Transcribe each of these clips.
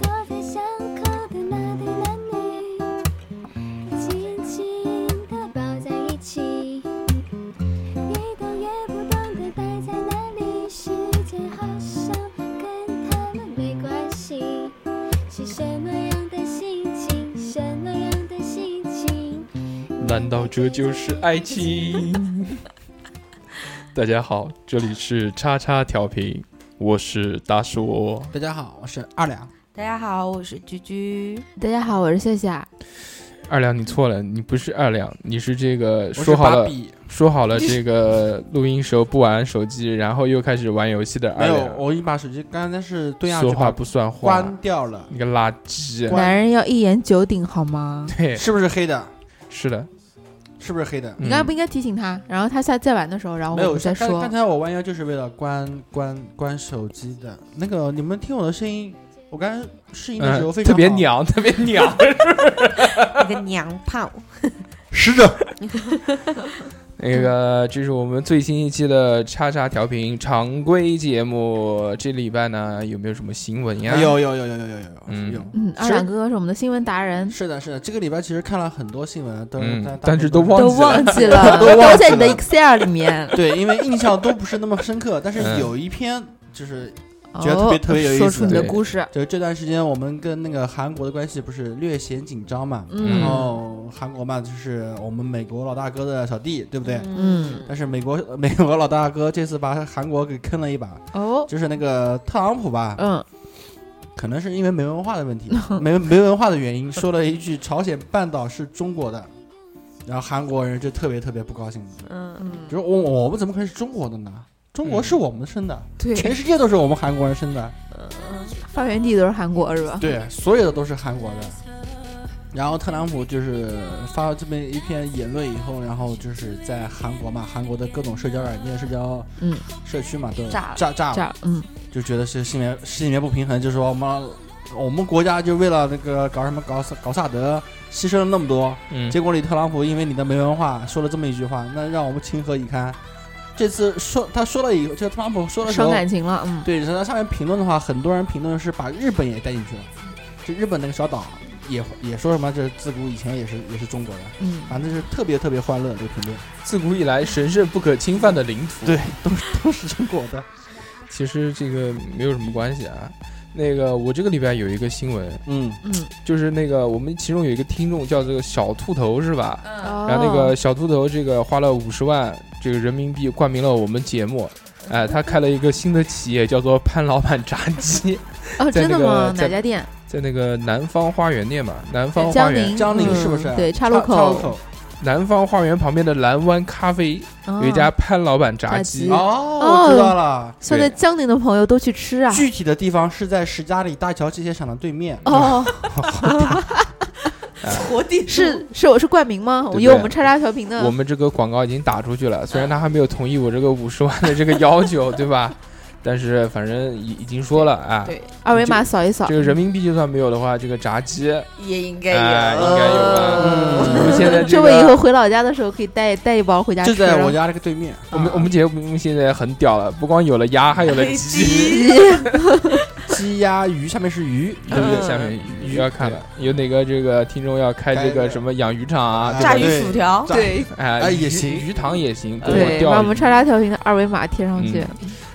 坐在巷口的那对男女，紧紧地抱在一起，一动也不动地待在那里。时间好像跟他们没关系，是什么样的心情？什么样的心情？难道这就是爱情？ 大家好，这里是叉叉调频，我是大叔。大家好，我是二两。大家好，我是居居。大家好，我是夏夏。二两，你错了，你不是二两，你是这个我是说好芭了比，说好了这个录音时候不玩手机，然后又开始玩游戏的没二有，两，我已经把手机刚才是对下去说把话不算话关，掉了，你个垃圾！关男人要一言九鼎好吗？对，是不是黑的？是的，是不是黑哦的？你刚才嗯不应该提醒他，然后他下次再玩的时候，然后没我有，们再刚说刚。才我弯腰就是为了关关关手机的。那个，你们听我的声音，我刚才试音的时候嗯，非常特别好。娘，特别娘。你个娘炮！使者，那个，这是我们最新一期的叉叉调频常规节目。这礼拜呢，有没有什么新闻呀？有有有有有有有嗯有有。嗯，二两哥哥是我们的新闻达人，是的，是的，这个礼拜其实看了很多新闻，都嗯大但是都忘都记了忘记了， 都忘记了。都在你的 Excel 里面对，因为印象都不是那么深刻，但嗯是有一篇就是哦， 觉得特别特别有意思说出你的对故事，就这段时间我们跟那个韩国的关系不是略显紧张嘛，嗯然后韩国嘛就是我们美国老大哥的小弟，对不对？嗯但是美国 美国老大哥这次把韩国给坑了一把，哦，就是那个特朗普吧，嗯，可能是因为没文化的 问题，没没文化的原因，说了一句朝鲜半岛是中国的，然后韩国人就特别特别不高兴，嗯嗯，就是我我们怎么可能是中国的呢？中国是我们生的，嗯对，全世界都是我们韩国人生的。发源地都是韩 国 是吧？对，所有的都是韩国的。然后特朗普就是发了这么一篇言论以后，然后就是在韩国嘛，韩国的各种社交软件、社交嗯社区嘛都炸了炸炸这了，样，嗯，就觉得是心里面心里面不平衡，就说我们我们国家就为了那个搞什么搞萨搞萨德，牺牲了那么多，嗯，结果你特朗普因为你的没文化说了这么一句话，那让我们情何以堪？这次说他说了以后，就特朗普说的时伤候，感情了，嗯，对，然后下面评论的话，很多人评论是把日本也带进去了，就日本那个小岛也也说什么，这自古以前也是也是中国的，嗯，反正是特别特别欢乐这个评论， 自古以来神圣不可侵犯的领土。对，都是都是中国的，其实这个没有什么关系啊。那个，我这个礼拜有一个新闻，嗯，嗯，就是那个我们其中有一个听众叫这个小兔头是吧？哦，然后那个小秃头这个花了五十万这个人民币冠名了我们节目，哎、他开了一个新的企业叫做潘老板炸鸡，哦，在真那的个吗？在哪家店？在那个南方花园店嘛，南方花江园宁，江宁是不嗯是对，岔岔路岔路口，南方花园旁边的蓝湾咖啡哦有一家潘老板炸鸡，炸鸡哦，我知道了，现在江宁的朋友都去吃啊。具体的地方是在十佳里大桥机械厂的对面，哦， 活地是是，我是冠名吗？对有我们叉叉调频我的，们这个广告已经打出去了，虽然他还没有同意我这个五十万的这个要求，对吧？但是反正已已经说了啊，对，二维码扫一扫这。个人民币就算没有的话，这个炸鸡也应该哎有，啊应该有吧嗯我们现在这这位以后个，回老家的时候可以带带一包回家吃。啊就在我家那个对面，啊我们我们节目现在很屌了，不光有了鸭，还有了鸡。 鸡鸭鱼下面是鱼，对不对？嗯下面鱼要看了，有哪个这个听众要开这个什么养鱼场啊？哎对吧炸鱼薯条，炸对，哎哎也鱼行鱼塘也行，多对，钓把我鱼嗯们叉叉调嗯频的二维码贴上去。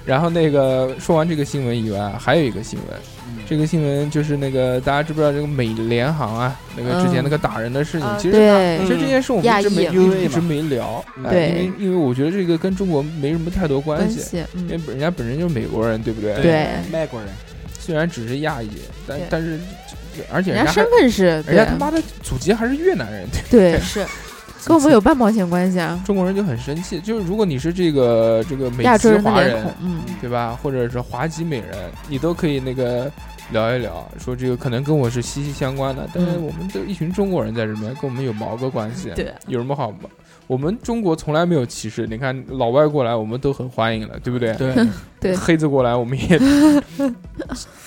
然后那个说完这个新闻以外，还有一个新闻，这个新闻就是那个大家知不知道这个美联航啊，那个之前嗯那个打人的事情，啊其实对嗯其实这件事我们一直没亚裔嘛一直没聊，哎对因为因为我觉得这个跟中国没什么太多关关系，系，因为嗯，本人家本身就是美国人，对不对？对外国人，虽然只是亚裔，但对但是而且人人家家还身份是，人家对啊他妈的祖籍还是越南人，对，对，是跟我们有半毛钱关系啊？中国人就很生气，就是如果你是这个这个美亚洲籍人的华脸人孔，，嗯，对吧？或者是华籍美人，你都可以那个聊一聊，说这个可能跟我是息息相关的。但是嗯我们都一群中国人在这边，跟我们有毛个关系？对，有什么好？我们中国从来没有歧视，你看老外过来，我们都很欢迎了，对不对？对，对黑子过来，我们 也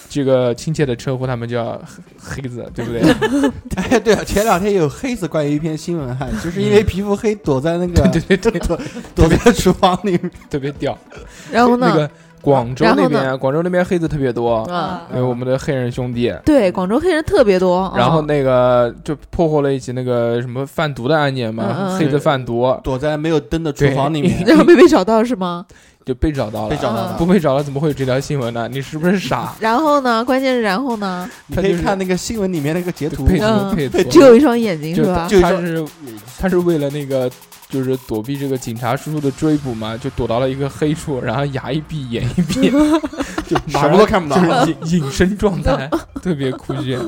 这个亲切的称呼他们叫黑黑子，对不 对？哎，对了，前两天有黑子关于一篇新闻哈，就是因为皮肤黑躲在那个对嗯对 躲躲在厨房里面，特别屌。然后那呢？个广州然后那呢边，啊广州那边黑子特别多，嗯，因为我们的黑人兄弟。对，广州黑人特别多，然后嗯那个就破获了一起那个什么贩毒的案件嘛，嗯嗯黑子贩毒躲在没有灯的厨房里面，然后被被找到是吗？就被找到被了。找到嗯了。不被找到怎么会有这条新闻呢？你是不是傻？ 然后呢？关键是然后呢？你可以看那个新闻里面那个截图，配嗯图配图，只有一双眼睛是就吧？就他是是他是为了那个就是躲避这个警察叔叔的追捕嘛，就躲到了一个黑处，然后牙一闭眼一 闭，就马什么上都看不到。就是隐隐身状态，特别酷炫。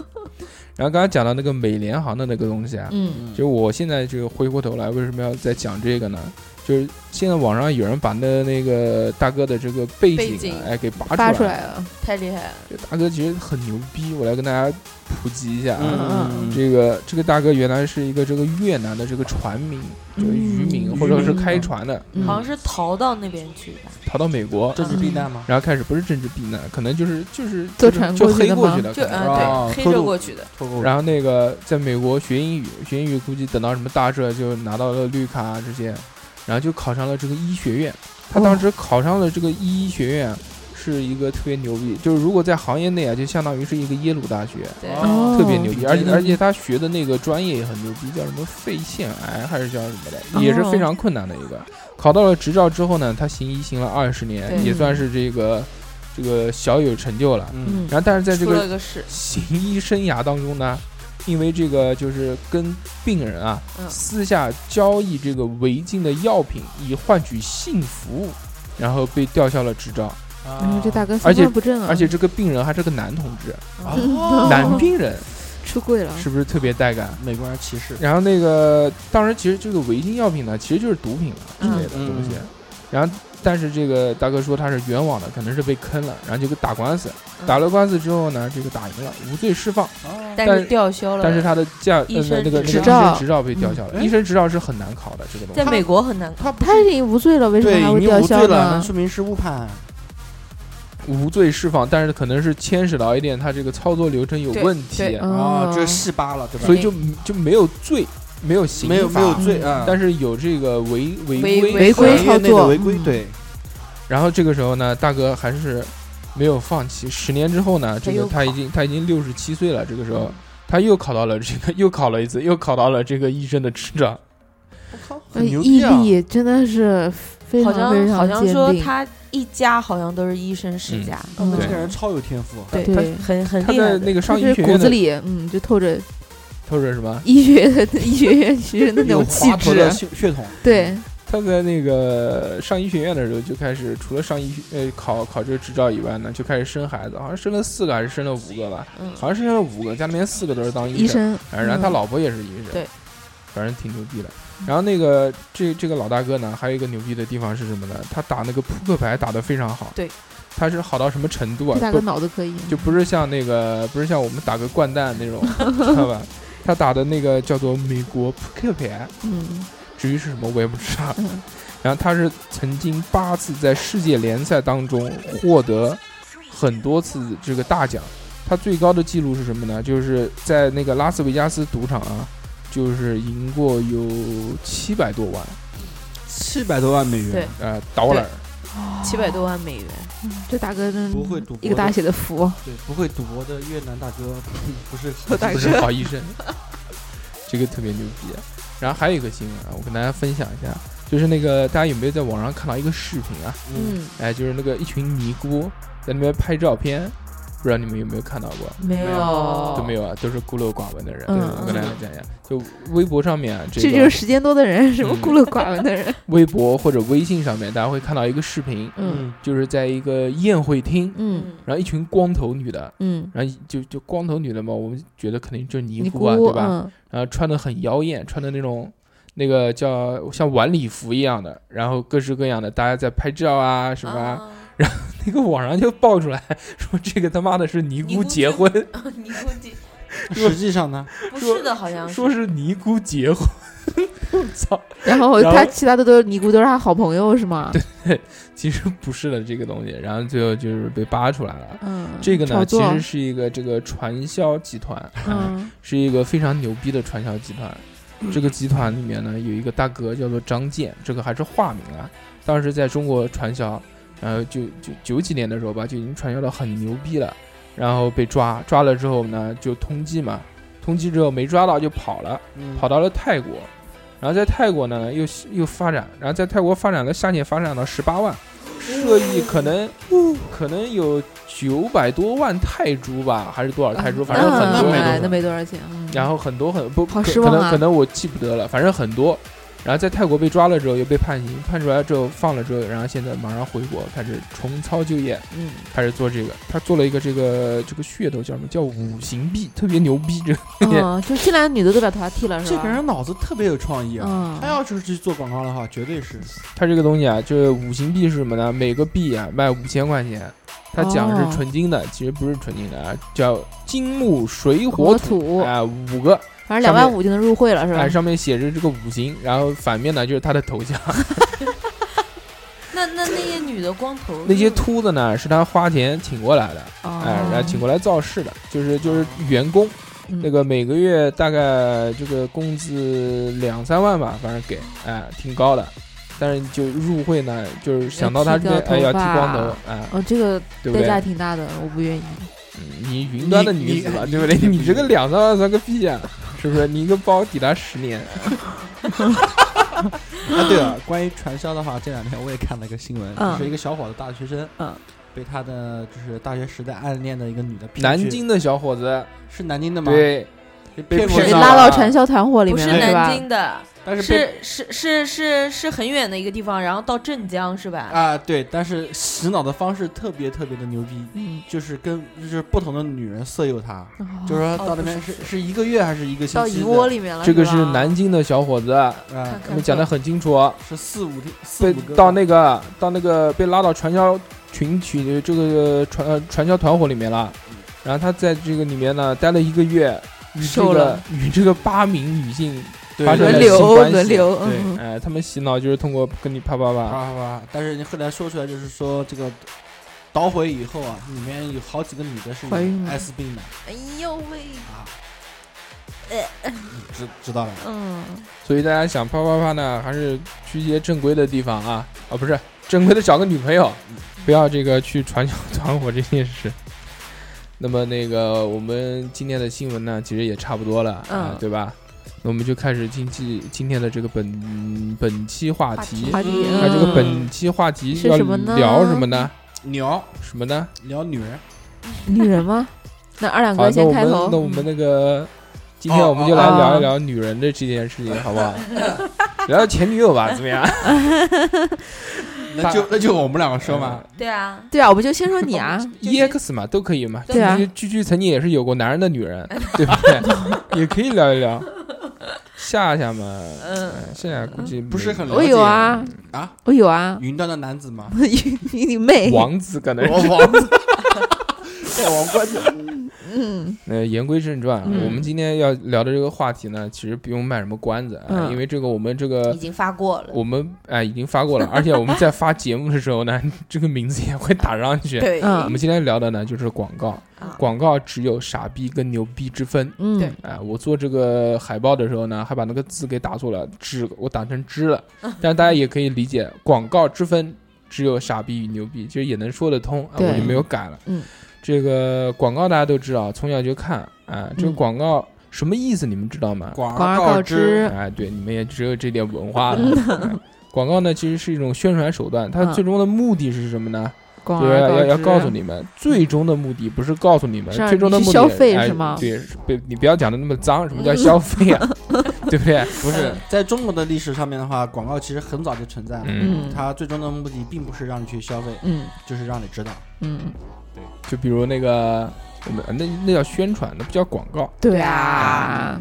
然后刚刚讲到那个美联航的那个东西啊，嗯，就我现在这个回过头来，为什么要再讲这个呢？就是现在网上有人把那那个大哥的这个背景啊，背景哎给拔出发来。出来了，太厉害了。这大哥其实很牛逼，我来跟大家普及一下啊。嗯，这个这个大哥原来是一个这个越南的这个船民，就是渔民、嗯或者是开船的，嗯好像是逃到那边去啊吧，逃到美国，这是避难吗？然后开始不是政治避难，可能就是就是坐就是船就过去黑的过吗啊去的，就可能嗯哦对，黑着过去的，透露然后那个在美国学英语，学英语估计等到什么大社就拿到了绿卡啊这些，然后就考上了这个医学院。他当时考上了这个医学院，是一个特别牛逼，就是如果在行业内啊，就相当于是一个耶鲁大学，对，哦特别牛逼。而且嗯而且他学的那个专业也很牛逼，叫什么肺腺癌还是叫什么的，也是非常困难的一个。考到了执照之后呢，他行医行了二十对年，也算是这个这个小有成就了。嗯嗯，然后但是在这出个了个事，行医生涯当中呢，因为这个就是跟病人啊、嗯私下交易这个违禁的药品以换取性服务，然后被吊销了执照，啊然嗯后这大哥而三且观不嗯正啊，而且这个病人还是个男同志，嗯哦男病人出柜了，是不是特别带感？美国人歧视，然后那个当时其实这个违禁药品呢，其实就是毒品了之嗯类的东西嗯，然后。但是这个大哥说他是冤枉的，可能是被坑了，然后就给打官司，嗯打了官司之后呢，这个打赢了，无罪释放， 啊但是吊销了，但是他的驾呃医生那个那个执医照生执照被吊销了，嗯医生执照是很难考的这个东在西。美国很难，他不他已经无罪了，为什么对还会已经吊无销罪了，那呢？说明是误判。无罪释放，但是可能是牵扯到一点他这个操作流程有对问对题，嗯哦哦，，这是戏八了，对吧？所以就就没有罪，没有刑没有没罚，有罪啊，嗯但是有这个违违违规违规行业内操的作违规，嗯对，然后这个时候呢，大哥还是没有放弃。十年之后呢，这他个又他已经他已经六十七岁了，这个时候他又考到了这个又考了一次，又考到了这个医生的执照。呃很牛毅逼啊！力真的是非好常非像好常像坚说定，他一家好像都是医生世家，嗯这对个人超有天赋，对对很很很他厉害在的那个他上医是学骨院子的，里嗯就透着他说什么？医学 医学院学生的那有种气华佗质的，血血统，对，他在那个上医学院的时候就开始，除了上医学呃考考这个执照以外呢，就开始生孩子，好像生了四个还是生了五个吧，嗯好像生了五个，家里面四个都是当医生，生，然后然后他嗯老婆也是医生，对，反正挺牛逼的。然后那个这这个老大哥呢，还有一个牛逼的地方是什么呢？他打那个扑克牌打得非常好，对，他是好到什么程度啊这？大不哥脑子可以，就不是像那个不是像我们打个掼蛋那种，知道吧？他打的那个叫做美国扑克牌，嗯至于是什么我也不知道。嗯然后他是曾经八次在世界联赛当中获得很多次这个大奖，他最高的记录是什么呢？就是在那个拉斯维加斯赌场啊，就是赢过有七百多万七百多万美对元，呃 dollar，七百多万美元，这大哥真不会赌博的一个嗯大写的福，对，不会赌博的越南大哥 不 是大不哥是好医生，这个特别牛逼。然后还有一个新闻啊，我跟大家分享一下，就是那个大家有没有在网上看到一个视频啊？嗯，哎，就是那个一群尼姑在那边拍照片，不知道你们有没有看到过？没有都没有啊，都是孤陋寡闻的人。嗯对我跟大家讲一下，就微博上面啊，这这个就是时间多的人，什么嗯孤陋寡闻的 人。微博或者微信上面，大家会看到一个视频，嗯就是在一个宴会厅，嗯然后一群光头女的，嗯，然后就就光头女的嘛，我们觉得肯定就是尼尼姑姑啊，对吧？嗯然后穿的很妖艳，穿的那种那个叫像晚礼服一样的，然后各式各样的，大家在拍照啊什么啊、哦那个网上就爆出来说这个他妈的是尼尼姑姑结结婚，你估计嗯实际上呢，不是的，好像说是尼姑结婚，嗯我 操！然后然后他其他的都是尼姑，都是他好朋友是吗？对，其实不是的这个东西，然后最后就是被扒出来了。嗯，这个呢，炒其作实是一个这个传销集团，嗯是一个非常牛逼的传销集团。这个集团里面呢，有一个大哥叫做张健，这个还是化名啊。当时在中国传销，然后就就九几年的时候吧，就已经传销到很牛逼了。然后被抓，抓了之后呢，就通缉嘛，通缉之后没抓到就跑了，嗯跑到了泰国，然后在泰国呢又又发展，然后在泰国发展了下线发展到十八万，涉亿可能可能有九百多万泰铢吧，哎还是多少泰铢，反正啊那很那多没多少那没多少钱。嗯然后很多很不好可失望可能啊可能我记不得了，反正很多。然后在泰国被抓了之后又被判刑，判出来之后放了之后，然后现在马上回国开始重操旧业，嗯，开始做这个。他做了一个这个这个噱头叫什么？叫五行币，特别牛逼。这个哦，就进来的女的都把头发剃了是这吧？个人脑子特别有创意啊。嗯，哎他要是去做广告的话，绝对是他这个东西啊，就是五行币是什么呢？每个币啊卖五千块钱，他讲哦是纯金的，其实不是纯金的啊，叫金木水火火土土，啊、五个，反上正两万面五就能入会了是哎、吧？上面写着这个五行，然后反面呢就是他的头像。那那那些女的光头，那些秃子呢，是他花钱请过来的，嗯哦哎，然后请过来造势的，就是就是员工，嗯那个每个月大概这个工资两三万吧，反正给，哎，挺高的。但是就入会呢，就是想到他这边，要剃哎，掉要剃头发光头，哎，哦，这个对不代对？价挺大的，我不愿意。嗯你云端的女子嘛，对不对？你你这个两三万算个屁呀、是不是？你一个包抵达十年，啊，对了，关于传销的话，这两天我也看了一个新闻，嗯就是一个小伙子，大学生，嗯，被他的就是大学时代暗恋的一个女的骗去，南京的小伙子，是南京的吗？，对，骗过被被去骗拉了到传销团伙里不面是了，吧南？京的，但是被是是是是是很远的一个地方，然后到镇江是吧？啊，对，但是洗脑的方式特别特别的牛逼，嗯，就是跟就是不同的女人色诱他，哦就是说到哦那边不是是是一个月还是一个星到期蚁的？窝里面了。这个是是吧南京的小伙子，啊，我们讲的很清楚。是四五天，四被五个到那个到那个被拉到传销群体这个传呃传销团伙里面了，然后他在这个里面呢待了一个月，与这瘦个了与这个八名女性，对发生了对轮对性流关系轮流，对嗯，哎，他们洗脑就是通过跟你啪啪啪啪，啪啪！但是你后来说出来，就是说这个捣毁以后啊，里面有好几个女的是怀孕有了艾滋病的哎呦喂，啊，知知道了。嗯，所以大家想啪啪啪呢，还是去一些正规的地方啊，啊不是正规的找个女朋友，嗯不要这个去传销团伙这件事。那么那个我们今天的新闻呢，其实也差不多了，嗯啊对吧？那我们就开始今期今天的这个本本期话题。话题那这个嗯本期话题是要什么呢聊什么呢？聊什么呢？聊女人，女人吗？那二两好，哥那先我开们头。那我们嗯那个，今天哦我们就来哦聊哦一聊女人的这件事情，好不 好？聊聊前女友吧，怎么样？那就那就我们两个说嘛。对啊，对啊，我们就先说你啊， ，EX 嘛，都可以嘛。对啊居居居曾经也是有过男人的女人，对不对？也可以聊一聊。夏夏嘛，嗯嗯夏夏估计不是很了解我有啊，啊，我有啊，，云端的男子嘛 你你妹，王子，可能。我王子，带王冠的。嗯 呃，言归正传啊，嗯我们今天要聊的这个话题呢，其实不用卖什么关子啊，嗯因为这个我们这个已经发过了。我们哎已经发过了，而且我们在发节目的时候呢， 这个名字也会打上去。对我嗯们今天聊的呢就是广告，啊广告只有傻逼跟牛逼之分。嗯，对哎，我做这个海报的时候呢，还把那个字给打错了，知我打成知 了，但大家也可以理解，广告之分只有傻逼与牛逼，其实也能说得通，啊、对我就没有改了。嗯，这个广告大家都知道，从小就看，啊，这个嗯广告什么意思你们知道吗？广广而告告之，哎，对，你们也只有这点啊文化了。哎广告呢，其实是一种宣传手段，它嗯最终的目的是什么呢？广对，而要要之要告诉你们，最终的目的不是告诉你们，是让啊最终的你去目的消费哎是吗对，是不你不要讲的那么脏，什么 叫消费啊？ 对不对？不是，在中国的历史上面的话，广告其实很早就存在了。嗯嗯它最终的目的并不是让你去消费，嗯就是让你知道。嗯，就比如那个我们那那叫宣传，那不叫广告。对啊，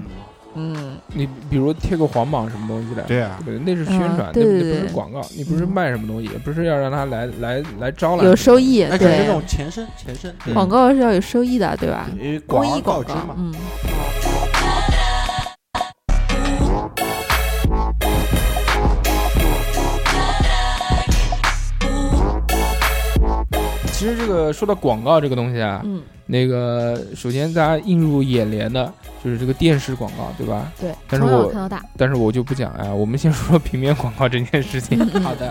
嗯嗯，你比如贴个黄榜什么东西的，对啊，对不对，那是宣传，嗯那对不对那不对是广告，你不是嗯卖什么东西，也不是要让他来来来招揽有收益，那可哎是那对种，前身前身，嗯对广告是要有收益的，对吧？因为公广而益告广之告嘛。，嗯，其实这个说到广告这个东西啊，嗯，那个首先大家映入眼帘的就是这个电视广告，对吧？对，但从是小我看到大，但是我就不讲啊，我们先说说平面广告这件事 情。好的，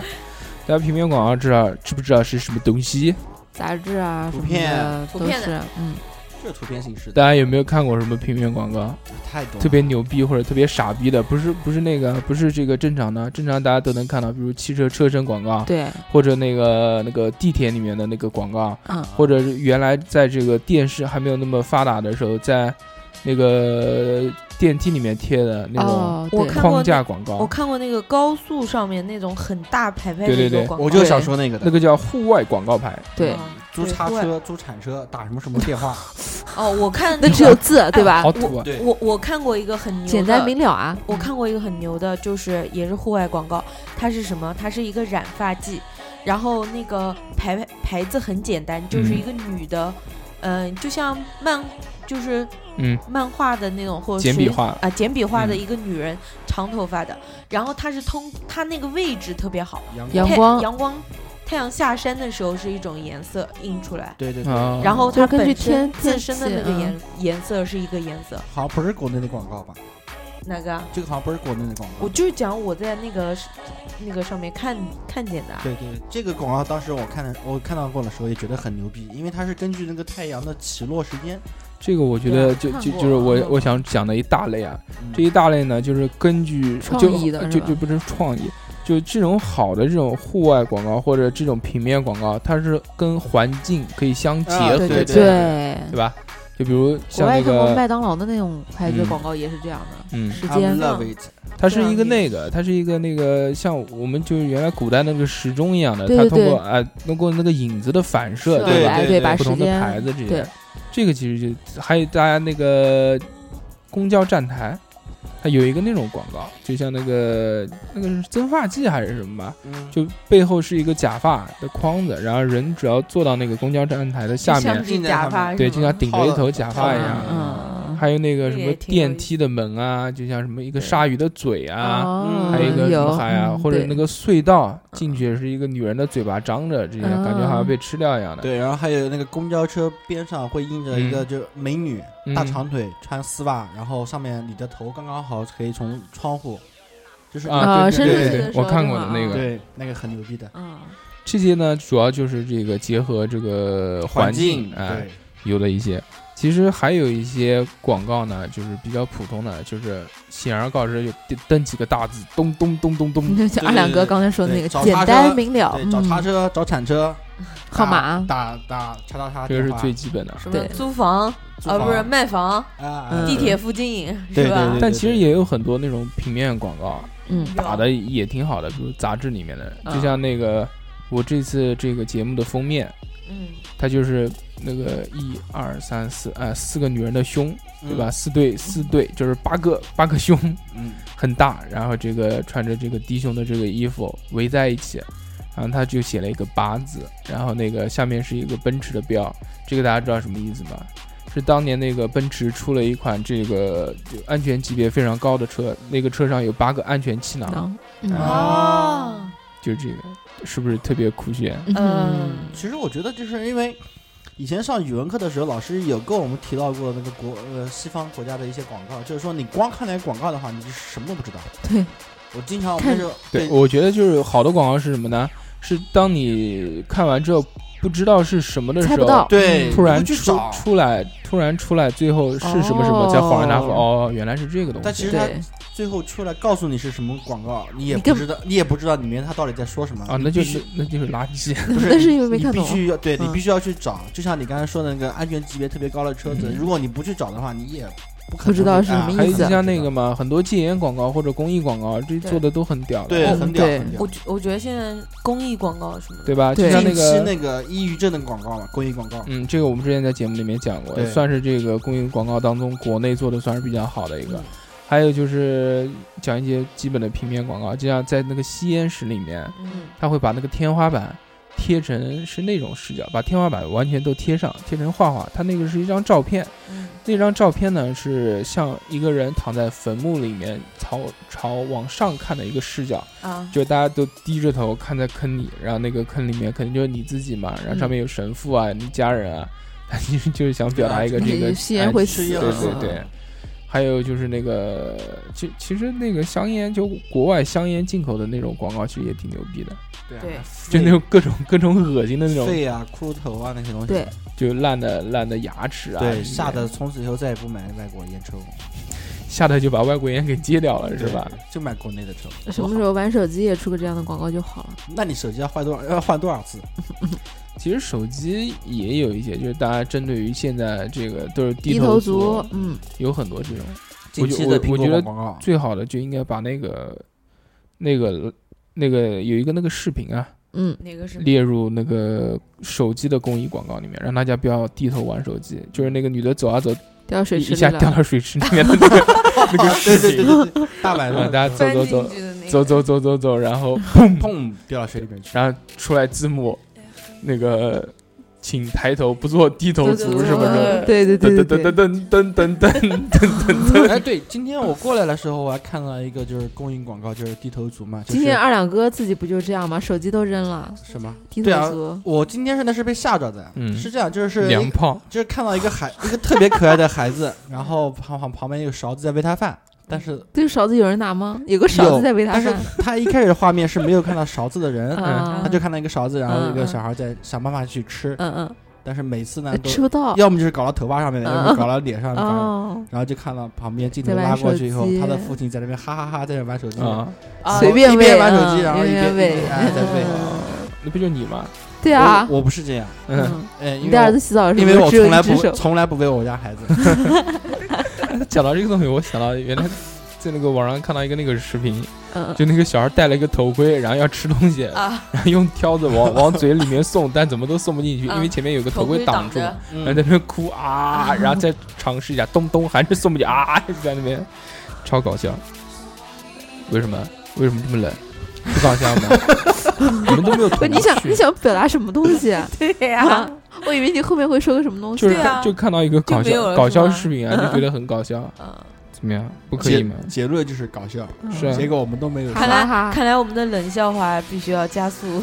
大家平面广告知道知不知道是什么东西？杂志啊，图什么片的图都片是，嗯，这图片形式的大家有没有看过什么平面广嗯告？太多了，啊特别牛逼或者特别傻逼的，不是不是那个不是这个正常的，正常大家都能看到，比如汽车车身广告，对，或者那个那个地铁里面的那个广告，嗯或者是原来在这个电视还没有那么发达的时候，在那个电梯里面贴的那种哦，我对看过框架广告，我看过那个高速上面那种很大牌牌对的对一个对广告，我就想说那个那的，个叫户外广告牌，对，啊租对叉对车、租铲车，打什么什么电话，哦，我看那只有字，对吧好？土啊！对我我看过一个很牛的，简单明了啊，我看过一个很牛的，就是也是户外广告，它是什么？它是一个染发剂，然后那个牌牌牌子很简单，就是一个女的，嗯、就像漫就是嗯，漫画的那种或者简笔画啊、简笔画的嗯一个女人，长头发的，然后她是通她那个位置特别好，阳阳光，太光阳光太阳下山的时候是一种颜色映出来。对对对，啊，然后就它根本据身天自天身的气那个嗯颜颜色是一个颜色，好像不是国内的广告吧？哪个啊？这个好像不是国内的广告我。就是讲我在那个那个上面看看见的啊，对对，这个广告当时我看的，我看到过的时候也觉得很牛逼，因为它是根据那个太阳的起落时间，这个我觉得就看就过就是我嗯我想讲的一大类啊，嗯这一大类呢就是根据创就意的是就吧就不是创意，就这种好的这种户外广告或者这种平面广告，它是跟环境可以相结啊合的，对对对。吧？就比如国像外那看过个麦当劳的那种牌子嗯广告也是这样的，嗯，时 I 间 love it，它是一个对那个，它是一个那个，像我们就是原来古代那个时钟一样的，对它对通过对哎，通过那个影子的反射，设吧？来对对把呃不时同的间牌子这些对，这个其实就还有大家那个公交站台，它有一个那种广告，就像那个那个是增发剂还是什么吧，嗯，就背后是一个假发的框子，然后人只要坐到那个公交站台的下像面，是假发，对，就像顶着一套头了假套发了一呀样。嗯，还有那个这什个么也挺有电意梯的门啊，就像什么一个对鲨鱼的嘴啊，哦还有一个什么海啊，嗯或者对那个隧道进去也是一个女人的嘴巴张着，这样嗯感觉好像被吃掉一样的。对，然后还有那个公交车边上会印着一个就美女，嗯大长腿，穿丝袜，然后上面你的头刚刚好可以从窗户，就是啊，哦啊对深对圳对的对，时候我看是过的吗那个。对，那个很牛逼的嗯，这些呢，主要就是这个结合这个环境，啊，对，有了一些。其实还有一些广告呢，就是比较普通的，就是显而告之，就登登几个大字，咚咚咚咚嗯咚。就像阿两对哥刚才说的那对个找简叉单车明了，对，找叉嗯，车，找铲车，打号码打打叉叉叉这个电是话，最基本的，什么对租房租啊，房不是卖房，啊嗯地铁附近对是吧对？但其实也有很多那种平面广告，嗯，打的也挺好的，比如杂志里面的，嗯就像那个我这次这个节目的封面，嗯，它就是那个一二三四啊四个女人的胸，对吧？？嗯四对四对就是八个八个胸嗯，很大，然后这个穿着这个低胸的这个衣服围在一起。然后他就写了一个八字，然后那个下面是一个奔驰的标，这个大家知道什么意思吗？是当年那个奔驰出了一款这个就安全级别非常高的车，那个车上有八个安全气囊，能，啊嗯哦，就这个，是不是特别酷炫？嗯其实我觉得就是因为。以前上语文课的时候，老师有跟我们提到过那个国呃西方国家的一些广告，就是说你光看那广告的话，你就什么都不知道。对，我经常我们看那时候对，我觉得就是好的广告是什么呢？是当你看完之后不知道是什么的时猜候，不到，对，突然你会去出找。出来，突然出来，最后是什么什么，才恍然大悟，哦，原来是这个东西。但其实他对，最后出来告诉你是什么广告，你也你不根知道，你也不知道里面他到底在说什么啊，你那就必须是那就是垃 圾。不是那是因为没你看必懂。须要对你嗯必须要去找，就像你刚才说的那个安全级别特别高的车子，嗯如果你不去找的话，你也不可不能知道会是什么啊意还有思就像那个嘛，很多戒烟广告或者公益广告，这对做的都很屌的，对，嗯很屌，对很屌我觉我觉得现在公益广告什么的，对吧？就对像那近期个，那个抑郁症的广告嘛，公益广告，嗯，这个我们之前在节目里面讲过，对算是这个公益广告当中国内做的算是比较好的一个嗯。还有就是讲一些基本的平面广告，就像在那个吸烟室里面，嗯，他会把那个天花板贴成是那种视角，把天花板完全都贴上，贴成画画。他那个是一张照片，嗯那张照片呢是像一个人躺在坟墓里面朝朝往上看的一个视角，啊，就大家都低着头看在坑里，然后那个坑里面肯定就是你自己嘛，然后上面有神父啊、你家人啊， 他其实就是想表达一个这个吸烟会死吃，药嗯对啊对对。还有就是那个，其其实那个香烟，就国外香烟进口的那种广告，其实也挺牛逼的，对对啊，就那种各种各种恶心的那种，肺啊、骷头啊那些东西，对就烂的烂的牙齿啊，对，吓得从此以后再也不买外国烟抽，吓得就把外国烟给戒掉了，是对吧？？就买国内的抽，什么时候玩手机也出个这样的广告就好了。那你手机要换多少要换多少次？其实手机也有一些，就是大家针对于现在这个都是低头头族，嗯，有很多这种。近期的苹我觉果得 广告，最好的就应该把那个、那个、那个有一个那个视频啊，嗯，哪个是列入那个手机的公益广告里面，让大家不要低头玩手机。就是那个女的走啊走，掉水一池一下里掉了。到水池里面的那 个那个视对对对频，对，对大晚让 上大家走走走进去的那个走走走走走，然后砰掉到水里面去，然后出来字幕，那个请抬头不做低头族什么的，嗯 对对噔对噔对噔对，噔噔噔噔噔噔。哎，对，今天我过来的时候，我还看到一个就是公益广告，就是低头族嘛，就今天啊是二两哥自己不就这样吗？手机都扔了，什么？低对啊头族，我今天是那是被吓着的，嗯是这样，就是娘炮，就是看到一个孩一个特别可爱的孩子，然后旁旁旁边有勺子在喂他饭，但是这个勺子有人拿吗？有个勺有子在喂他但是饭他一开始的画面是没有看到勺子的人，啊，他就看到一个勺子，然后一个嗯小孩在想办法去吃，嗯嗯但是每次呢呃，都吃不到要么就是搞到头发上面，嗯要么搞到脸上，搞到哦，然后就看到旁边镜头在玩拉过手去以后，机他的父亲在那边哈哈哈在那玩手机，啊，啊随便一喂边玩手机，嗯然后一一边边一喂嗯边哎在喂。那不就你吗？对我啊，我不是这样，嗯，嗯，哎，因你带儿为子洗澡我的因时为候我只有从来一只不手？从来不喂我家孩 子，讲到这个东西，我想到原来在那个网上看到一个那个视频，嗯，就那个小孩戴了一个头盔，然后要吃东西，啊，然后用挑子往往嘴里面送，但怎么都送不进去，因为前面有个头头盔盔挡住。着，嗯然哎后在那边哭啊，然后再尝试一下，咚咚还是送不进啊，就在那边超搞笑。为什么？为什么这么冷？不搞笑吗？ 你们都没有不，同你想趣你想表达什么东 西啊？对呀啊， 我以为你后面会说个什么东西，就是对啊看就看到一个搞就没有笑了搞笑是吗视频啊，就觉得很搞笑，嗯，怎么样？不可以结吗？结论就是搞笑，是啊结果我们都没有说。看哈来哈，看来我们的冷笑话必须要加速，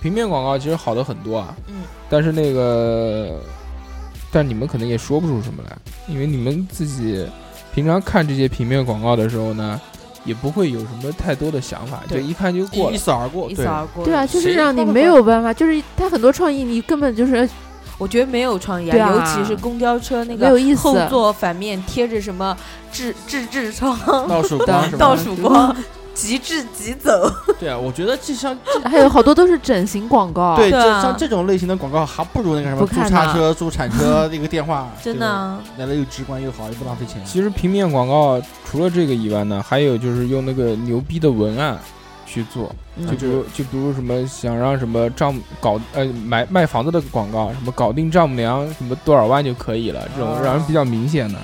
平面广告其实好的很多啊，嗯，但是那个，但你们可能也说不出什么来，因为你们自己平常看这些平面广告的时候呢，也不会有什么太多的想法，就对一看就过一一了。扫而过，一对扫而过。对啊，就是谁让你放没放有办法，就是他很多创意你根本就是我觉得没有创意对啊尤其是公交车那没有个意思。后座反面贴着什么智智痔疮、倒数光当是吧？倒数光、嗯急智急走， 对啊，我觉得这像这还有好多都是整形广告，对对这啊像这种类型的广告，还不如那个什么不租看叉呢车、租铲车那个电话，真的啊，对来了又直观又好，又不浪费钱。 其实平面广告除了这个以外呢，还有就是用那个牛逼的文案去做，嗯就比如就比如什么想让什么丈母搞呃买卖房子的广告，什么搞定丈母娘什么多少万就可以了，这种啊让人比较明显的。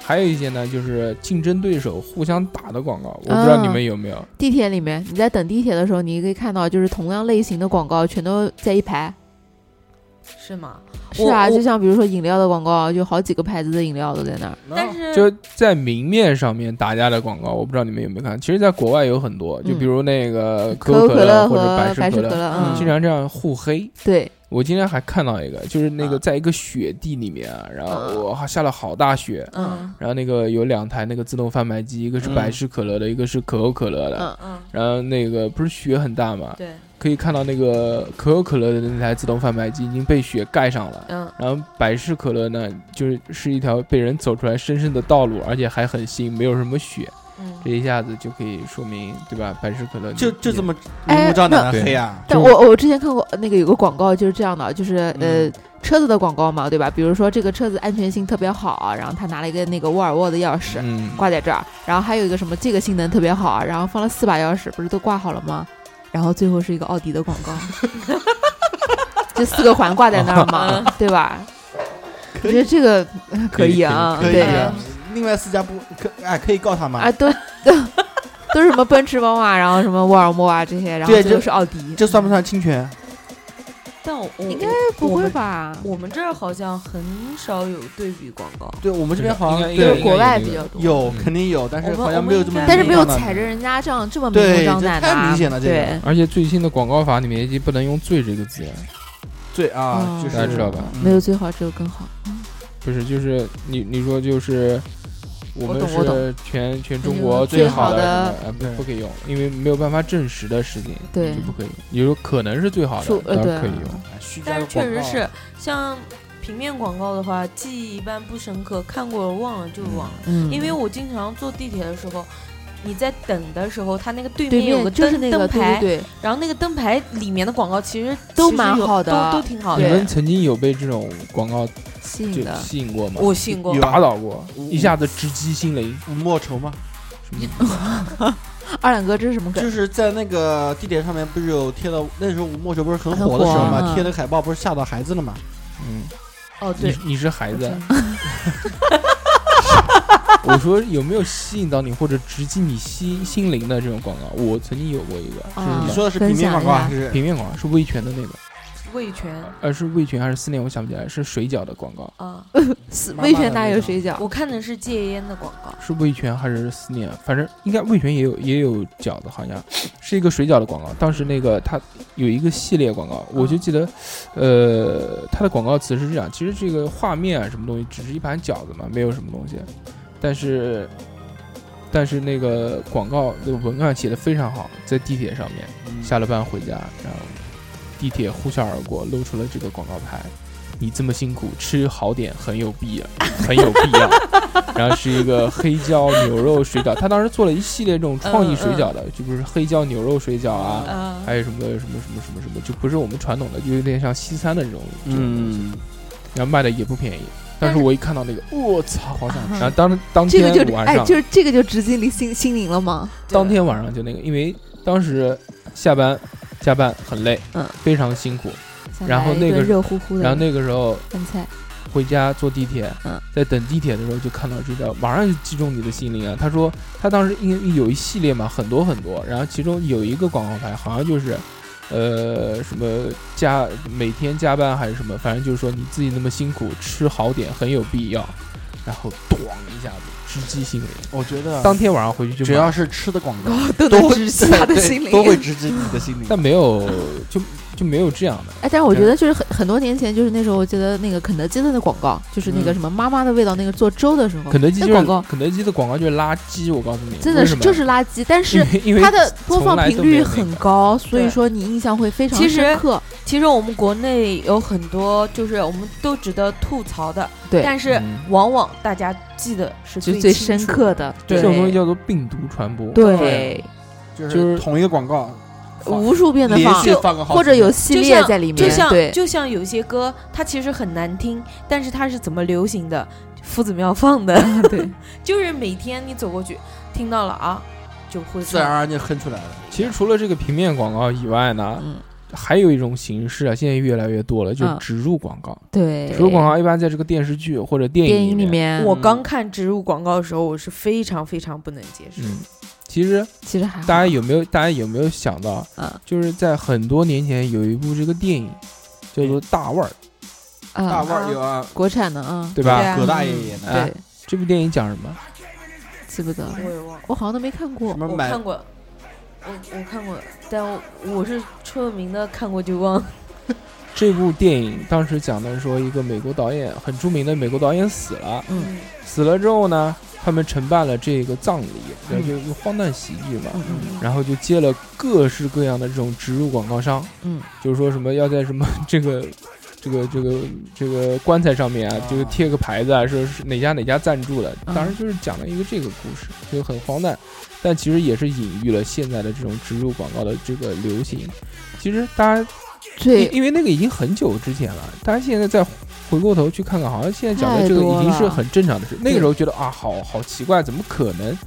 还有一些呢，就是竞争对手互相打的广告，我不知道你们有没有。地铁里面，你在等地铁的时候，你可以看到，就是同样类型的广告全都在一排。是吗？是啊，我嗯就像比如说饮料的广告，就好几个牌子的饮料都在那儿。但是嗯嗯就在明面上面打架的广告，我不知道你们有没有看。其实，在国外有很多，就比如那个嗯可可可可乐乐或者和百百事事可可乐，乐，嗯经嗯，常这样互黑。对，我今天还看到一个，就是那个啊在一个雪地里面啊，然后嗯哇下了好大雪，嗯然后那个有两台那个自动贩卖机，一个是嗯百事可乐的，一个是可口可乐的。嗯嗯，然后那个不是雪很大嘛，对，可以看到那个可口可乐的那台自动贩卖机已经被雪盖上了。嗯，然后百事可乐呢，就是是一条被人走出来深深的道路，而且还很新，没有什么雪，嗯这一下子就可以说明，对吧？百事可乐就你就这么明哎目张胆那的黑啊！但就我我之前看过呃那个有个广告就是这样的，就是呃嗯车子的广告嘛，对吧？比如说这个车子安全性特别好，啊然后他拿了一个那个沃尔沃的钥匙嗯，挂在这儿，然后还有一个什么这个性能特别好，啊然后放了四把钥匙，不是都挂好了吗？然后最后是一个奥迪的广 告，这四个环挂在那儿 嘛，对吧？我觉得这个呃可以啊，可以对啊，另外四家不可哎可以告他吗啊，？都 都都是什么奔驰、宝马，然后什么沃尔沃啊这些，然后对最后这是奥迪，这算不算侵权？但我我应该我不我会们吧？我们这儿好像很少有对比广告，对我们这边好像应该就应该是对国外比较多，有嗯肯定有，但是我们好像没有这么我们应该明目张胆，但是没有踩着人家这样这么明目对张这胆的太啊，明显了这个对，而且最新的广告法里面已经不能用“罪”这个字了，对啊哦，就是大家知道吧？嗯没有最好，只有更好。不是，就是你你说就是我们我懂我是全全中我国懂最好嗯好的什么对啊，不不可以用，因为没有办法证实的事情，对就不可以。你说可能是最好说的，呃当对然啊可以用。哎虚假但的是确广实告是像平面广告的话，记忆一般不深刻，看过了忘了就忘了。嗯因为我经常坐地铁的时候，你在等的时候，它那个对对面有个面就是那灯灯个，对牌，对然后那个灯牌里面的广告其实都其实蛮有好的都都挺好你啊对的。们曾经有被这种广告对，吸就引的。吸引过吗？我信过有，打倒过，我一下子直击心灵。吴莫愁吗？什么 二两哥这是什么梗就？是在那个地铁上面不是有贴了，那时候吴莫愁不是很很火的时候火嘛，嗯贴了海报不是吓到孩子了嘛？嗯，哦对你，你是孩子真， 我说有没有吸引到你或者直击你心心灵的这种广告？我曾经有过一个，啊你是说的是平面广告还分是？平面广告，是味全的那个，味全呃，是味全还是思念？我想不起来，是水饺的广告，啊，四妈妈味全的哪那有种水饺？我看的是戒烟的广嗯告。是味全还是思念？反正应该味全也有也有饺子，好像是一个水饺的广告。当时那个它有一个系列广告，我就记得，呃，它的广告词是这样：其实这个画面啊，什么东西，只是一盘饺子嘛，没有什么东西。但是，但是那个广告的文案写的非常好，在地铁上面，嗯下了班回家，然后地铁呼啸而过，露出了这个广告牌。你这么辛苦，吃好点很有必要，很有必 要。然后是一个黑椒牛肉水饺，他当时做了一系列这种创意水嗯饺的，就不是黑椒牛肉水饺啊，啊，还有什么什么什么什么什么，就不是我们传统的，就有点像西餐的这种这种东西。嗯，然后卖的也不便宜，但是我一看到那个，我操，好想吃。啊然后当当这天个就晚哎，上，就是这个就直击你心心灵了吗？当天晚上就那个，因为当时下班加班很累，嗯非常辛苦。想然后来一那顿个热乎乎的，然后那个时候饭菜，回家坐地铁，嗯在等地铁的时候就看到这个，马上就击中你的心灵啊！他说他当时因为有一系列嘛，很多很多，然后其中有一个广告牌好像就是，呃，什么加每天加班还是什么，反正就是说你自己那么辛苦，吃好点很有必要。然后咣一下子直击心灵，我觉得当天晚上回去就只买要是吃的广告，都都能会直击他的对心灵。都会直击你的心灵。但没有就就没有这样的，哎，但是我觉得就是很很多年前，就是那时候我记得那个肯德基的那广告，就是那个嗯什么妈妈的味道，那个做粥的时候，肯德基那就是哦广告肯德基的广告就是垃圾，我告诉你，真的是为什么 就是垃圾，但是因嗯为因为它的播从放来频都没有率那个很高，所以对说你印象会非常其实深刻。其实我们国内有很多就是我们都值得吐槽的，对但是嗯往往大家记得是就最是最清深楚刻。的，这对种东西叫做病毒传播。对，就就是同一个广告，放无数遍的连放续，放个好几或者有系就列像在里就面，像对， 就像有些歌，它其实很难听，但是它是怎么流行的？夫子庙放的， 对，就是每天你走过去听到了啊，就会自然唱而然就哼出来了。其实除了这个平面广告以外呢，嗯，还有一种形式啊，现在越来越多了，就是嗯植入广告。对植，入广告一般在这个电视剧或者电电影影里面我刚看植入广告的时候，我是非常非常不能接受。嗯，其实其实还好大家有没有大家有没有想到，嗯就是在很多年前有一部这个电影叫做《大腕儿》，大啊，腕儿有啊，国产的啊，嗯对吧？对啊葛大爷演的，哎对，这部电影讲什么？记不得了，我也忘了，我好像都没看过什，么我买看过，我我看过，但我我是出了名的看过就忘了。这部电影当时讲的说，一个美国导演很著名的美国导演死了，嗯死了之后呢，他们承办了这个葬礼，对，嗯就就荒诞喜剧嘛，嗯嗯然后就接了各式各样的这种植入广告商，嗯，就是说什么要在什么这个。 这个这个这个棺材上面啊啊，就是贴个牌子啊，说是哪家哪家赞助的，哦嗯当然就是讲了一个这个故事，就很荒诞，但其实也是隐喻了现在的这种植入广告的这个流行。其实大家因最因为那个已经很久之前了，大家现在再回过头去看看，好像现在讲的太这个多已经是了很正常的事。那个时候觉得啊，好好奇怪，怎么可能？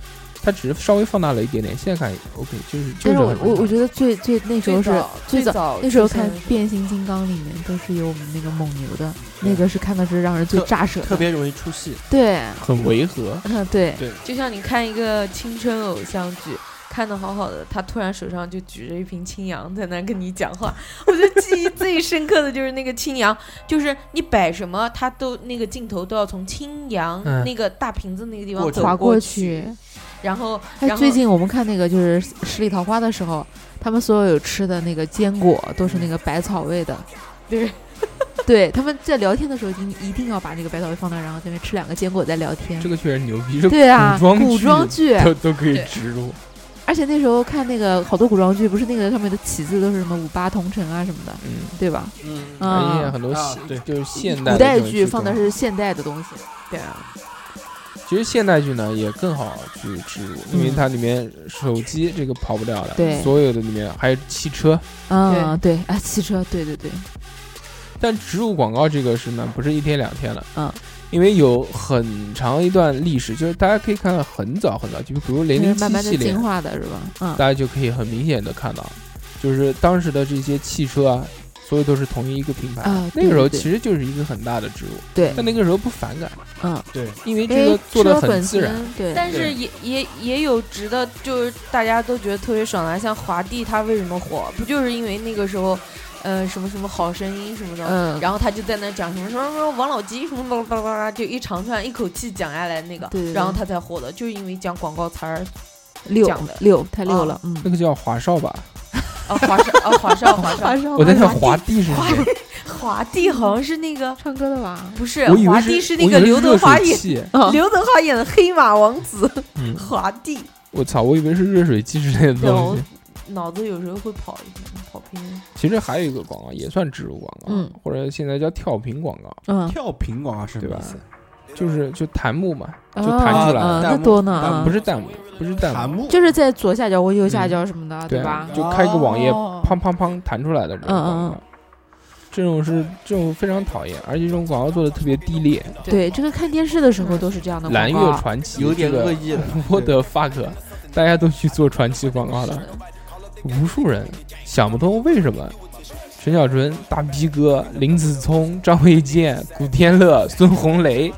它只是稍微放大了一点点，现在看 OK，就是就但是是我很我我正常觉得最最那时候是最早早那时候出现看的《变形金刚》里面都是有我们那个蒙牛的，那个是看的是让人最炸舌的，特别容易出戏。对，很违和。嗯对，就像你看一个青春偶像剧，看的好好的，他突然手上就举着一瓶青阳在那跟你讲话， 我觉得记忆最深刻的就是那个青阳，就是你摆什么，他都那个镜头都要从青阳、嗯那个大瓶子那个地方过走去划过过去。然后哎然，后最近我们看那个就是《十里桃花》的时候，他们所有有吃的那个坚果都是那个百草味的。对，对他们在聊天的时候，一定一定要把那个百草味放那儿，然后在那边吃两个坚果再聊天。这个确实牛逼，这对啊，古装古剧装剧，都都可以对植入。而且那时候看那个好多古装剧，不是那个上面的旗子都是什么五八同城啊什么的，嗯，对吧？嗯嗯啊而且很多啊现对就是现代古的代这种剧放的装是现代的东西，对啊，其实现代剧呢也更好去植入，因为嗯它里面手机这个跑不掉的，对所有的里面还有汽车，嗯，对啊，汽车，对对对，但植入广告这个事呢，不是一天两天了，嗯，因为有很长一段历史，就是大家可以看到很早很早，就比如零就是零慢慢七系的列进，化的是吧？嗯大家就可以很明显的看到，就是当时的这些汽车啊，所有都是同一个品牌，啊，那个时候对其实就是一个很大的植入，对但那个时候不反感，嗯，对，因为对这因个为做的车很本自然，身，对，但是也也也有值得就是大家都觉得特别爽的，像华帝他为什么火，不就是因为那个时候，呃，什么什么好声音什么的，嗯，然后他就在那讲什么什么什么王老吉什么巴拉巴拉巴拉，就一长串一口气讲下来那个，对对对然后他才火的，就是因为讲广告词儿六讲的六太六啊了，嗯，那个叫华少吧，啊，华少啊，华少华少，上我在想华帝是谁？华帝好像是那个唱歌的吧？不是我以为华是帝我那以个为刘是德热水华演器， 啊，刘德华演的黑马王子嗯，华帝，我操，我以为是热水器之类的东有西。脑子有时候会跑一点跑偏，其实还有一个广告也算植入广告，嗯或者现在叫跳屏广告，嗯，跳屏广告是什么意思？就是就弹幕嘛，就啊弹出来啊了，弹那幕多呢弹啊，幕不是弹幕，不是弹弹幕，幕就是在左下角或右下角什么的，嗯对吧？就开个网页，哦砰砰砰弹出来的这种广嗯嗯告，这种是这种非常讨厌，而且这种广告做的特别低劣。对，这个看电视的时候都是这样的蓝嗯广月告。啊传奇有点这恶个 意了。 ，what the fuck，大家都去做传奇广告了，无数人想不通为什么。陈小春、大逼哥、林子聪、张卫健、古天乐、孙红雷，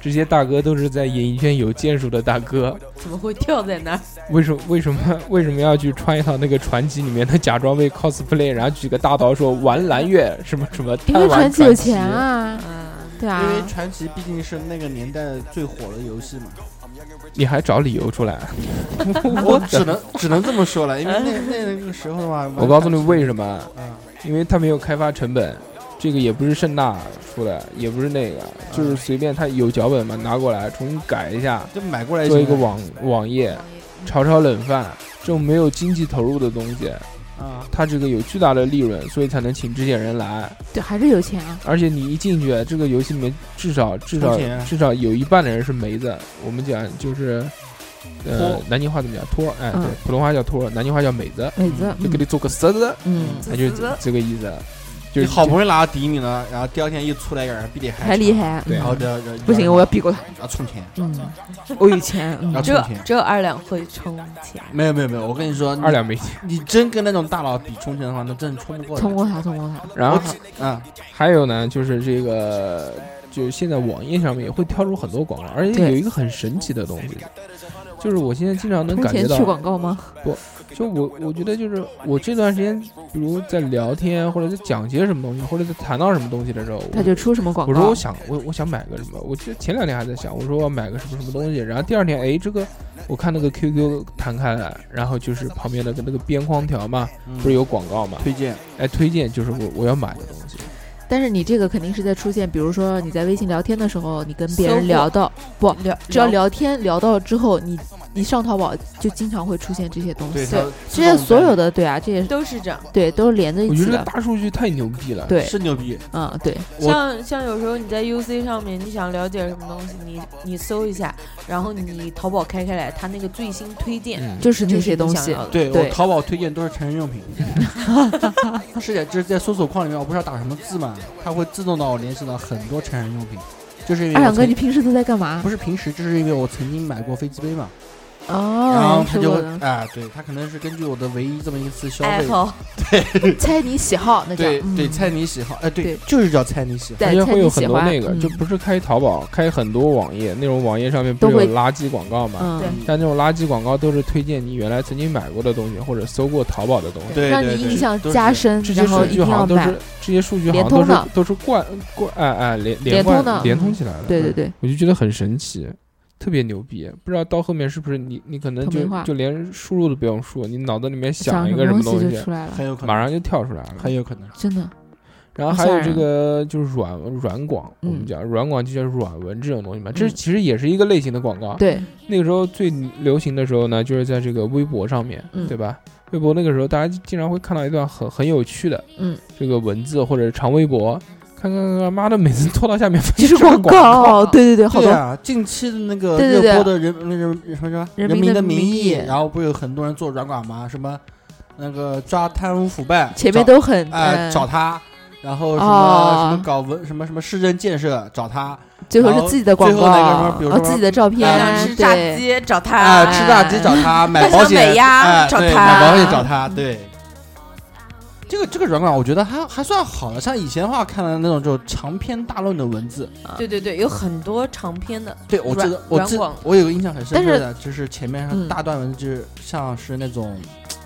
这些大哥都是在演艺圈有建树的大哥，怎么会跳在那儿？为什么为什么为什么要去穿一套那个传奇里面的假装被 cosplay，然后举个大刀说玩蓝月什么什么？因贪为玩哎传奇奇有钱！啊，嗯，对因为啊，传奇毕竟是那个年代最火的游戏嘛，你还找理由出来？我只能只能这么说了，因为那那那个时候的话，我告诉你为什么，啊，因为他没有开发成本，这个也不是盛大出的，也不是那个，就是随便他有脚本嘛，拿过来重新改一下，就买过来做一个网网页，炒炒冷饭，这种没有经济投入的东西，啊，它这个有巨大的利润，所以才能请这些人来。对，还是有钱啊。而且你一进去，这个游戏里面至少至少充钱至少有一半的人是梅子。我们讲就是，呃托，南京话怎么讲？托儿，哎，嗯对，普通话叫托儿，南京话叫梅子，美子，就给你做个色子，嗯，那就是做色这这个意思。就你是好不容易拿到第一名了，然后第二天一出来个人比你还还厉，害，对啊然后嗯这这不行，我要避过他。要充钱，嗯，我有钱，要嗯充这钱。这二两会充钱，没有没有没有，我跟你说，二两没钱，你你真跟那种大佬比充钱的话，那真是充不过的。冲过他，冲过他。然后啊，还有呢，就是这个，就是现在网页上面也会跳出很多广告，而且对有一个很神奇的东西，就是我现在经常能充感觉钱到去，广告吗？就我我觉得就是我这段时间，比如在聊天或者在讲些什么东西，或者在谈到什么东西的时候，他就出什么广告？我说我想我我想买个什么，我就前两天还在想，我说我要买个什么什么东西，然后第二天哎这个我看那个 QQ 弹开来，然后就是旁边那个那个边框条嘛，嗯不是有广告嘛，推荐哎推荐就是我我要买的东西，但是你这个肯定是在出现，比如说你在微信聊天的时候，你跟别人搜狐聊到，不聊只要聊天聊到之后，你你上淘宝就经常会出现这些东对西。它这些自动所有在的对啊，这些都是这样。对都是连在一我觉起得这的。大数据太牛逼了。对，是牛逼，嗯，对，我像像有时候你在 UC 上面，你想了解什么东西，你你搜一下，然后你淘宝开开来，它那个最新推荐嗯，就是就这是些你东想西要。的。对我对淘宝推荐都是成人用品，是的，就是在搜索框里面，我不知道打什么字嘛，它会自动到我联系到很多成人用品，就是因为二我两哥，曾你平时都在干嘛不？是平时，就是因为我曾经买过飞机杯嘛，然后哦，他是就我会的哎，对他可能是根据我的唯一这么一次消爱费，好，猜你喜好，那叫对嗯对，猜你喜好，哎，对对，就是叫猜你喜好，对而且猜会有很你喜多欢，那个，嗯就不是开淘宝，开很多网页，那种网页上面不都是会有垃圾广告嘛？嗯，嗯但那种垃圾广告都是推荐你原来曾经买过的东西，或者搜过淘宝的东西。对让对你对印象都是加这深，这些然后数一据定好要像都买是。这些数据好像联通都是的都是贯贯哎哎连连联通贯的联嗯通起来的。对对嗯对，我就觉得很神奇，特别牛逼。不知道到后面是不是你你可能透就明化就连输入都不用输，你脑子里面想一个什么么东东西西就，出来了，很有哦可能，马上就跳出来了。很有可能，真的。然后好还有吓这人个就是软软广，我们嗯讲软广就叫软文这种东西嘛，这嗯其实也是一个类型的广告。 对，那个时候最流行的时候呢，就是在这个微博上面，嗯对吧？微博那个时候，大家经常会看到一段很很有趣的，嗯，这个文字或者长微博，看看看看，妈的，每次拖到下面就是发现广是告，告，对对对，好对多啊，近期的那个对对热播对的人人人什么什么人人民的的名名义然后不是有很多人做软广吗？什么那个抓贪污腐败，前面找都很哎嗯找他，然后什么哦什么搞文什么什么市政建设找他，最后然后是自己的广最告，后那个什么比如哦说自己的照片哎，吃炸对，鸡找他，哎吃大鸡找 他，买想保险啊美呀哎找对他买保险找他，对。这个这个软广我觉得还还算好的，像以前的话看的那种就长篇大论的文字，对对对，有很多长篇的，对我记软得我记软广我有个印象很深但刻是的，就是前面嗯大段文字就是像是那种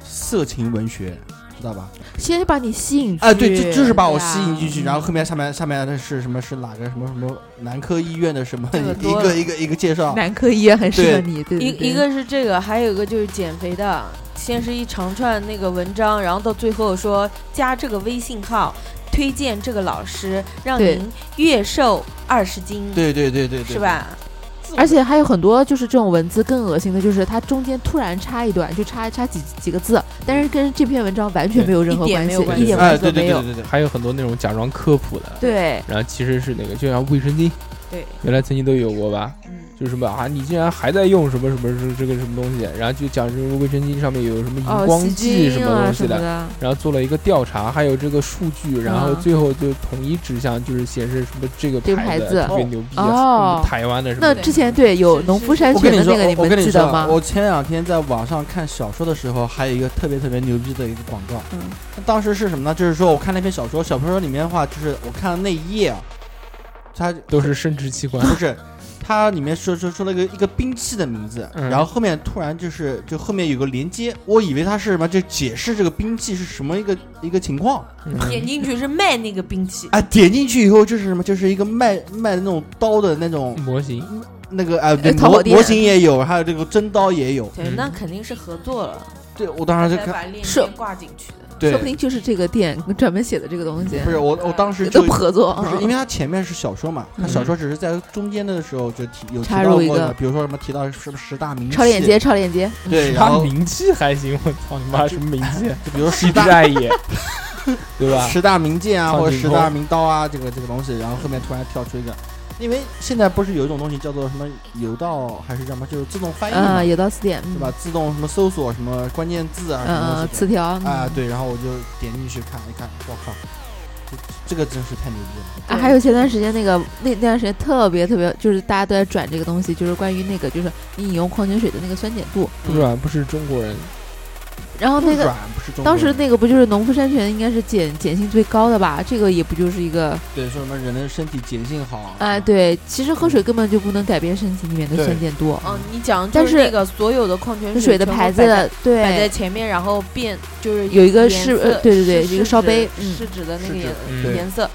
色情文学，知道吧？先把你吸引去，哎，对，就就是把我对啊吸引进去，然后后面下面下面的是什么是哪个什么什么男科医院的什么这个 一多个一个一个介绍，男科医院很适合对你，对对对一一个是这个，还有一个就是减肥的，先是一长串那个文章，然后到最后说加这个微信号，推荐这个老师，让对您月瘦二十斤，对对对对对，是？吧？而且还有很多就是这种文字更恶心的，就是它中间突然插一段，就插插几几个字，但是跟这篇文章完全没有任何一关点没系有关，一系点哎，关系对都对没对有。对对，还有很多那种假装科普的，对，然后其实是那个，就像卫生巾，对，原来曾经都有过吧，嗯，就是什么啊，你竟然还在用什么什么是这个什么东西，然后就讲这个卫生巾上面有什么荧哦，光吸剂金么啊东什西么的，的，然后做了一个调查，还有这个数据，然后嗯最后就统一指向就是显示什么这个这个牌牌子子特别牛逼，啊哦什么台湾的什么那的，之前对有是农夫山我泉跟你的说那个，，我跟们你记说得吗，？我前两天在网上看小说的时候，还有一个特别特别牛逼的一个广告。嗯那当时是什么呢？就是说我看那篇小说，小说里面的话，就是我看那一页啊，它都是生殖器 官，不是，它里面说说说了个一个兵器的名字，嗯然后后面突然就是就后面有个连接，我以为它是什么，就解释这个兵器是什么一个一个情况嗯点进去是卖那个兵器，啊。点进去以后就是什么，就是一个卖卖那种刀的那种模型，那个啊，呃淘宝模店模型也有，还有这个真刀也有。对嗯，那肯定是合作了，对，我当时就再看，把链接是挂进去的。对说不，定就是这个店专门写的这个东西，不是我，我当时都就不合啊作，不是，因为它前面是小说嘛，它小嗯说只是在中间的时候就提有提插到入一过个的，比如说什么提到什么十大名器，超嗯链接，超链接，对，然他后啊名气还行，我操你妈什么名气？就比如说西之十大爱也，对 吧？十大名剑啊，苍或者井哦十空大名刀啊，这个这个东西，然后后面突然跳出一个，因为现在不是有一种东西叫做什么有道还是叫什么，就是自动翻译嘛嗯，，有到词典，对嗯吧？自动什么搜索什么关键字啊，什么嗯，东西词条的啊嗯，对，然后我就点进去看一看，我靠，这这个真是太牛逼了，啊，还有前段时间那个那那段时间特别特别，就是大家都在转这个东西，就是关于那个就是你饮用矿泉水的那个酸碱度，不软不是中国人，嗯然后哦那不个软不是中国当时人那个不就是农夫山泉应该是碱碱性最高的吧？这个也不就是一个对说什么人的身体碱性好啊哎，对，其实喝水根本就不能改变身体里面的对酸碱度，嗯，你讲就但是是那个所有的矿泉水的全部牌摆在子摆在对前面，然后变就是有一个颜是色呃对对对是一个是烧指杯嗯是指的那是个指颜嗯颜色。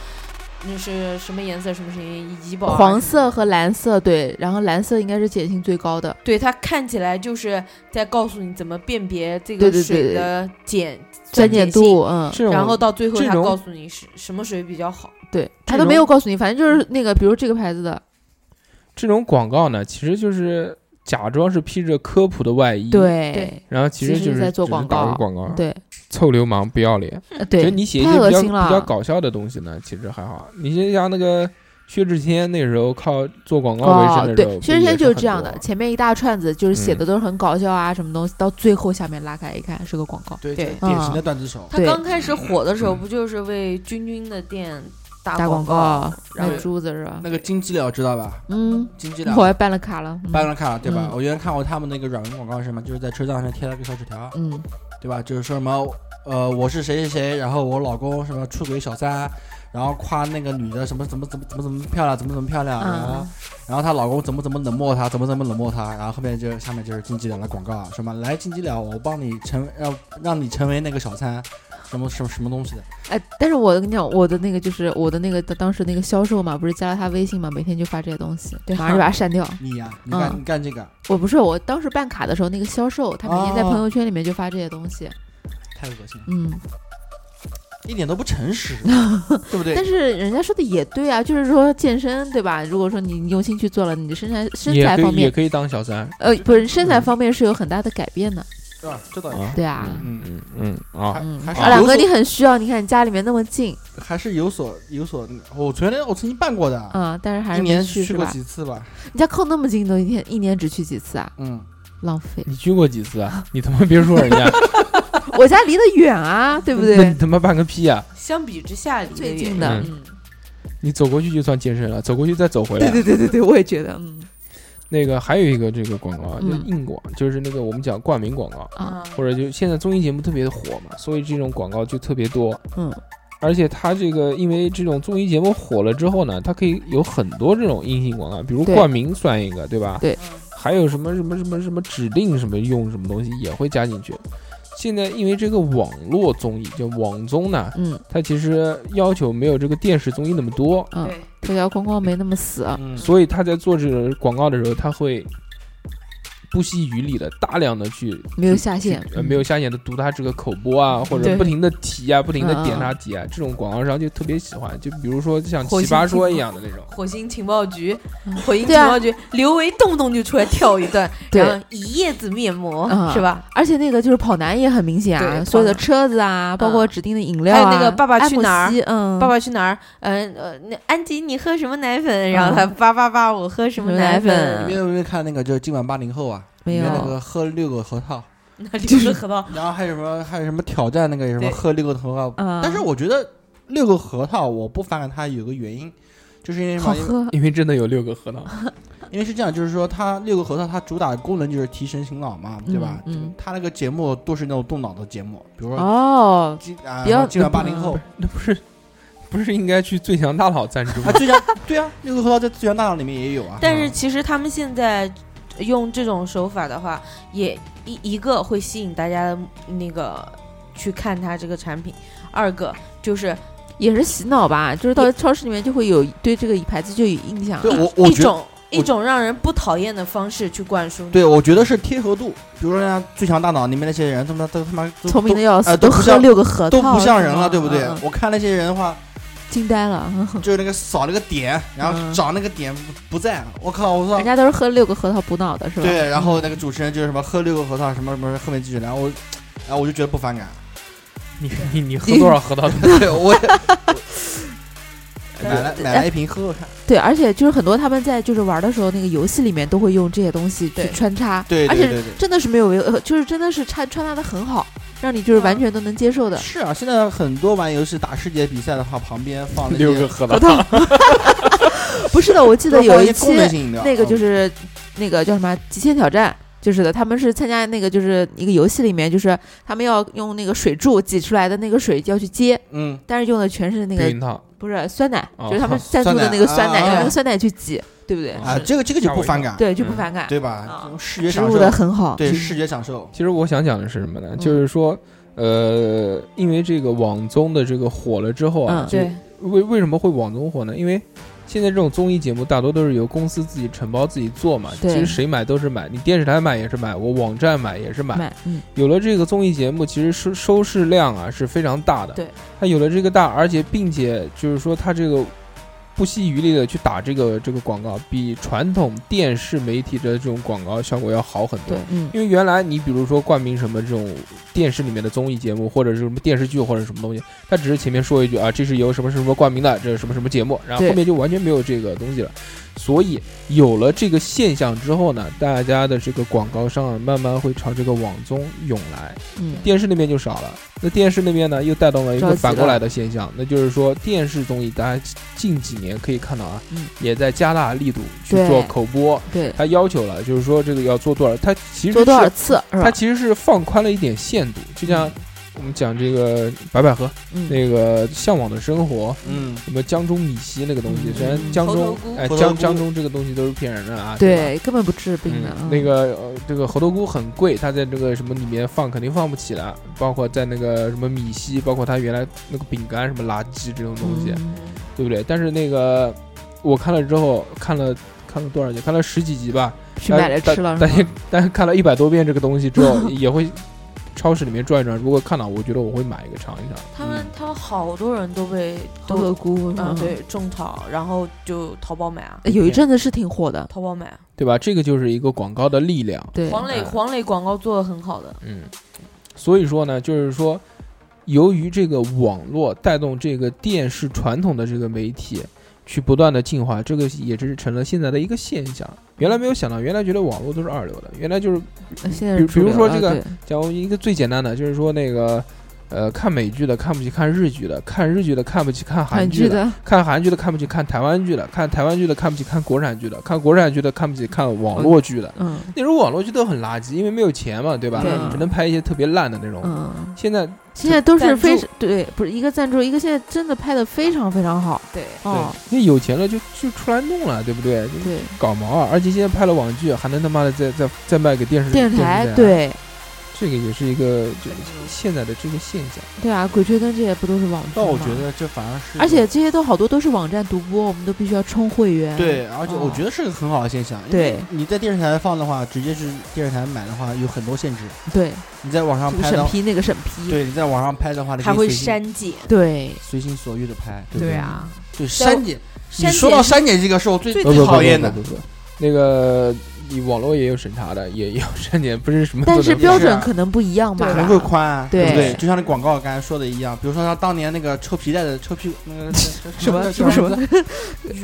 那是什么颜色，什么什么怡宝啊黄色和蓝色对，然后蓝色应该是碱性最高的，对它看起来就是在告诉你怎么辨别这对个对对水的碱酸碱碱性度，嗯，这种然后到最后这它种告诉你是什么水比较好。对，他这都没种有告诉你，反正就是那个，比如这个牌子的，这种广告呢，其实就是假装是披着科普的外衣，，对对然后其其实实就是在做只是广搞个告广告，对臭流氓不要脸。呃就对，你写一太些恶比较心比较了，搞笑的东西呢，其实还好。你就像那个薛之谦那时候靠做广告为生的时候，哦对，薛之谦就是这样的，不也前面一大串子就是写嗯的都是很搞笑啊，什么东西，到最后下面拉开一看是个广告，对，对典型嗯的段子手。它对刚开始火的时候，不就是为君君的店打打广广告然卖后珠子是吧？那个金鸡聊知道吧？嗯，金鸡聊 我还办了卡了，嗯办了卡对吧？嗯我原来看过他们那个软文广告是什么，就是在车站上贴了个小纸条，嗯，对吧？就是说什么呃我是谁谁谁，然后我老公什么出轨小三，然后夸那个女的什么怎么怎么怎么怎么漂亮，怎么怎么漂亮，然后啊然后她老公怎么怎么冷漠她，怎么怎么冷漠她，然后后面就下面就是金鸡聊的广告，啊什么来金鸡聊，我帮你成让让你成为那个小三，什么什么什么东西的，哎，但是我跟你讲，我的那个就是我的那个当时那个销售嘛，不是加了他微信嘛，每天就发这些东西，对马上就把他删掉。你呀、你干、嗯你干这个我不是，我当时办卡的时候，那个销售他每天在哦朋友圈里面就发这些东西，太恶心了，嗯，一点都不诚 实，对不对？但是人家说的也对啊，就是说健身对吧？如果说你用心去做了，你的身材身材可方以也面，可以当小三呃，不是身材方面是有很大的改变的，对吧？这倒也是啊，对啊。嗯嗯嗯啊，！嗯，还还是二两有哥，所你很需要，你看你家里面那么近，还是有所有所，我昨天我曾经办过的，嗯，但是还一是没年去是过吧？几次吧，你家靠那么近，都一天一年只去几次啊？嗯，浪 费你去过几次啊？你他妈别说人家，我家离得远啊， 对不那你对？他妈办个屁啊！相比之下离得最远近的嗯，你走过去就算健身了，走过去再走回来对。啊对对对对，我也觉得，嗯那个还有一个这个广告，就是嗯硬广，就是那个我们讲冠名广告，啊或者就现在综艺节目特别的火嘛，所以这种广告就特别多。嗯，而且它这个因为这种综艺节目火了之后呢，它可以有很多这种硬性广告，比如对冠名算一个，对吧？对嗯还有什么什么什么什么指定什么用什么东西也会加进去。现在因为这个网络综艺，就网综呢，嗯，它其实要求没有这个电视综艺那么多，嗯对，条条框框没那么死，啊嗯所以他在做这个广告的时候，他会不惜余力的大量的去没有下限去，呃，没有下线的读他这个口播啊，或者对不停的提啊，不停的嗯嗯点他题啊，这种广告商就特别喜欢，就比如说像火奇星葩金说库一样的那种。火星情报局嗯，火星对情啊报局，刘维动不动就出来跳一段，对然后一叶子面膜嗯是吧？而且那个就是跑男也很明显啊，对所有的跑男嗯车子啊，包括指定的饮料、啊，还有那个爸爸去哪儿爱慕希嗯，爸爸去哪儿？嗯呃，那安迪你喝什么奶粉？然后嗯他叭叭叭，我喝什么奶什么奶你粉粉？们有没有看那个就是今晚八零后啊？没里面有那个喝六个核桃，那就是喝到然后还有什么还有什么挑战那个什么对喝六个核桃？啊，但是我觉得六个核桃我不反感它有个原因，就是因为什好么？因为喝，因为真的有六个核桃，因为是这样，就是说它六个核桃它主打的功能就是提神醒脑嘛，对吧？嗯，它那个节目都是那种动脑的节目，比如嗯说哦，今啊比较嗯今晚八零后那不是不是应该去最强大脑赞助啊，吗？最佳对啊，六个核桃在最佳大脑里面也有啊。但是其实他们现在用这种手法的话，也一一个会吸引大家的那个去看它这个产品，二个就是也是洗脑吧，就是到超市里面就会有对这个牌子就有印象，对我我一觉得种一种让人不讨厌的方式去灌输你。对，我觉得是贴合度。比如说，人家最强大脑里面那些人，他妈都他妈都聪明的要死，呃都不喝像六个核桃，都不像人是吗了，对不对？嗯嗯我看那些人的话，惊呆了， 嗯就是那个扫那个点，然后嗯哎找那个点不不在，我靠，我人说家都是喝六个核桃补脑的是吧？对，然后那个主持人就是什么喝六个核桃什么什么，后面继续，然后我，然后我就觉得不反感，你你你喝多少核桃？对我也。哎对买来买来一瓶喝喝看，对，而且就是很多他们在就是玩的时候，那个游戏里面都会用这些东西去对穿插，对而对且对对，真的是没有违和，就是真的是穿穿插的很好，让你嗯就是完全都能接受的。是啊，现在很多玩游戏打世界比赛的话，旁边放那六些个核桃，不是的，我记得有一一些期功能性饮料，那个就嗯是那个叫什么《极限挑战》，就是的，他们是参加那个就是一个游戏里面，就是他们要用那个水柱挤出来的那个水要去接，嗯，但是用的全是那避个孕套。不是酸奶，哦就是他 们赞助酸奶的那个酸啊奶，用那啊个酸奶去挤，对不对？啊，这个这个就不反感，对，就不嗯反感，对吧？啊这种视觉植享入受的，很好，对嗯视觉享受，其实我想讲的是什么呢？就是说，呃，因为这个网综的这个火了之后啊，嗯就对为为什么会网综火呢？因为现在这种综艺节目大多都是由公司自己承包自己做嘛，其对实谁买都是买，你电视台买也是买，我网站买也是买。买嗯有了这个综艺节目，其实收收视量啊是非常大的。对，它有了这个大，而且并且就是说它这个不惜余力的去打这个这个广告，比传统电视媒体的这种广告效果要好很多对。嗯因为原来你比如说冠名什么这种电视里面的综艺节目，或者是什么电视剧或者什么东西，它只是前面说一句啊，这是由什么什么冠名的，这是什么什么节目，然后对后面就完全没有这个东西了。所以有了这个现象之后呢，大家的这个广告商啊，慢慢会朝这个网综涌来，嗯，电视那边就少了。那电视那边呢，又带动了一着个急反过了来的现象，那就是说电视综艺，大家近几年可以看到啊，嗯也在加大力度去对做口播，对，他要求了，就是说这个要做多少，他其实做多是少次是它吧？其实是放宽了一点限度，就像我们讲这个白百合嗯，那个向往的生活，嗯，什么江中米稀那个东西，嗯虽然江猴头中菇哎猴头江菇江中这个东西都是骗人的啊，吧。对，根本不治病的嗯，嗯那个呃这个猴头菇很贵，它在这个什么里面放肯定放不起的，包括在那个什么米稀，包括它原来那个饼干什么垃圾这种东西，嗯对不对？但是那个我看了之后，看了看了多少集？看了十几集吧，去买来吃了但是但吧？ 但是看了一百多遍这个东西之 后，也会超市里面转一转。如果看到，我觉得我会买一个尝一尝。他嗯们他们好多人都被猴头都菇嗯嗯，对种草，然后就淘宝买啊，哎有一阵子是挺火的，淘宝买啊。对吧？这个就是一个广告的力量。对，黄磊嗯黄磊广告做的很好的，嗯，所以说呢，就是说，由于这个网络带动这个电视传统的这个媒体去不断的进化，这个也是成了现在的一个现象。原来没有想到，原来觉得网络都是二流的，原来就是呃现在比是比主如流说了这个对讲一个最简单的，就是说那个。呃，看美剧的看不起看日剧的，看日剧的看不起看韩韩剧剧的，的，看韩剧的看不起看台湾剧的，看台湾剧的看不起看国产剧的，看国产剧的看不起看网络剧的。嗯那时候网络剧都很垃圾，因为没有钱嘛，对吧？对只能拍一些特别烂的那种。嗯，现在现在都是赞非助对，不是一个赞助，一个现在真的拍的非常非常好对，哦，对，那有钱了就就出来弄了，对不对？就对，搞毛啊！而且现在拍了网剧，还能他妈的再再再卖给电视电视视台啊，对这个也是一个就现在的这个现象。对啊，鬼吹灯这些不都是网剧但我吗觉得这反而是，而且这些都好多都是网站独播，我们都必须要充会员。对，而且我哦觉得是个很好的现象。因为对你在电视台放的话，直接是电视台买的话，有很多限制。对，你在网上这个拍的审，批那个审批，对，你在网上拍的话，你可还以会随心删减，对随心所欲的拍，对不对对？啊，对，删减。你删说减到删减这个，是我最最不不不讨厌的不。不不不，那个你网络也有审查的，也也有删减，不是什么都能但放。是标是准啊可能不一样可能吧会？宽啊，对不对对？就像那广告刚才说的一样，比如说像当年那个抽皮带的、抽屁股那个什么什什么什么么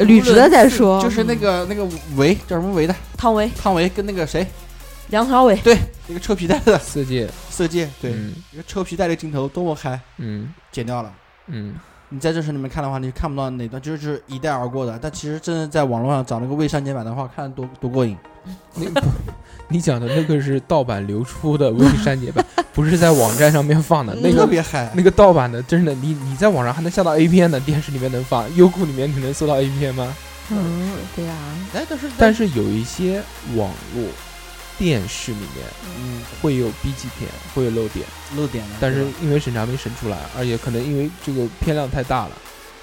捋直了再说，就是那个那个维叫什么维的汤唯、汤唯跟那个谁梁朝伟，那个抽皮带的四 G，色戒，对，嗯一个抽皮带这个镜头多么嗨，嗯剪掉了。嗯，你在正史里面看的话，你看不到哪段，就是一带而过的。但其实真的在网络上找那个未删减版的话，看得多多过瘾。 你讲的那个是盗版流出的未删减版，不是在网站上面放的。那嗯特个别嗨，那个盗版的，真的，你你在网上还能下到 A 片呢，电视里面能放，优酷里面你能搜到 A 片吗？嗯，对啊，哎，但是但是有一些网络电视里面嗯，会有 B 级片，会有漏点，漏点了。但是对吧因为审查没审出来，而且可能因为这个片量太大了，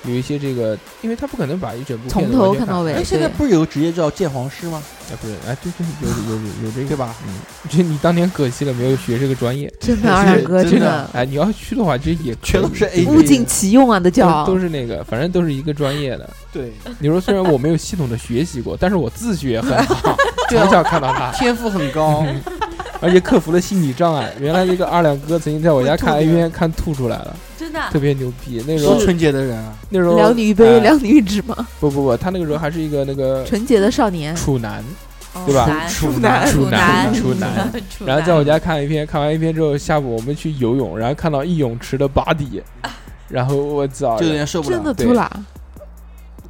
有一些这个，因为他不可能把一整部片从子头完全看到尾哎，哎现在对不是有个职业叫鉴黄师吗？哎不是，哎，对对，有有有有这对个。吧？嗯，这你当年可惜了，没有学这个专业。真的，二两哥真的真的哎，你要去的话，其实也可以全都是 A 级物尽其用啊，那叫都都是那个，反正都是一个专业的。对，你说虽然我没有系统的学习过，但是我自学很 好，从小看到大，天赋很 高。而且克服了心理障碍。原来那个二两哥曾经在我家看 A 片看吐出来了，真的啊特别牛逼。那时候是纯洁的人啊，那时候聊女杯，哎聊女纸嘛，呃不不不，他那个时候还是一个那个纯洁的少年，处男，哦对吧男处男处男处男。然后在我家看 A 片，看完 A 片之后，下午我们去游泳，然后看啊到一泳池的坝底，然后我操，就有点受不真的了。秃啦，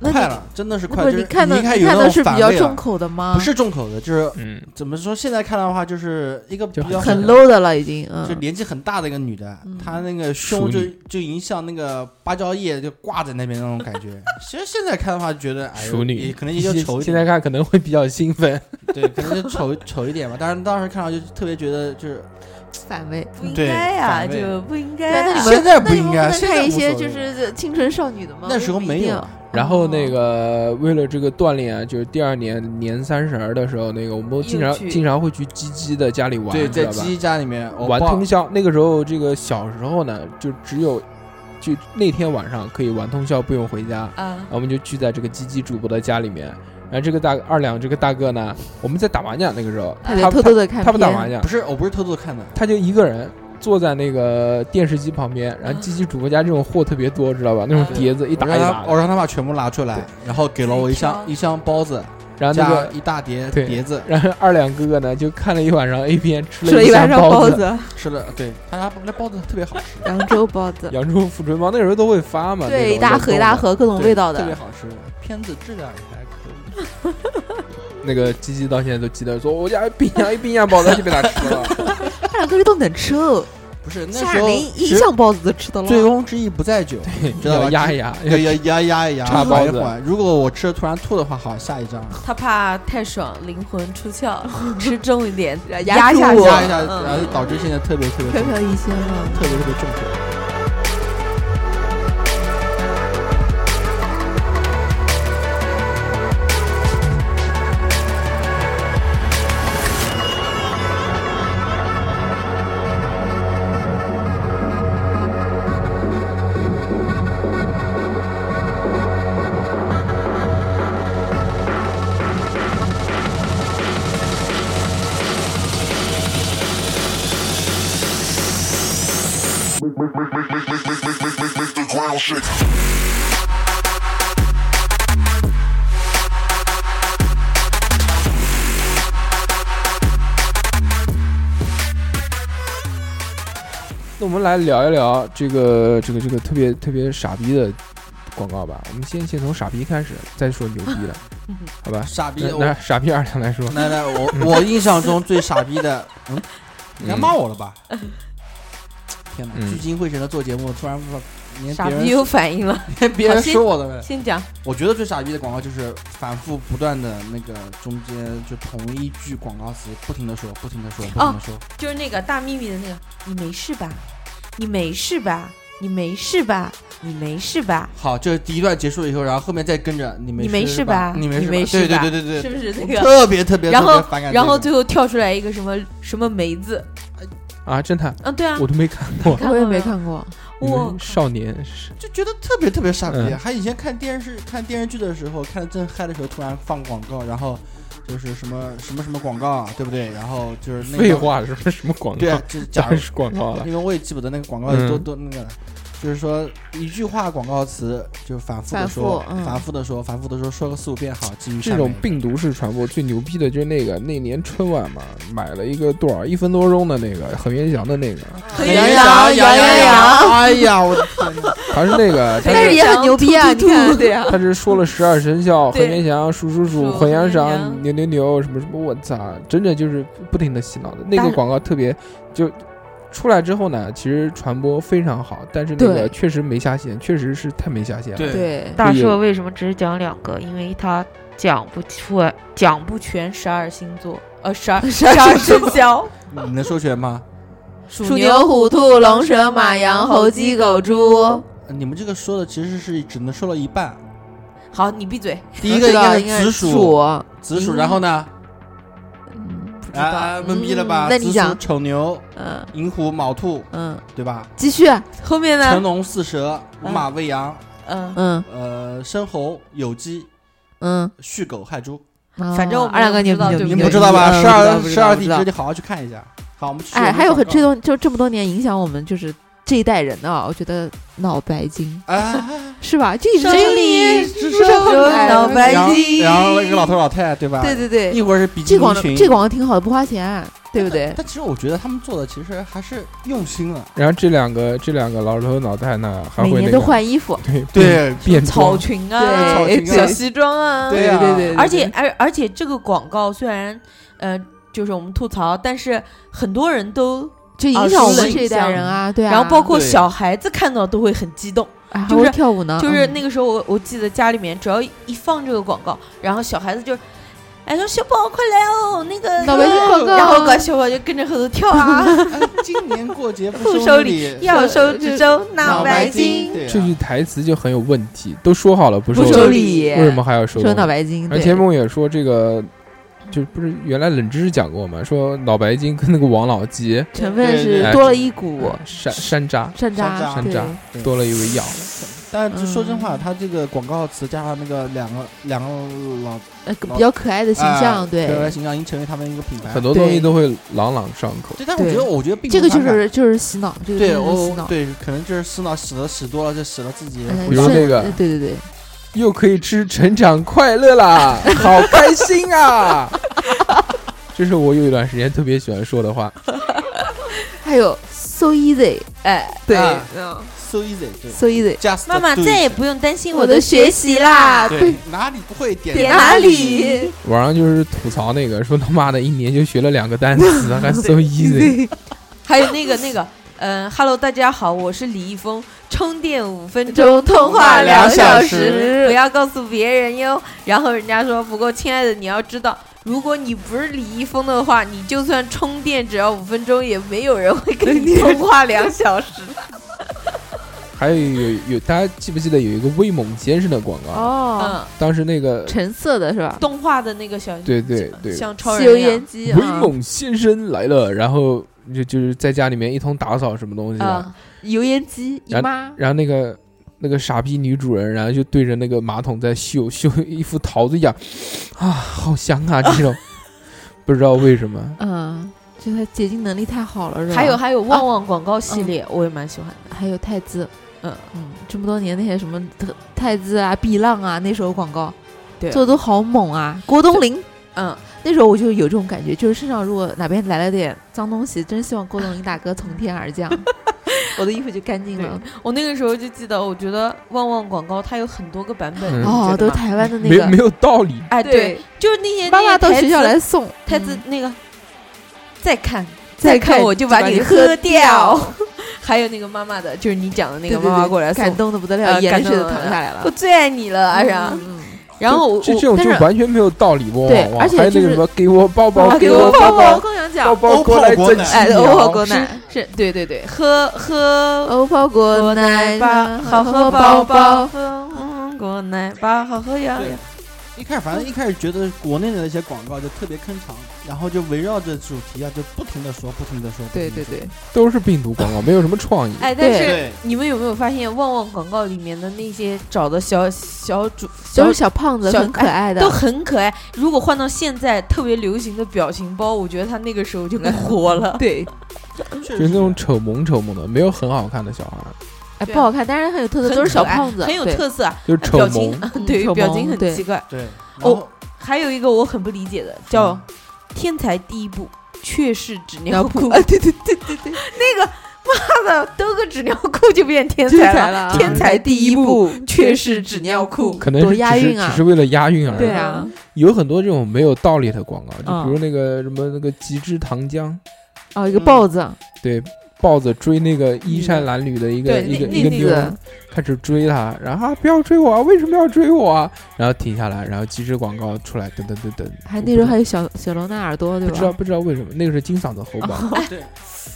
那快你了，真的是那快，不就是你是看的你一看你有看那的种是比反较胃了重口的啊吗？不是重口的，就是嗯，怎么说？现在看的话，就是一个比就较很 low 的了，已经。就嗯，年纪很大的一个女的嗯，她那个熟胸就女就已经像那个芭蕉叶就挂在那边那种感觉。 其实现在看的话，觉得哎呦熟女也可能也就丑一现在点，看可能会比较兴 奋，对，可能就丑丑一点吧。但是当时看到就特别觉得就是，反胃。不应对该呀，反胃就不应对该那你啊。们现在那不你们应该，能现在看一无所些谓就是青春少女的吗？那时候为什么一没有定啊然后那哦个为了这个锻炼啊，就是第二年年三十儿的时候，那个我们经常又去经常会去鸡鸡的家里玩，对，你知在道吧鸡？哦家里面我玩爸通宵。那个时候，这个小时候呢，就只有就那天晚上可以玩通宵，不用回家。啊然后我们就聚在这个鸡鸡主播的家里面。然后这个大二两这个大哥呢，我们在打麻将那个时候，他他得偷偷的看他他不打麻片将不，是，我不是偷偷看的，他就一个人坐在那个电视机旁边。然后鸡鸡主播家这种货特别多，知道吧？那种嗯碟子一我打让一他打我的。让他把全部拿出来对，然后给了我一箱自己挑一箱包子然后那加个，一大碟对碟 子，然后二两哥哥呢，就看了一晚上 A 片，吃吃了一一晚上包包。 子，吃了，对，他家那包子特别好吃，扬州包子，扬州富春包那时候都会发嘛，那对，种一大冷盒一冻大的盒各种对味道特别的。好吃，片子质量也还可以。那个鸡鸡到现在都记得说，我家冰箱一冰箱包子就被他吃 了。二两个人都能吃哦，不是那夏时候琳一其实箱包子都吃得醉了。翁之意不在酒，知道吧要压一压，对， 要压压一压，插包缓一子缓。如果我吃了突然吐的话，好，下一张他怕太爽，灵魂出窍，吃重一点，压住下我压一下，嗯然后导致现在特别特别 飘重，飘啊欲仙了，特别特别重口。 the ground shake. 那我们来聊一聊这个这个这个特别特别傻逼的广告吧。我们先先从傻逼开始，再说牛 逼的，好吧？傻逼，那我那傻逼二两来说，来来， 我我印象中最傻逼的，嗯， 你该骂我了吧？天哪，嗯聚精会神的做节目，突然不知道连傻别逼人有反应了，连别人好心说我的呗。先讲我觉得最傻逼的广告就是反复不断的那个中间就同一句广告词不停的说，不停的说，不停的说。就是那个大秘密的那个，你没事吧？你没事吧？你没事吧？你没事吧？好，这第一段结束以后，然后后面再跟着你没你没事事吧？你没你没事事吧吧？对对对对对是，不是我那个？特别特别，然后特别反感这个，然后最后跳出来一个什么什么梅子，啊，侦探，嗯，对啊，我都没看过。看我也过没没有看过。你们我少年是就觉得特别特别傻逼。嗯还以前看电视、看电视剧的时候，看的正嗨的时候，突然放广告，然后就是什么什么什么广告，对不对？然后就是那个废，话，什么什么广告？对啊，就是当假然如是广告了。啊因为我也记不得那个广告嗯都都那个了。就是说一句话广告词就反复的说反复，嗯反复的说，反复的说，说个四五遍好，继续这下种面病毒式传播最牛逼的就是那个那年春晚嘛，买了一个多少一分多钟的那个恒源祥的 那个，很羊有羊羊羊羊羊，哎呀，我的天哪！他是那 个，他但但是是也很牛逼啊！突突你突看，对呀，他是说了十二生肖，对恒源祥、鼠鼠鼠、鼠混羊混啥、羊牛牛牛什么什么，我操，真的就是不停的洗脑的那当个然广告，特别就出来之后呢，其实传播非常好，但是那个对确实没下线，确实是太没下线了。对 对，大也硕为什么只讲两个？因为他讲不出，讲不全十二星座，呃，十二十二生肖，你能说全吗？鼠牛、牛、虎、兔、龙、蛇、马、羊、猴、鸡、狗、猪。你们这个说的其实是只能说到一半，好，你闭嘴，第一个应该 道是应该紫是薯，，紫薯，嗯然后呢？嗯，不知道。啊，懵逼了吧？嗯那你紫讲薯丑牛、嗯寅虎、卯兔，嗯，对吧？继续。后面辰呢？龙巳啊蛇、午马未羊，嗯，嗯呃，申猴、酉鸡、嗯，戌狗、亥猪。啊反正我们二两个也牛不逼知牛道对逼，你不们不牛对知逼道吧？嗯十不知道二不知十道二不地知道支，你好好去看一下。好，我们去。哎，还有很这种种，就这么多年影响我们，就是这一代人啊，我觉得脑白金 啊，是吧？就一直生理只只剩脑白然后金然后那个老头老太太，对吧？哎对对对，一会儿是比基这广尼告裙，这广告挺好的，不花钱，对不对？但其实我觉得他们做的其实还是用心啊了。然后这两个这两个老头脑袋呢，还每会那年都个换衣啊服，对对变草装，裙对啊，草裙啊小西装啊，对呀对对，而且而而且这个广告虽然呃就是我们吐槽，但是很多人都，就影响我们这一代人啊，对啊。然后包括对小孩子看到都会很激动。哎还就是会跳舞呢，就是嗯那个时候我我记得家里面只要一放这个广告，然后小孩子就。哎，说小宝快来哦，那个，脑白金广告，啊然后搞小宝就跟着后头 跳啊，哎今年过节不不收收礼，要手指周脑白金，对啊这句台词就很有问题，都说好了不不收收礼礼，为什么还要收收礼脑白金？而对，天梦也说这个，就不是原来冷知识讲过嘛，说脑白金跟那个王老吉成分对对是对多了一股山山楂山山楂，楂对山对多了一味药，但是说真话，嗯他这个广告词加上那个两个两个老呃比较可爱的形啊象，可爱对，形象，已经成为他们一个品牌。很多东西对都会朗朗上口。对，但我觉得，对我觉得并不这个就反感是就是洗脑，这个对真的是洗我脑。对，可能就是洗脑洗的洗多了，就洗了自己。嗯比如顺那个呃对对对，又可以吃成长快乐啦， 好开心啊！ 这是我有一段时间特别喜欢说的话，还有 so easy，哎，对啊嗯 so easy，对 so easy， ，just 妈妈 do it 再也不用担心我我的的学学习习啦啦，对哪里不会点点哪哪里里？网上就是吐槽那个说他妈的一年就学了两个单词，还 so easy。 还有那个那个， 嗯、哈喽，大家好，我是李易峰，充电五分钟，中通话两小时，不要告诉别人哟。然后人家说，不过亲爱的，你要知道，如果你不是李易峰的话，你就算充电只要五分钟，也没有人会跟你通话两小时。还有有有，大家记不记得有一个威猛先生的广告？哦， 嗯，当时那个橙色的是吧？动画的那个小，对对对，像超吸油人一样烟。机威啊，猛先生来了，然后就就是在家里面一通打扫什么东西的，啊，嗯油烟机姨然妈，然后那个那个傻逼女主人，然后就对着那个马桶在 嗅嗅一副桃子一样， 啊，好香啊！这种不知道为什么，嗯，就它洁净能力太好了，是吧？还有还有旺旺广告系列，我也蛮喜欢的。还有泰姿，嗯嗯，这么多年那些什么泰泰姿啊、碧浪啊，那时候广告，对做的都好猛啊！郭冬临嗯，那时候我就有这种感觉，就是身上如果哪边来了点脏东西，真希望郭冬临大哥从天 而降，我的衣服就干净了。我那个时候就记得，我觉得旺旺广告它有很多个版本，嗯你哦，觉得都是吗台湾的那没有没个，有道理。哎，对，对，就是那些妈妈到学校来，送他子那个再看嗯再看我就把你你喝掉掉， 还有那个妈妈的，就是你讲的那对个对妈妈对过来送感，动的不得了，呃眼感水都动淌的下来了 我。最爱你了，阿然嗯，嗯嗯然后我这这种但就是完全没有道理不？对往往而且还有那就个是什么给我抱抱，啊给给我抱抱抱，抱，我刚想抱讲，哦抱过来欧争泡国奶哎，气哦欧泡啊！果奶是对对对，喝喝欧泡果果奶奶吧，好喝宝宝宝，喝嗯果奶吧，好喝呀对呀。一开始反正一开始觉得国内的那些广告就特别坑长，然后就围绕着主题啊，就不停的说，不停的说。不对停地对说对，都是病毒广告，没有什么创意。哎，但对是对你们有没有发现旺旺广告里面的那些找的小小主都小是小胖子，小哎很可爱的，都很可爱。如果换到现在特别流行的表情包，我觉得他那个时候就更火了。对，确就是实那种丑萌丑萌的，没有很好看的小孩，哎，对不好看，但是很有特色，啊很都是小可爱胖子，很有对特色啊，就是丑表萌情。嗯 对丑表萌情对很奇怪。对。然哦后还有一个我很不理解的，叫“天才第一步，却是纸尿裤”。 啊，对对对对对，那个妈的，兜个纸尿裤就变天天才 才了啊天才第一步，却是纸尿裤可能多是只押是韵啊只是为了押韵而已。对啊，有很多这种没有道理的广告，就嗯比如那个什么那个极致糖浆，哦，嗯一个豹子，对，豹子追那个衣衫褴褛的一个对一个那一个那妞个儿，开始追他，然后啊不要追我啊，为什么要追我啊？然后停下来，然后极致广告出来，等等等等，还那时候还有小小罗纳耳朵，对不知道吧？不知道为什么，那个是金嗓子喉宝，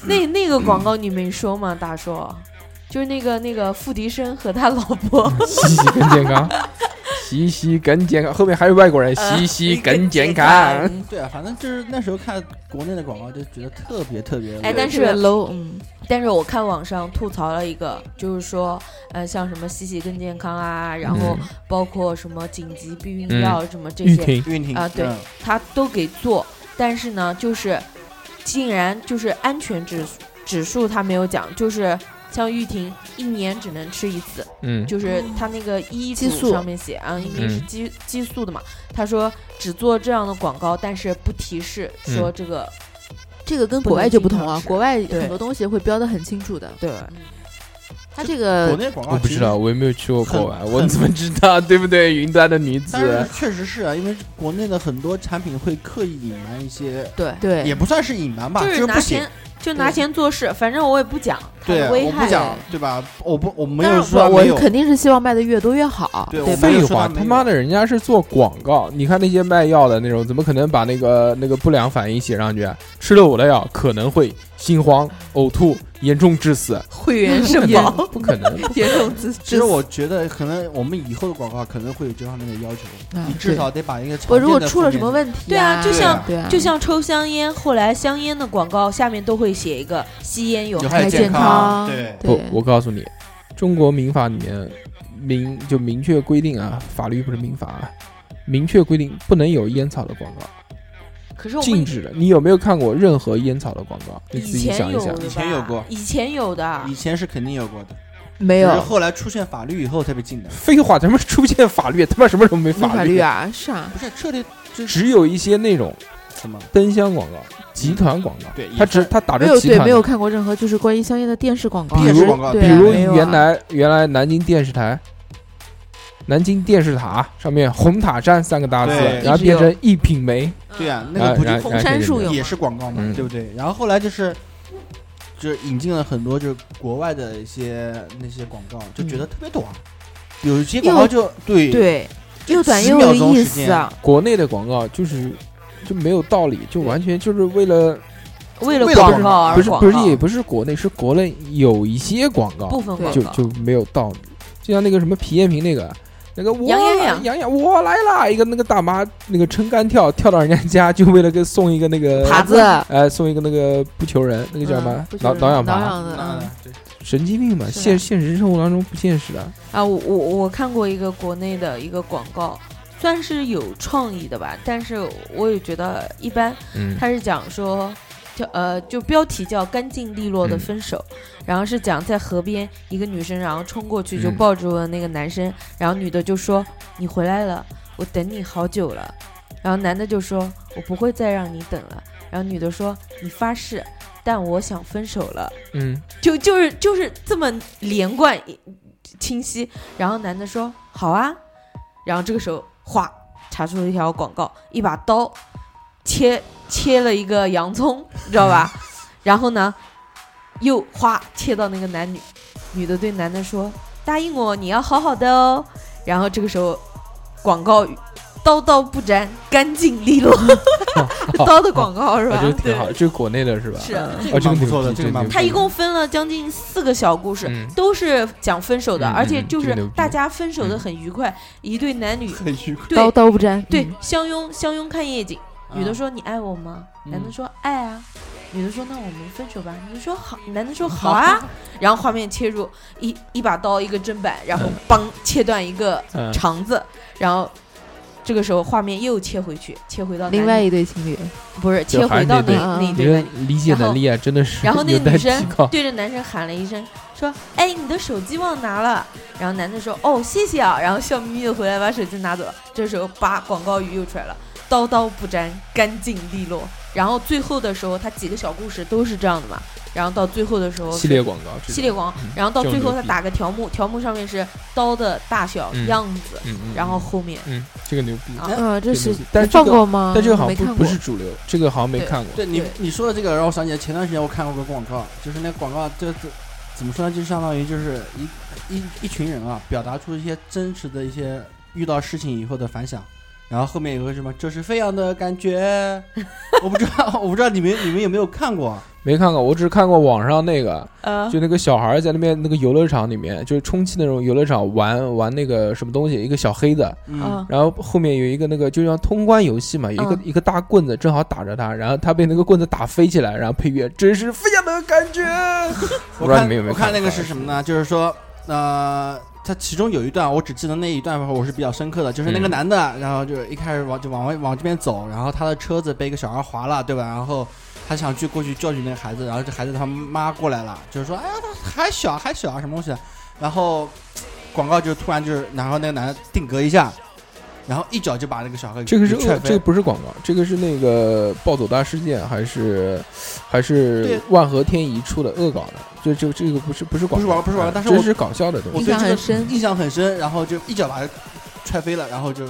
那那个广告你没说吗，大硕？就是那个那个付笛声和他老婆，洗洗更健康，洗洗更健康，后面还有外国人 呃洗 洗更健康。嗯对啊，反正就是那时候看国内的广告就觉得特别特别。哎但是特别 low，嗯，但是我看网上吐槽了一个，就是说，呃，像什么洗洗更健康啊，然后嗯包括什么紧急避孕药什么这玉些，婷，运婷啊对嗯他都给做，但是呢，就是竟然就是安全指指数他没有讲，就是像玉婷一年只能吃一次，嗯，就是他那个医激素组上面写啊，因为是嗯激激嗯素的嘛，他说只做这样的广告，但是不提示说这个这个跟不国能外就不经同常啊，吃国外对很多东西会标的很清楚的。对，它这国个内广告我不知其实道，我也没有去过很国外，我怎么知道？对不对？云端的女但是子，确实是啊，因为国内的很多产品会刻意隐瞒一些，对对也不算是隐瞒吧，就是是拿不行钱。就拿钱做事，反正我也不讲它对，啊的危我害。不讲，对吧？我不，我没当有然说我没有我，肯定是希望卖的越多越好，对对我没吧？废有说话，他没他有妈的，人家是做广告。你看那些卖药的那种，怎么可能把那个那个不良反应写上去啊？吃了我的药可能会心慌、呕吐，严重致死。会员 不社可能，不可能。严重自其实我觉得可能我们以后的广告可能会有这方面的要求，啊你至少得把一个常我如果见的出了负什么面问题，对啊就像对啊，就像抽香烟，后来香烟的广告下面都会写一个“吸烟有有害害健康，康对，对不，我告诉你，中国民法里面明就明确规定啊，法律不是民法啊，明确规定不能有烟草的广告，”，可是我禁们止的。你有没有看过任何烟草的广告？你以自己前想一有想的。吧以前有过以前有的啊以，前是肯定有过的，没只是有后来出现法律以后才被禁的，废话，他妈出现法律，他妈什么时候没没法法律啊？啊，是啊，不是彻底只有一些那种什么？灯箱广告、集团广告，嗯对，他也只算他打没着有集对团的，没有看过任何就是关于香烟的电视广告，电视广告对比啊如没有啊原来原来南京电视台。南京电视塔上面“红塔山”三个大字，对然后变成一品梅，对啊，那啊个不然就后封红然后杉这个树有也吗是广告嘛，嗯对不对？然后后来就是。就是引进了很多就是国外的一些那些广告，就觉得特别短，有一些广告又就对对，就又短10又秒有钟意时思间啊，国内的广告就是就没有道理，就完全就是为了为为了广广告告而不是广不是告也不是国内，是国内有一些广部告分对广就告，就没有道理，就像那个什么皮炎平那个。那个我杨洋来洋杨洋我来啦！一个那个大妈，那个撑杆跳跳到人家家，就为了给送一个那个耙子，哎，送一个那个不求人，那个叫什么嗯不是挠挠痒挠耙，痒的那嗯对神经病嘛！是的现现实生活当中不现实的，啊，我我我看过一个国内的一个广告，算是有创意的吧，但是我也觉得一般。嗯它是讲说，叫呃，就标题叫“干净利嗯落的分手”，然后是讲在河边一个女生，然后冲过去就嗯抱住了那个男生，然后女的就说：“你回来了，我等你好久了。”然后男的就说：“我不会再让你等了。”然后女的说：“你发誓，但我想分手了。”嗯，就就是就是这么连贯清晰。然后男的说：“好啊。”然后这个时候，哗，查出了一条广告，一把刀切切了一个洋葱，你知道吧？然后呢，又哗切到那个男女，女的对男的说：“答应我，你要好好的哦。”然后这个时候，广告语刀刀不沾，干净 利落，刀的广告是吧啊，？这个挺好，对，这是国内的是吧？是。啊这哦个这个蛮不错牛的，逼这个这蛮个不他错一的共分了将近四个小故事，嗯都是讲分手的，嗯而且就这个是牛逼嗯大家分手的很愉快，一对男女很虚伪。刀对刀不沾，对嗯相拥相拥看夜景。嗯女的啊说：“你爱我吗？”嗯男的说：“爱啊。”女的说：“那我们分手吧。”女的说：“好。”男的说：“好嗯啊。”然后画面切入一一把刀，一个砧板，然后帮切断一个嗯，肠子，然后这个时候画面又切回去，切回到另男外女一对情侣，不是切还回是到那对那那嗯一你对男的女。理解能力啊，真的 是然后那有个待女提生高。对着男生喊了一声，说：“哎，你的手机忘拿了。”然后男的说：“哦，谢谢啊。”然后笑眯眯的回来把手机拿走了。这时候，叭，广告语又出来了：“刀刀不沾，干净利落。”然后最后的时候，他几个小故事都是这样的嘛。然后到最后的时候，系列广告，这种系列广告嗯，然后到这种最后牛他逼打个条目，条目上面是刀的大小、嗯样子，嗯嗯，然后后面嗯，这个牛逼，啊嗯，这对是对但你这放个过吗？但这个好我没像不看不过是主流，这个好像没看过。对你对你说的这个让我想起来，前段时间我看过个广告，就是那广告这这怎么说呢？就相当于就是一一一群人啊，表达出一些真实的一些遇到事情以后的反响，然后后面有个什么这是飞扬的感觉， 我不知道我不知道你们你们有没有看过？啊没看过，我只看过网上那个，呃就那个小孩儿在那边那个游乐场里面，就是充气那种游乐场玩玩那个什么东西，一个小黑的，嗯，嗯然后后面有一个那个就像通关游戏嘛，有一个、嗯一个大棍子正好打着他，然后他被那个棍子打飞起来，然后配乐真是飞扬的感 觉。我我不知道看你们有没有我看那过个是什么呢？就是说呃。它其中有一段，我只记得那一段，我是比较深刻的，就是那个嗯男的，然后就是一开始往就往外往这边走，然后他的车子被一个小孩划了，对吧？然后他想去过去教训那个孩子，然后这孩子他妈过来了，就是说，哎呀，他还小还小啊，什么东西啊？然后广告就突然就是，然后那个男的定格一下，然后一脚就把那个小孩给这个是踹恶飞这个不是广告，这个是那个暴走大事件，还是还是对万和天宜出的恶搞的？这这这个不是不是广告，不是广哎告不是广告但是这我是搞笑的东我西。印对象这很个深。印象很深，然后就一脚把他踹飞了，然后就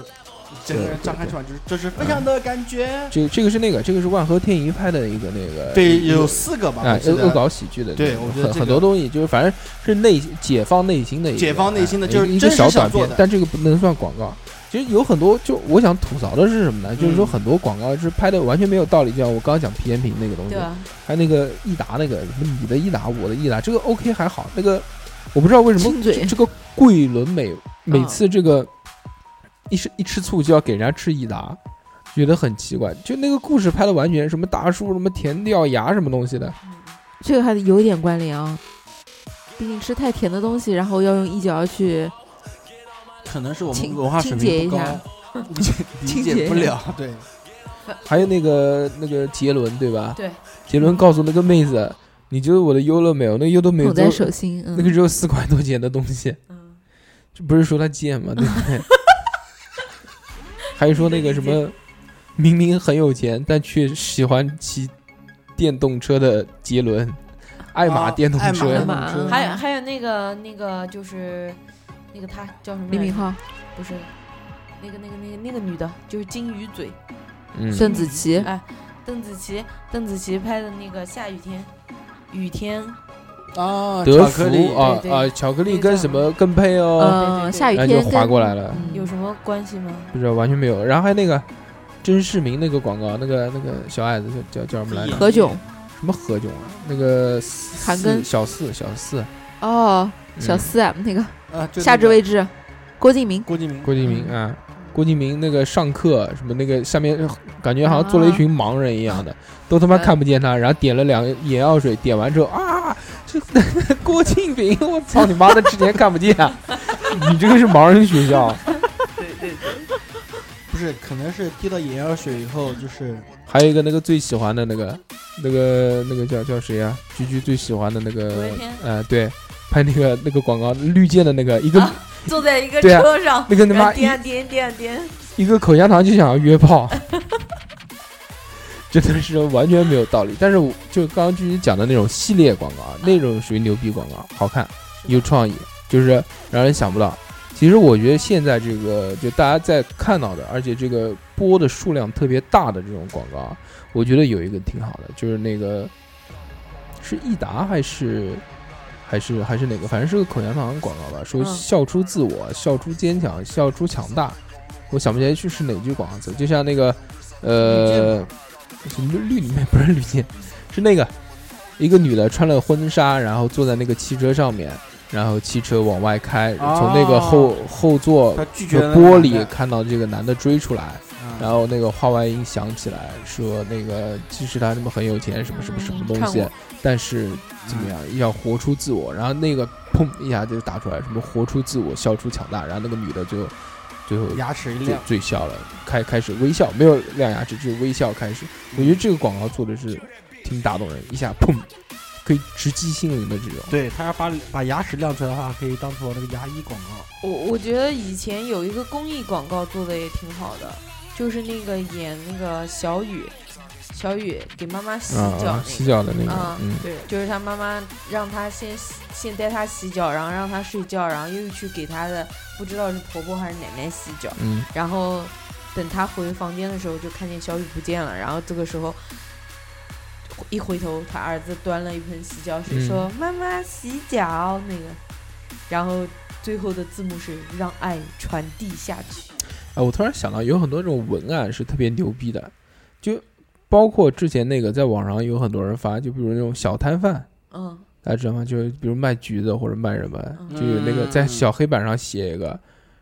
整个人张开翅膀，就是这是非常的感觉。这这个是那个，这个是万和天宜拍的一个那个对，一个有四个吧，啊我记恶恶得搞喜剧的那种，对我觉得很很这个多东西就是反正是内解放内心的一个，解放内心的就是哎一个真实小短想做片的，但这个不能算广告。其实有很多，就我想吐槽的是什么呢？就是说嗯很多广告是拍的完全没有道理，就像我刚刚讲皮炎平那个东西对，啊吧？还有那个益达那个什么你的益达，我的益达，这个 OK 还好。那个我不知道为什么亲嘴这个桂纶镁每次这个一吃一吃醋就要给人家吃益达，觉得很奇怪。就那个故事拍的完全什么大叔什么甜掉牙什么东西的，这个还有一点关联啊，毕竟吃太甜的东西，然后要用一脚去可能是我清们文化水平不清洁高，理解理清洁解不一下了。 对，还有那个那个杰伦对吧？对，杰伦告诉那个妹子，你就是我的优乐美，我那优乐美捧在都手心，嗯那个只有四块多钱的东西，嗯，这不是说他贱吗？对 不对？还有说那个什么，明明很有钱，但却喜欢骑电动车的杰伦，爱玛啊电动爱玛车爱，玛嗯还有还有那个那个就是那个他叫什么来着？李敏镐、不是，那个那个那个那个女的，就是金鱼嘴，嗯，邓紫棋，哎，邓紫棋，邓紫棋拍的那个下雨天，雨天，啊，德巧克力芙啊对对啊，巧克力那个叫跟什么跟配哦，对对嗯，对下雨然后天就跟划过来了，嗯有什么关系吗？不知道完全没有。然后还有那个甄世明那个广告，那个那个小矮子叫叫叫什么来着？何炅什么何炅啊？那个四韩庚小四小四哦，小嗯四啊，那个啊，就夏那至个未至，郭敬明，郭敬明，郭敬明啊，郭敬明那个上课什么那个下面 感觉好像坐了一群盲人一样的，都他妈看不见他，然后点了两眼药水，点完之后啊，这郭敬明，我操你妈的，之前看不见，啊 你这个是盲人学校，不是，可能是滴到眼药水以后，就是还有一个那个最喜欢的那个那个那个叫叫谁啊？居居最喜欢的那个昨天，呃，对，拍那个那个广告绿箭的那个一个、啊 坐在一个对啊车上，那个他然后妈一颠啊颠颠啊颠，一个口香糖就想要约炮， 真的是完全没有道理。但是我就刚刚继续讲的那种系列广告，啊，那种属于牛逼广告，好看有创意，就是让人想不到。其实我觉得现在这个就大家在看到的，而且这个播的数量特别大的这种广告啊，我觉得有一个挺好的，就是那个是益达还是还是还是哪个，反正是个口香糖广告吧，说嗯笑出自我，笑出坚强，笑出强大。我想不起来去是哪句广告词，就像那个呃，是绿绿里面不是绿箭，是那个一个女的穿了婚纱，然后坐在那个汽车上面，然后汽车往外开，哦从那个后后座他拒绝的了玻璃那啊看到这个男的追出来，个然后那个话外音响起来，说那个即使他那么很有钱，什么什么什么东看西过，但是怎么样要活出自我。然后那个砰一下就打出来，什么活出自我，笑出强大。然后那个女的最后最后嗯牙齿一最亮，最笑了，开开始微笑，没有亮牙齿，只有微笑开始。我觉得这个广告做的是挺打动人，一下砰，可以直击心灵的这种。对他要把把牙齿亮出来的话，可以当做那个牙医广告。我我觉得以前有一个公益广告做的也挺好的，就是那个演那个小雨，小雨给妈妈洗啊脚啊，洗那个，脚的那个啊，嗯，对，就是他妈妈让他先洗先带他洗脚，然后让他睡觉，然后又去给他的不知道是婆婆还是奶奶洗脚，嗯，然后等他回房间的时候就看见小雨不见了，然后这个时候。一回头，他儿子端了一盆洗脚水，嗯说：“妈妈洗脚。”那个，然后最后的字幕是“让爱传递下去哎，我突然想到，有很多这种文案是特别牛逼的，就包括之前那个在网上有很多人发，就比如那种小摊贩，”嗯。大家知道吗？就是比如卖橘子或者卖什么，嗯就有那个在嗯小黑板上写一个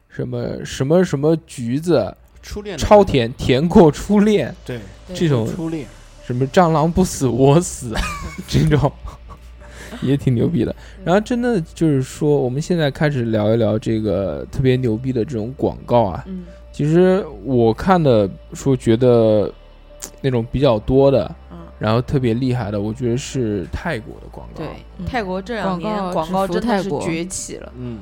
什么什么什么橘子初恋的超甜，甜过初恋对对这种初恋，什么蟑螂不死我死这种，也挺牛逼的。然后真的就是说，我们现在开始聊一聊这个特别牛逼的这种广告啊。嗯其实我看的说觉得那种比较多的，嗯，然后特别厉害的，我觉得是泰国的广告。对，嗯泰国这广两年告广告制服真的泰是国崛起了，嗯，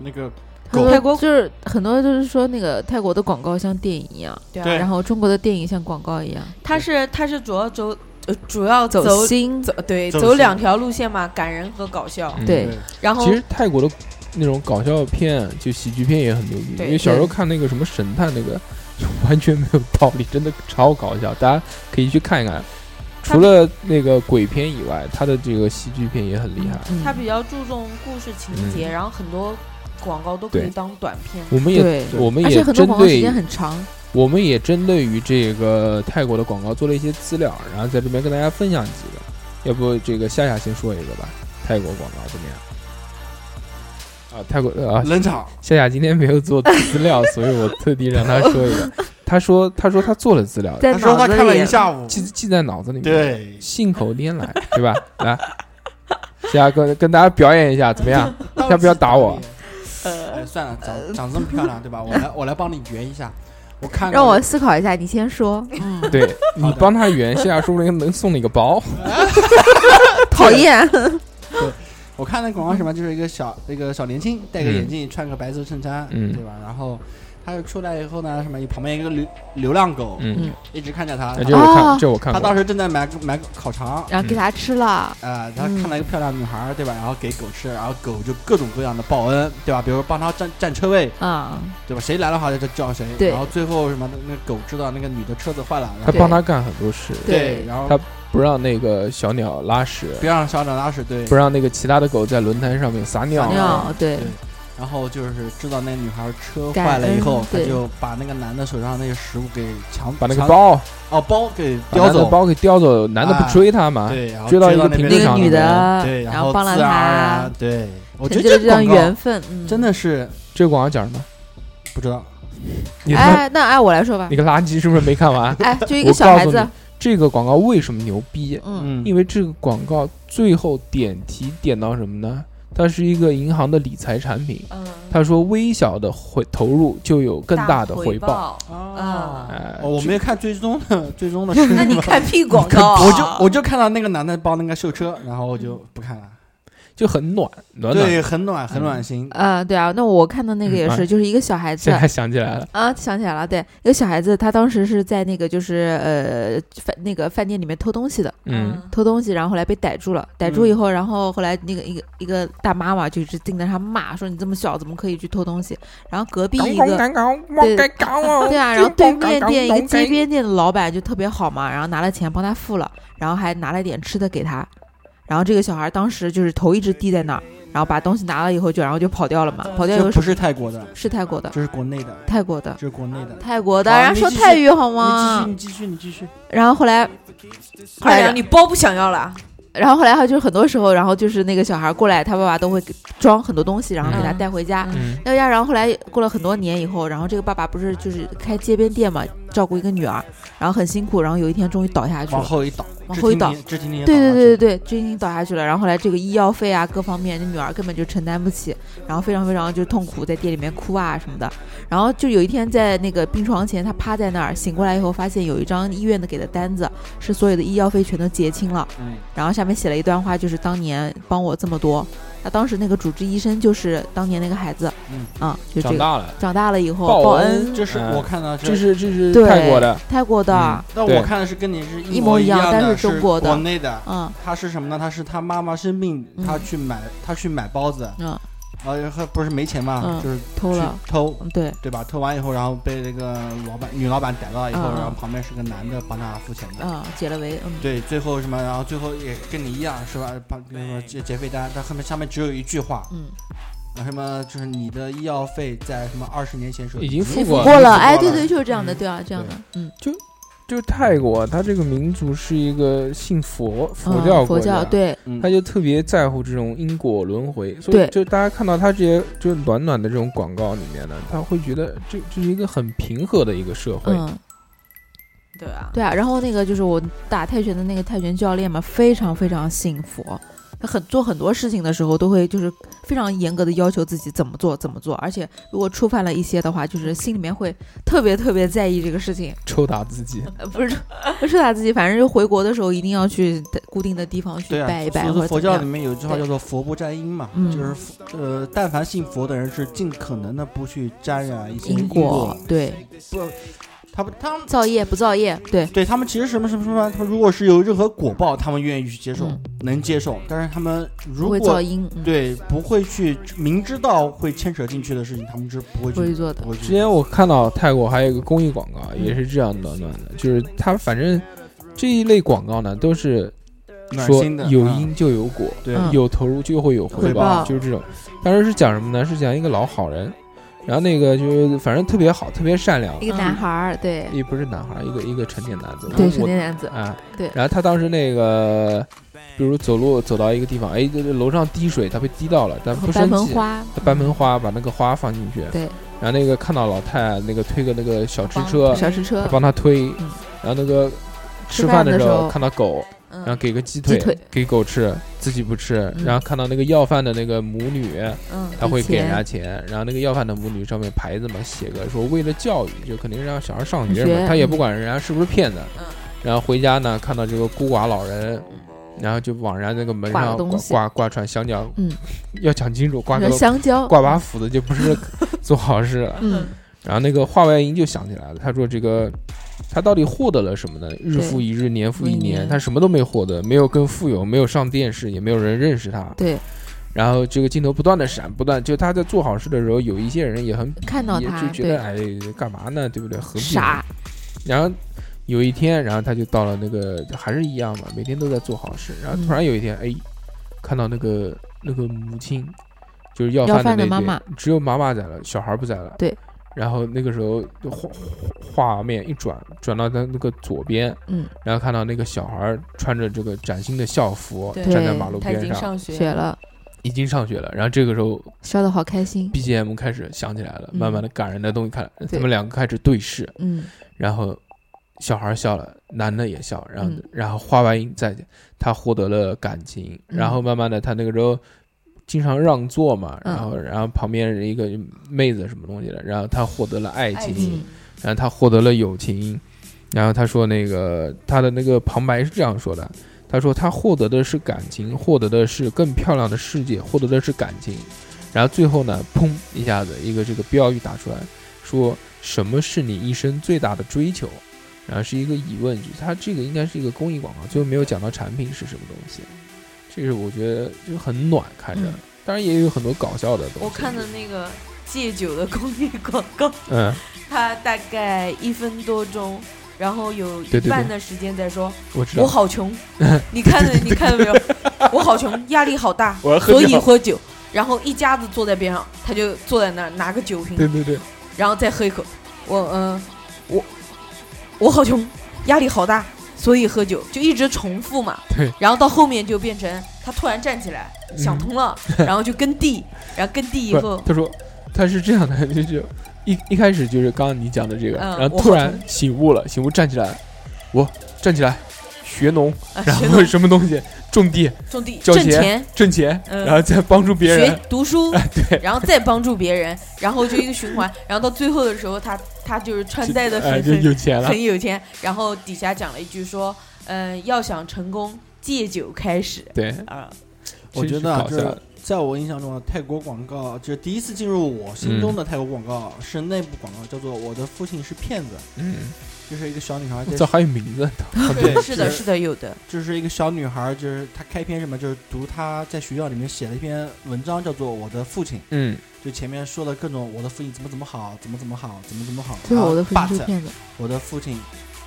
那个很泰国多就是很多就是说那个泰国的广告像电影一样，对对啊，然后中国的电影像广告一样，他是他是主要走呃主要走走心。走对走走心两条路线嘛，感人和搞笑。嗯对，然后其实泰国的那种搞笑片，就喜剧片也很牛逼。对因为小时候看那个什么神探，那个 就完全没有道理，真的超搞笑，大家可以去看一看。它除了那个鬼片以外，他的这个喜剧片也很厉害。嗯他比较注重故事情嗯节，然后很多广告都可以当短片。我们也，嗯对，我们而也且很多针广告时对间很长，我们也针对于这个泰国的广告做了一些资料，然后在这边跟大家分享几个。要不这个夏夏先说一个吧，泰国广告怎么样？啊，泰国呃啊，冷场，夏夏今天没有做资料，所以我特地让他说一个。他说他说他做了资料，在他说脑他子看了里一下午，记记在脑子里面，，对，信口拈来，对吧？来，夏夏跟跟大家表演一下，怎么样？ 要不要打我？呃哎，算了，长长这么漂亮，对吧？我 来，我来帮你圆一下。我看让我思考一下，你先说。对你帮他圆，夏夏说不定能送你个包。讨厌，我看那广告什么，就是一个小那个小年轻，戴个眼镜，穿个白色衬衫，嗯对吧？然后他就出来以后呢，什么旁边一个流流浪狗，嗯，一直看着他那，这我哦看，这我看他过。当时正在买买烤肠。 然后给他吃了，啊、他嗯看到一个漂亮女孩儿，对吧？然后给狗吃，然后狗就各种各样的报恩，对吧？比如说帮他占占车位，啊，对吧？谁来的话就叫谁。对然后最后什么的，那狗知道那个女的车子坏了，然他后帮他干很多事，对然后他不让那个小鸟拉屎，别让小鸟拉屎，对不。让那个其他的狗在轮胎上面撒尿撒，尿对对然后就是知道那女孩车感坏了以恩后，他对就把那个男的手上那个食物给抢，把那个抢包哦包给把叼男的走，包给叼走，男的不哎追他嘛？对，然后追到一追个到那平边地去那个上女的的，对，然后帮了自然而他然，，对，我觉成得就了这这样广告缘分，嗯，真。的是这个广告讲什么？不知道，你他妈哎，那按我来说吧？你，个垃圾是不是没看完哎，就一我个小孩告诉子你，这个广告为什么牛逼？嗯嗯，因为这个广告最后点题点到什么呢？它是一个银行的理财产品。嗯，他说，微小的回投入就有更大的回回报。。啊哎，哦我这没有看最终的最终的视频那吧，你看屁广告啊，我就我就看到那个男的帮那个修车，然后我就不看了，就很暖暖暖。对，嗯很暖很暖心，啊，对啊，那我看到那个也嗯啊是，就是一个小孩子现，在想起来了，啊，想起来了，对，一个小孩子，他当时是在那个就是呃饭那个饭店里面偷东西的，嗯，偷东西，然后后来被逮住了，逮住嗯以后，然后后来那个一个一个大妈嘛，就一直盯着他骂，说你这么小怎么可以去偷东西？然后隔壁一个。对 对啊，然后对面店一个街边店的老板就特别好嘛，然后拿了钱帮他付了，然后还拿了点吃的给他，然后这个小孩当时就是头一直低在那儿，然后把东西拿了以后就然后就跑掉了嘛，跑掉以后这是不是泰国的，是泰国的，这是国内的，泰国的，这是国内的。泰国的，好然后你说继续泰语好吗？你继续，你继续，你继续。然后后来，后快来点，，你包不想要了？啊然后后来他就是很多时候，然后就是那个小孩过来，他爸爸都会给装很多东西，然后给他嗯带回家。嗯带回家，然后后来过了很多年以后，然后这个爸爸不是就是开街边店嘛，照顾一个女儿，然后很辛苦，然后有一天终于倒下去往了。后一倒，往后一倒直挺挺也倒对下去对了。对对对，就已经倒下去了。然后后来这个医药费啊，各方面，那女儿根本就承担不起，然后非常非常就痛苦，在店里面哭啊什么的。然后就有一天在那个病床前，她趴在那儿醒过来以后，发现有一张医院的给的单子，是所有的医药费全都结清了。嗯然后下面写了一段话，就是当年帮我这么多。那当时那个主治医生就是当年那个孩子，嗯啊，就这长个大了，长大了以后报报恩恩，这是嗯我看到这这是这是对泰国的，泰国的，那对我看的是跟你是一模模一样样的，但是是中国的国内的。嗯他是什么呢？他是他妈妈生病，嗯他去买他去买包子，嗯，然后不是没钱嘛嗯，就是偷去了，偷，嗯对，对吧？偷完以后，然后被那个老板女老板逮到以后，嗯嗯然后旁边是个男的帮他付钱的。嗯，解了围，嗯，对，最后什么？然后最后也跟你一样是吧？帮那个劫劫匪单，但后面下面只有一句话，嗯，什么就是你的医药费在什么二十年前时候已经付过过过了，了，哎，对对，就是这样的，嗯对啊，这样的，嗯，就泰国，它这个民族是一个信佛佛嗯教国佛家，教，对，嗯他就特别在乎这种因果轮回，所以对就大家看到他这些就是暖暖的这种广告里面呢，他会觉得这这是一个很平和的一个社会，嗯，对啊，对啊。然后那个就是我打泰拳的那个泰拳教练嘛，非常非常信佛，他很做很多事情的时候都会就是非常严格的要求自己怎么做怎么做，而且如果触犯了一些的话，就是心里面会特别特别在意这个事情。抽打自己，呃，不是不是他自己，反正就回国的时候一定要去固定的地方去对啊拜一，拜所以或说佛者怎么教样里面有一句话叫做“佛不沾阴”嘛，嗯就是佛呃，但凡信佛的人是尽可能的不去沾染一些因果果。对不，他不，他们造业不造业对。对他们其实什么什么什么，他们如果是有任何果报，他们愿意去接受，嗯能接受。但是他们如不会造果因，嗯，对不会去明知道会牵扯进去的事情，他们是不会不会去做的不。会去。之前我看到泰国还有一个公益广告，嗯也是这样暖暖的，就是它反正这一类广告呢，都是暖说心的有嗯因就有果，对嗯有投入就会有回回报就是这种。当时是讲什么呢？是讲一个老好人，然后那个就是反正特别好，特别善良，一个男孩儿，对嗯也不是男孩，一个一个成年男子，对，我成年男子，啊，对然后他当时那个，比如走路走到一个地方，哎，这这楼上滴水，他被滴到了，但不白生盆气，花，他搬盆花把那个花放进去，对，然后那个看到老太那个推个那个小吃帮车，小吃车他，帮他推，嗯然后那个吃吃饭饭的的时时候候看到狗，嗯然后给个鸡鸡腿腿给狗吃，自己不吃，嗯然后看到那个要饭的那个母女，嗯，他会给人家以前钱，然后那个要饭的母女上面牌子嘛，写个说为了教育，就肯定是让小孩上学学嘛，他也嗯不管人家是不是骗子嗯。然后回家呢，看到这个孤寡老人，然后就往人家那个门挂了上东挂西挂挂串香蕉，嗯， 要讲清楚，挂你个说香蕉，挂把斧子就不是做好事了。嗯，然后那个话外音就想起来了，他说这个他到底获得了什么呢？日复一日，年复一一年年，他什么都没获得，没有更富有，没有上电视，也没有人认识他。对，然后这个镜头不断的闪，不断就他在做好事的时候，有一些人也很鄙看到夷他就觉得对哎干嘛呢，对不对？何必呢？傻，然后有一天，然后他就到了那个还是一样嘛，每天都在做好事。然后突然有一天，哎，看到那个那个母亲，就是要要饭饭的那妈边妈只有妈妈在了，小孩不在了。对。然后那个时候画画面一转，转到他那个左边，嗯，然后看到那个小孩穿着这个崭新的校服，对站在马路他已边经上，上学学了，已经上学了。然后这个时候笑得好开心， BGM 开始响起来了，嗯慢慢的感人的东西看，对他们两个开始对视，嗯，然后小孩笑了，男的也笑，然后、嗯然后花完音再见，他获得了感情，嗯然后慢慢的他那个时候经常让座嘛，嗯然后然后旁边人一个妹子什么东西的，然后他获得了爱情，爱情嗯然后他获得了友情，然后他说那个他的那个旁白是这样说的。他说：“他获得的是感情，获得的是更漂亮的世界，获得的是感情。然后最后呢，砰一下子，一个这个标语打出来，说什么是你一生最大的追求？然后是一个疑问句，它这个应该是一个公益广告，最后没有讲到产品是什么东西，这是我觉得就很暖看着嗯。当然也有很多搞笑的东西。我看的那个戒酒的公益广告，嗯，它大概一分多钟，然后有一对对对半的时间在说我知我道，好 穷，你看了你看了没有？我好穷，压力好大，我要所以喝酒。然后一家子坐在边上，他就坐在那儿拿个酒瓶对，对对，然后再喝一口。我嗯、我我好穷，压力好大，所以喝酒就一直重复嘛。对。然后到后面就变成他突然站起来，嗯想 通了，然后就耕地，然后耕地以不后是，，他说他是这样的， 就是一一开始就是刚刚你讲的这个，嗯然后我突好然醒悟了，醒悟站起来，我站起来学农，啊，然学后农什么东西种地种地交挣钱钱，挣钱，嗯然后再帮助别人学。读书， 对，然后再帮助别人，然后就一个循 环。然后到最后的时候，他他就是穿戴的哎很就很有钱了。很有钱，然后底下讲了一句说，嗯、要想成功，戒酒开始对，啊，我真觉是得啊搞就笑是在我印象中啊，泰国广告就是第一次进入我心嗯中的泰国广告、啊是那部广告，叫做《我的父亲是骗子嗯，》，就是一个小女孩我在操，还有名字，对是的，是的，有的，就是一个小女孩，就是她开篇什么，就是读她在学校里面写了一篇文章，叫做《我的父亲嗯，》，就前面说了各种我的父亲怎么怎么好，怎么怎么好，怎么怎么好。最后我的父然亲是 but 骗子，我的父亲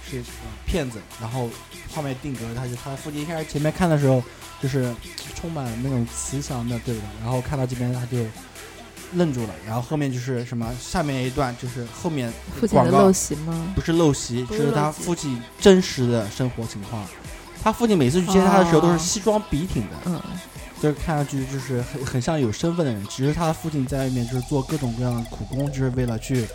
是、呃骗子，然后画面定格，他就他的父亲一开始前面看的时候就是充满那种慈祥的，对不对？然后看到这边他就呃愣住了，然后后面就是什么，下面一段就是后面父亲广的告陋习吗？不是陋习，不就是是他陋习父亲真实的生活情况。他父亲每次去接他的时候都哦是西装笔挺的，嗯，就是看上去就是很很像有身份的人。其实他的父亲在外面就是做各种各样的苦工，就是为了去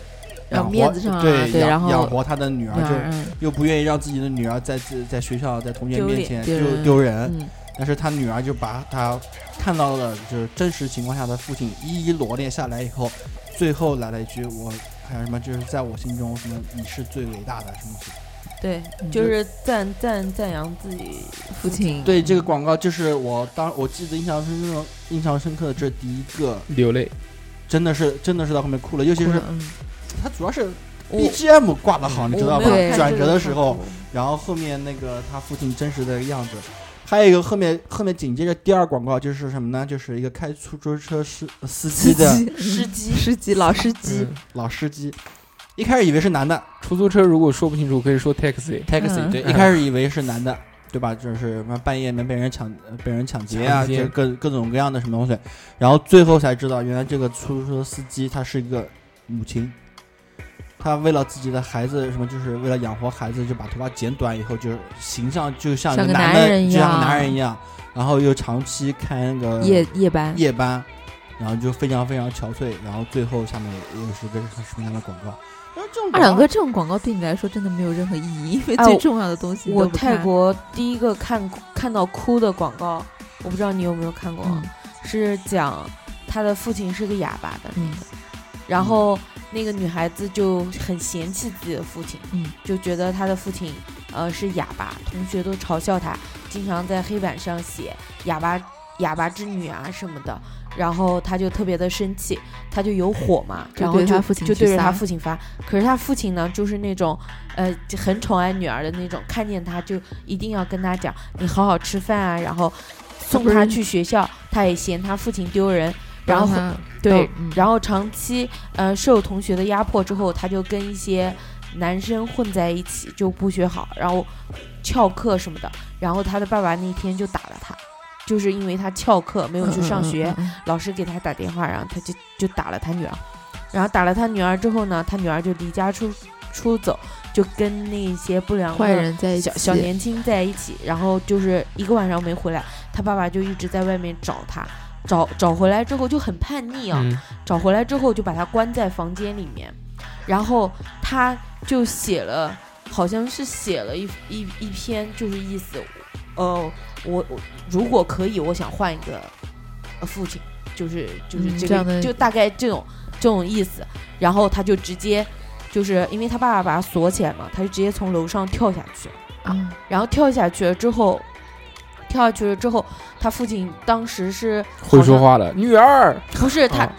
然养活后面子上啊对对养然后养活他的女儿，两就呃人又不愿意让自己的女儿在自在学校在同学丢面脸前丢丢人丢人，嗯，但是他女儿就把他看到了就是真实情况下的父亲一一罗列下来以后，最后来了一句我还有什么就是在我心中什么你是最伟大的什么什么。对，就是赞赞赞扬自己父亲对这个广告，就是我当我记得印象深刻印象深刻的这第一个，流泪。真的是真的是到后面哭了，尤其哭是了嗯他主要是我 BGM 挂的好，你知道我吧没有对看？转这折个的时看候过，然后后面那个他父亲真实的样子，还有一个后面后面紧接着第二广告就是什么呢？就是一个开出租车司司机的司机司机嗯老司机嗯，老司机，一开始以为是男的出租车如果说不清楚，可以说 taxi。 taxi，嗯对，一开始以为是男的。对吧？就是什么半夜没被人抢，呃被人抢劫啊，抢劫就是各各种各样的什么东西，然后最后才知道，原来这个出租车司机他是一个母亲，她为了自己的孩子，什么就是为了养活孩子，就把头发剪短以后，就是形象就像一像个男男的，人一就像样个男人一样，然后又长期开那嗯个夜夜班，夜班，然后就非常非常憔悴，然后最后下面又是个什么样的广告？然后这种广二告两哥，这种广告对你来说真的没有任何意义，因为哎最我重要的东西你我都不看泰，国第一个看看到哭的广告，我不知道你有没有看过，嗯是讲他的父亲是个哑巴的，嗯然后那个女孩子就很嫌弃自己的父亲，嗯，就觉得他的父亲呃是哑巴，同学都嘲笑他，经常在黑板上写哑巴哑巴之女啊什么的，然后他就特别的生气，他就有火嘛， 就然后对着就他父亲就去对着撒他父亲发，可是他父亲呢就是那种呃就很宠爱女儿的那种，看见他就一定要跟他讲你好好吃饭啊，然后送不是他去学校，他也嫌他父亲丢人，然后他对，嗯然后长期呃受同学的压迫之后，他就跟一些男生混在一起，就不学好，然后翘课什么的。然后他的爸爸那天就打了他，就是因为他翘课没有去上学，，嗯嗯嗯嗯嗯老师给他打电话，然后他就就打了他女儿。然后打了他女儿之后呢，他女儿就离家出出走，就跟那些不良的嗯坏人在一起嗯小小年轻在一起，然后就是一个晚上没回来，他爸爸就一直在外面找他，找找回来之后就很叛逆啊，嗯，找回来之后就把他关在房间里面，然后他就写了，好像是写了一一一篇，就是意思，呃，我我如果可以，我想换一个呃父亲，就是就是嗯这这个、样的就大概这种这种意思，然后他就直接就是因为他爸爸把他锁起来嘛，他就直接从楼上跳下去了。啊，然后跳下去了之后，跳下去了之后，他父亲当时是会说好像，话了，女儿。不是他啊，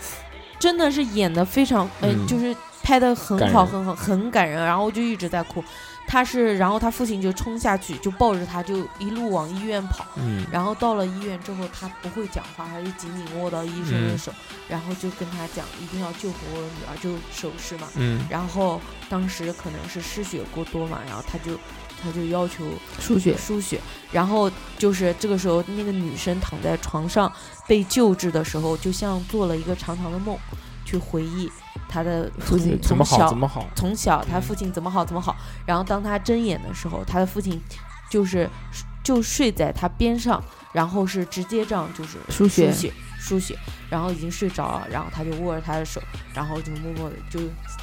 真的是演的非常，呃、嗯就是拍的很感好，人很好，很感人。然后我就一直在哭，他是，然后他父亲就冲下去，就抱着他，就一路往医院跑。嗯，然后到了医院之后，他不会讲话，他就紧紧握到医生的嗯手，然后就跟他讲，一定要救活我的女儿，就手势嘛。嗯，然后当时可能是失血过多嘛，然后他就他就要求数学输血，然后就是这个时候，那个女生躺在床上被救治的时候，就像做了一个长长的梦，去回忆她的父亲从怎么好从怎小么好。从小她父亲怎么好怎么好，然后当她睁眼的时候，她的父亲就是就睡在她边上，然后是直接这样就是输输血，血输血，然后已经睡着了，然后她就握着他的手，然后就默默的就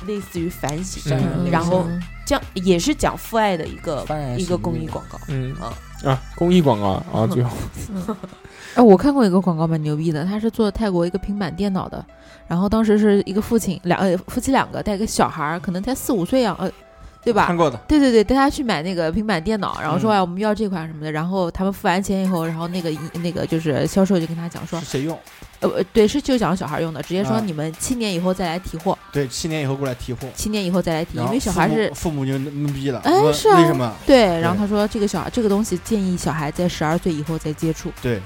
类似于反省这样的，嗯然后嗯这样也是讲父爱的一个幡然一个醒公悟益广告。嗯啊啊，公益广告啊，啊最后哎，我看过一个广告蛮牛逼的，他是做泰国一个平板电脑的，然后当时是一个父亲两呃夫妻两个带一个小孩儿，可能才四五岁样，呃，对吧看？过的，对对对，带他去买那个平板电脑，然后说嗯哎，我们要这款什么的，然后他们付完钱以后，然后那个那个就是销售就跟他讲说是，谁用？呃，呃对，是就讲小孩用的，直接说啊你们七年以后再来提货，对，七年以后过来提货，七年以后再来提，然因后为小孩父母是父母就懵逼了，哎问是啊为什么？对，然后对他说这个小孩这个东西建议小孩在十二岁以后再接触，对，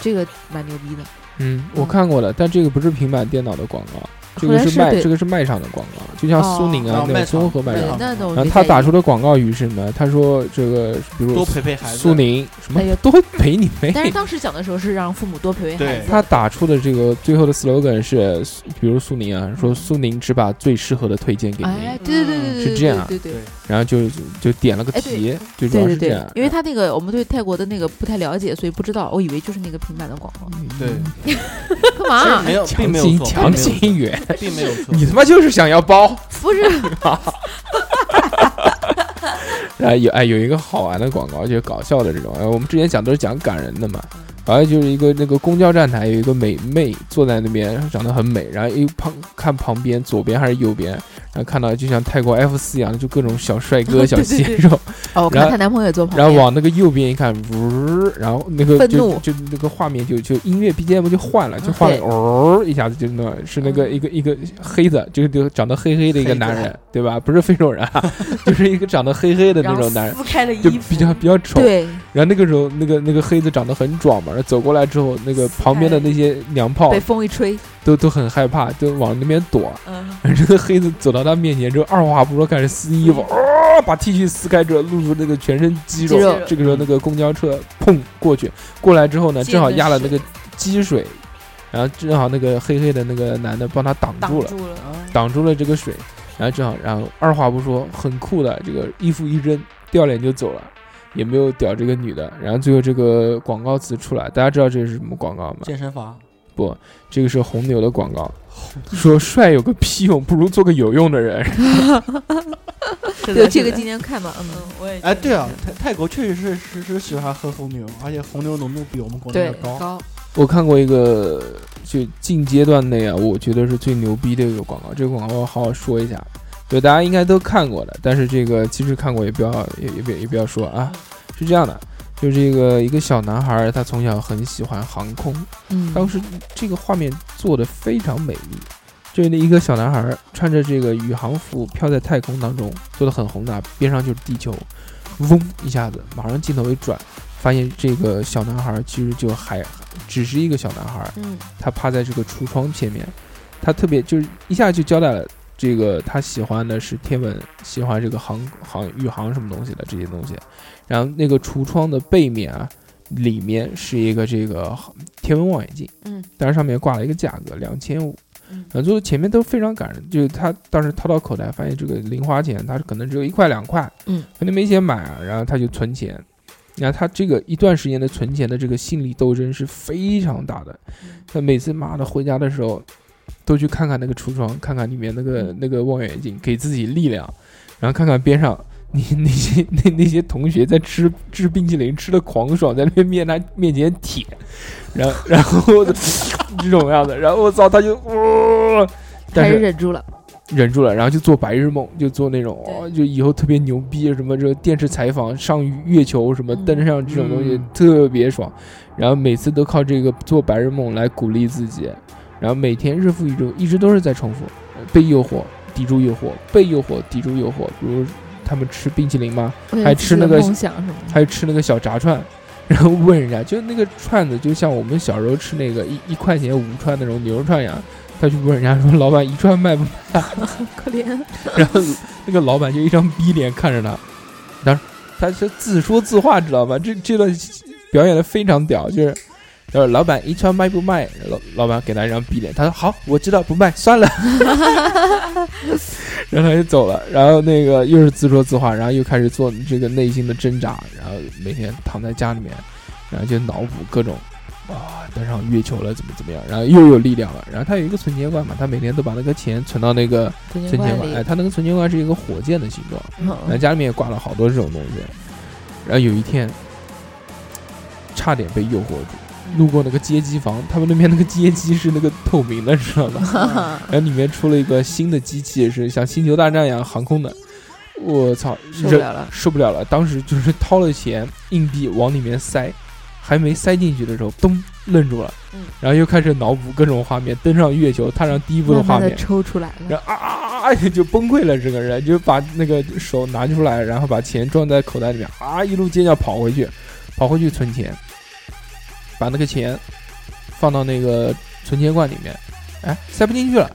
这个蛮牛逼的。嗯，我看过了，但这个不是平板电脑的广告，这后个来是卖对这个是卖场的广告，就像苏宁啊哦那卖种场综合卖卖对场场。那种然后没他在打意出的广告语是什么？他说这个，比如多陪陪孩子。嗯苏宁什么哎呀多陪你妹。 但是当时讲的时候是让父母多陪陪孩对子，他打出的这个最后的 slogan 是，比如苏宁啊，说苏宁只把最适合的推荐给哎您，，对对对对嗯对，是这样对对对然后就就就点了个哎对题，最主对要对是这对样，。因为他那个我们对泰国的那个不太了解，所以不知道，我以为就是那个平板的广告，嗯对， 干其实嘛啊没？有，并强没有行错，强行圆，并没有错，并没有错你他妈就是想要包，不是， 然后有哎有一个好玩的广告，就是搞笑的这种。哎我们之前讲都是讲感人的嘛，反正就是一个那个公交站台有一个美妹坐在那边，长得很美，然后一旁看旁边左边还是右边，然后看到就像泰国 F 四一样的，就各种小帅哥、 对小对鲜对肉，哦，然我看后她男朋友也坐旁然边，后往那个右边一看，呜，然后那个愤就怒就那个画面就就音乐 BGM 就换了，就换了，对哦一下子就那是那个嗯一个一个黑子，就就长得黑黑的一个黑子男人，对吧？不是非洲人啊， 就是一个长得黑黑的那然后种男人，撕开了就衣服，比较比较丑。对，然后那个时候，那个那个黑子长得很壮嘛，然后走过来之后，那个旁边的那些娘炮被风一吹，都都很害怕，都往那边躲。 嗯，然后这个黑子走到他面前之后，二话不说开始撕 衣服，哦，把 T 恤撕开之后，露出那个全身肌肉。肌肉这个时候，那个公交车砰过去，过来之后呢，溅正好的压了那水个积水，然后正好那个黑黑的那个男的帮他挡挡住了，嗯住了，挡住了这个水，然后正好，然后二话不说，很酷的这个衣服一扔，掉脸就走了。也没有屌这个女的，然后最后这个广告词出来，大家知道这是什么广告吗？健身房，这个是红牛的广告，说帅有个屁用，不如做个有用的人。是对这的个是的今天看嘛，嗯，嗯，我也哎，对啊觉得，泰泰国确实是是是喜欢喝红牛，而且红牛浓度比我们国内对要，高。高，我看过一个，就近阶段内啊，我觉得是最牛逼的一个广告。这个广告我好好说一下，就大家应该都看过的，但是这个其实看过也不要也也别也不要说啊。是这样的，就是这个一个小男孩儿，他从小很喜欢航空，嗯，当时这个画面做的非常美丽，就是那一个小男孩儿穿着这个宇航服飘在太空当中，做的很宏大，边上就是地球，嗡一下子，马上镜头一转，发现这个小男孩儿其实就还只是一个小男孩儿，嗯他趴在这个橱窗前面，他特别就是一下就交代了。这个他喜欢的是天文，喜欢这个航航宇航什么东西的这些东西，然后那个橱窗的背面啊，里面是一个这个天文望远镜，嗯，但是上面挂了一个价格两千五，嗯然后就是前面都非常感人，就是他当时掏到口袋，发现这个零花钱他可能只有一块两块，嗯，可能没钱买啊，然后他就存钱，然后他这个一段时间的存钱的这个心理斗争是非常大的，他每次妈的回家的时候，都去看看那个橱窗，看看里面那个嗯那个望远镜，给自己力量，然后看看边上。你 那些那那些同学在吃吃冰淇淋，吃的狂爽，在那边面他面前舔，然后 然后这种样子，然后我操，他就 哇，但还是是忍住了，忍住了，然后就做白日梦，就做那种对哦，就以后特别牛逼，什么这个电视采访上月球，什么嗯登上这种东西、嗯特别爽，然后每次都靠这个做白日梦来鼓励自己，然后每天日复一日，一直都是在重复，呃被诱惑，抵住诱惑，被诱惑，抵住诱惑，比如他们吃冰淇淋吗？为了还自吃己的那个梦想什么的，还有吃那个小炸串，然后问人家，就那个串子，就像我们小时候吃那个一一块钱五串那种牛肉串一样。他去问人家说：“老板，一串卖不卖可怜，？”然后那个老板就一张逼脸看着他，当时他是自说自话，知道吧？这这段表演的非常屌，就是，然后老板一串卖不卖？老老板给他一张逼脸，他说：“好，我知道不卖，算了。”然后他就走了，然后那个又是自说自话，然后又开始做这个内心的挣扎，然后每天躺在家里面，然后就脑补各种啊登上月球了怎么怎么样，然后又有力量了，然后他有一个存钱罐嘛，他每天都把那个钱存到那个存存钱罐罐，里哎，，他那个存钱罐是一个火箭的形状，然后嗯家里面也挂了好多这种东西，然后有一天差点被诱惑嗯住，路过那个街机房，他们那边那个街机是那个透明的，知道吧？ 然后里面出了一个新的机器，是像星球大战一样航空的。我操，受不忍了了，受不了了！当时就是掏了钱硬币往里面塞，还没塞进去的时候，咚，愣住了。嗯然后又开始脑补各种画面，登上月球，踏上第一步的慢画慢面的，抽出来了，然后啊啊啊啊就崩溃了，整个人就把那个手拿出来，然后把钱装在口袋里面，啊一路尖叫跑回去，跑回去存钱，把那个钱放到那个存钱罐里面，哎塞不进去了，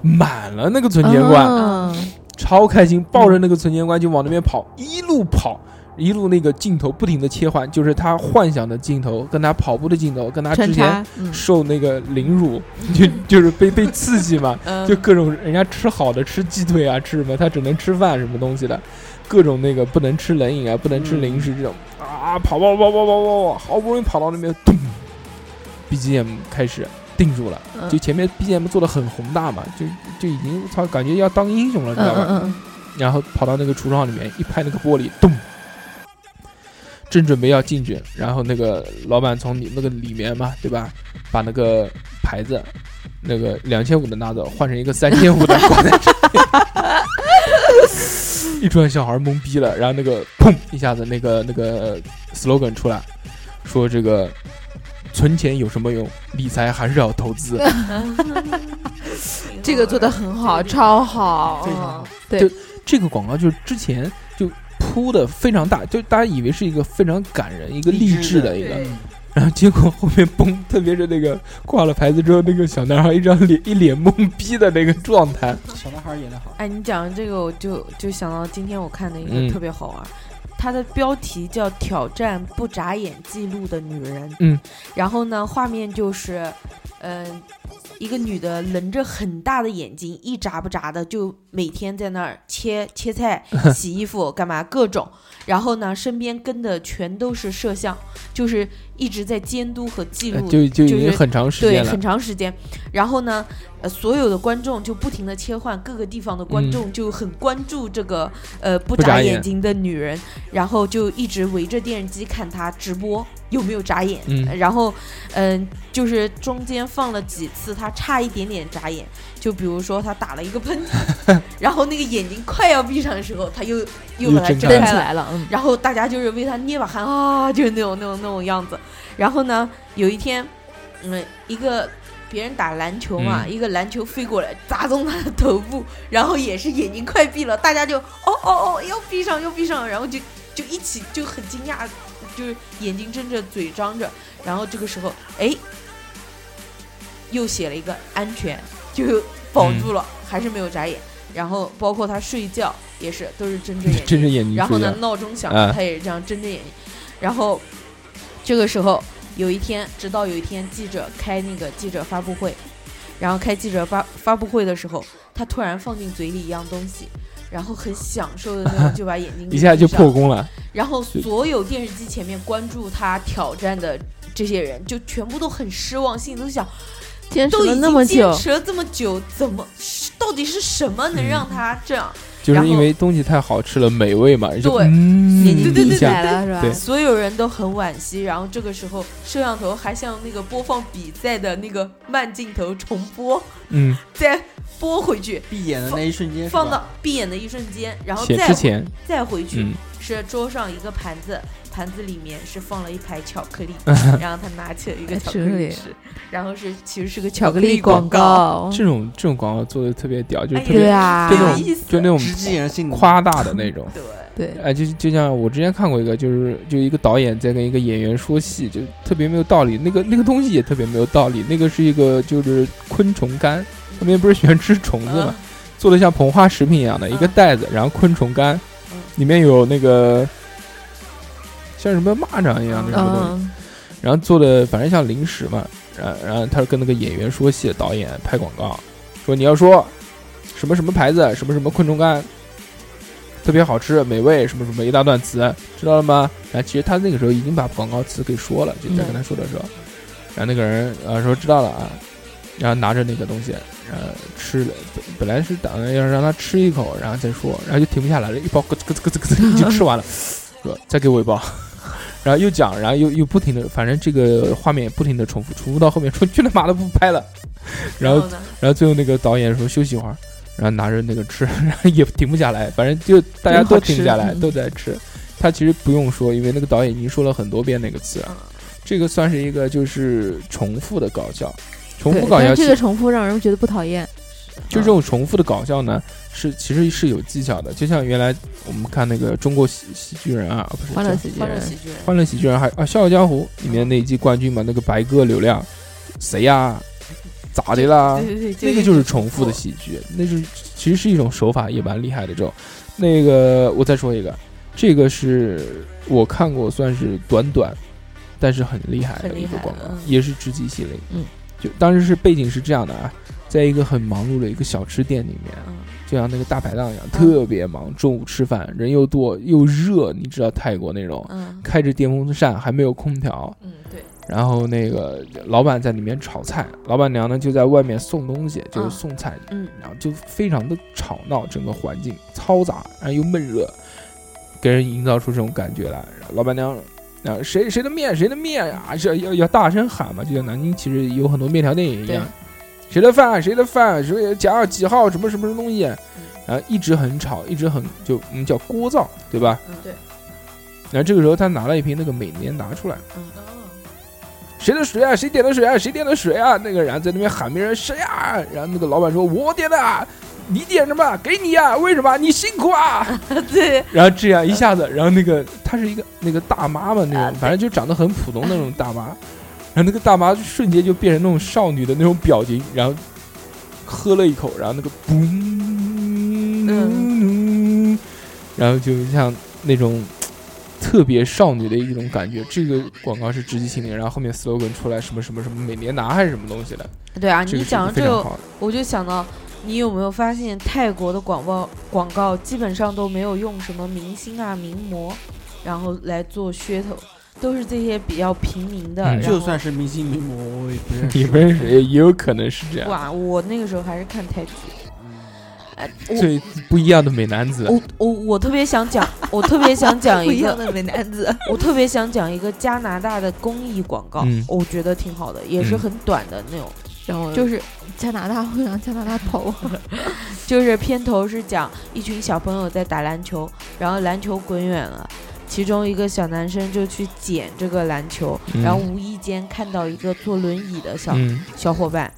满了那个存钱罐，啊超开心，抱着那个存钱罐就往那边跑，一路跑。一路那个镜头不停的切换，就是他幻想的镜头，跟他跑步的镜头，跟他之穿前插，嗯，受那个凌辱， 就就是被被刺激嘛，嗯，就各种人家吃好的，吃鸡腿啊，吃什么，他只能吃饭什么东西的，各种那个不能吃冷饮啊，不能吃零嗯食这种啊，跑跑跑跑跑跑跑，好不容易跑到那边，咚，BGM 开始定住了，嗯就前面 BGM 做的很宏大嘛，就就已经操，感觉要当英雄了，嗯知道吧？嗯嗯，然后跑到那个橱窗里面一拍那个玻璃，咚，正准备要进去，然后那个老板从里那个里面嘛，对吧，把那个牌子。那个两千五的拿走，换成一个三千五的挂在这里， 一转小孩懵逼了，然后那个砰一下子，那个那个 slogan 出来，说这个存钱有什么用？理财还是要投资。 嗯这个做的很好，超好，嗯非常好这个广告就是之前就铺的非常大，就大家以为是一个非常感人、一个励志的一个，对嗯然后结果后面嘣，特别是那个挂了牌子之后，那个小男孩一张脸一脸懵逼的那个状态，小男孩演的好，哎，你讲的这个，我就就想到今天我看的一嗯个特别好玩，它的标题叫《挑战不眨眼记录的女人》。嗯，然后呢，画面就是，嗯、一个女的棱着很大的眼睛，一眨不眨的，就每天在那儿切切 菜、洗衣服、干嘛各种。然后呢，身边跟的全都是摄像，就是一直在监督和记呃录就就已经是很长时对，间了很。长时间。然后呢，呃，所有的观众就不停的切换，各个地方的观众就很关注这个、呃不嗯不眨眨眼眼睛的女人，然后就一直围着电视机看她直播有没有眨眼。嗯然后，嗯、就是中间放了几次她差一点点眨眼，就比如说她打了一个喷嚏， 然后那个眼睛快要闭上的时候，她又又又把它睁睁蹬开开了起了。来了，嗯，然后大家就是为他捏把汗啊，就是那种那种那种样子。然后呢，有一天，嗯，一个别人打篮球嘛，嗯一个篮球飞过来砸中他的头部，然后也是眼睛快闭了，大家就哦哦哦，要闭上要闭上，然后就就一起就很惊讶，就是眼睛睁着嘴张着，然后这个时候哎，又写了一个安全，就保住了，还是没有眨眼。然后包括他睡觉也是都是睁 着眼睛，睁着眼睛然后睡呢觉，，闹钟响，啊他也是这样睁着眼睛。然后这个时候有一天，直到有一天记者开那个记者发布会，然后开记者发发布会的时候，他突然放进嘴里一样东西，然后很享受的那种，就把眼 睛一下就闭上破功了。然后所有电视机前面关注他挑战的这些人，就全部都很失望，心里都想，坚持都了已那么经久坚，持了这么久，怎么是到底是什么能让他这样？就是然因后为东西太好吃了，美味嘛，就对嗯眼睛闭一起下来来了是吧？对所有人都很惋惜，然后这个时候摄像头还像那个播放比赛的那个慢镜头重播， 嗯，再播回去，闭眼的那一瞬间是吧放到闭眼的一瞬间，然后写再之回前，再回去、嗯，是桌上一个盘子，盘子里面是放了一排巧 克力，然后他拿起了一个巧克哎力吃，然后是其实是个巧克力广广，告，这种这种广告做的特别屌，就哦哎是特呀别对啊就那有意种思就那种直击人性的夸大的那种。对，对，哎，就就像我之前看过一个，就是就一个导演在跟一个演员说戏，就特别没有道理。那个那个东西也特别没有道理。那个是一个就是昆虫干，他们不是喜欢吃虫子嘛嗯，做的像膨化食品一样的一个嗯袋子，然后昆虫干嗯，里面有那个像什么蚂蚱一样的嗯什么东西。嗯，然后做的反正像零食嘛，然然后他跟那个演员说戏，导演拍广告，说你要说什么什么牌子，什么什么昆虫干，特别好吃，美味，什么什么一大段词，知道了吗？然后其实他那个时候已经把广告词给说了，就在跟他说的时候，然后那个人啊说知道了啊，然后拿着那个东西，然后吃了，本本来是打算要让他吃一口，然后再说，然后就停不下来了，一包咯吱咯吱咯吱咯吱就吃完了，说再给我一包。然后又讲，然后又又不停的，反正这个画面也不停的重复，重复到后面说去他妈的不拍了，然嗯然后后呢，然后最后那个导演说休息一会儿，然后拿着那个吃，然后也停不下来，反正就大家都停不下来， 真好吃嗯都在吃。他其实不用说，因为那个导演已经说了很多遍那个词了嗯。这个算是一个就是重复的搞笑，重对复，搞但笑其是这实个重复让人觉得不讨厌，就这种重复的搞笑呢，是其实是有技巧的。就像原来我们看那个中国喜喜剧人啊，不是欢乐叫喜剧欢乐人，喜剧人，欢乐喜剧人还啊《笑傲江湖》里面那一季冠军嘛，那个白鸽流量，谁呀、咋的啦？对对对，那个就是重复的喜剧，那是其实是一种手法，也蛮厉害的这种。那个我再说一个，这个是我看过算是短短，但是很厉害的很一厉个害广告，嗯也是直击心灵。嗯，就当时是背景是这样的啊，在一个很忙碌的一个小吃店里面，嗯就像那个大排档一样，特别忙，中午吃饭人又多又热，你知道泰国那种。嗯开着电风扇，还没有空调，嗯，对，然后那个老板在里面炒菜，老板娘呢就在外面送东西，就是嗯送菜，嗯，然后就非常的吵闹，整个环境嘈杂，然后又闷热，给人营造出这种感觉来。然后老板娘。啊，谁谁的面谁的面啊，是要要大声喊嘛，就像南京其实有很多面条店也一对样，，谁的饭谁的饭，什么讲几号什么什么什么东西，然后一直很吵，一直很就我们叫聒噪，对吧？嗯对，然后这个时候他拿了一瓶那个美年达出来，嗯谁的水啊？谁点的水啊？谁点的水啊？那个人在那边喊别人谁啊？然后那个老板说：“我点的，啊，你点什么？给你啊？为什么？你辛苦啊对，！”然后这样一下子，然后那个她是一个那个大妈嘛，啊那种反正就长得很普通那种大妈，然后那个大妈瞬间就变成那种少女的那种表情，然后喝了一口，然后那个嗯嘣，嗯然后就像那种特别少女的一种感觉。这个广告是直击心灵，然后后面 slogan 出来什么什么什么美年达还是什么东西的，对啊，这你个讲到是非这常个，好的。我就想到，你有没有发现泰国的广告广告基本上都没有用什么明星啊、名模，然后来做噱头，都是这些比较平民的。嗯然后就算是明星名模，我也不认识。你不认识也也有可能是这样，哇，我那个时候还是看泰剧。嗯哎，我最不一样的美男子。我我我特别想 讲，我特别想 讲一个，的美男子，我特别想讲一个加拿大的公益广告，嗯我觉得挺好的，也是嗯很短的那种。 嗯然后就是加拿大会让加拿大跑啊，就是片头是讲一群小朋友在打篮球，然后篮球滚远了，其中一个小男生就去捡这个篮球，嗯然后无意间看到一个坐轮椅的小、嗯，小伙伴，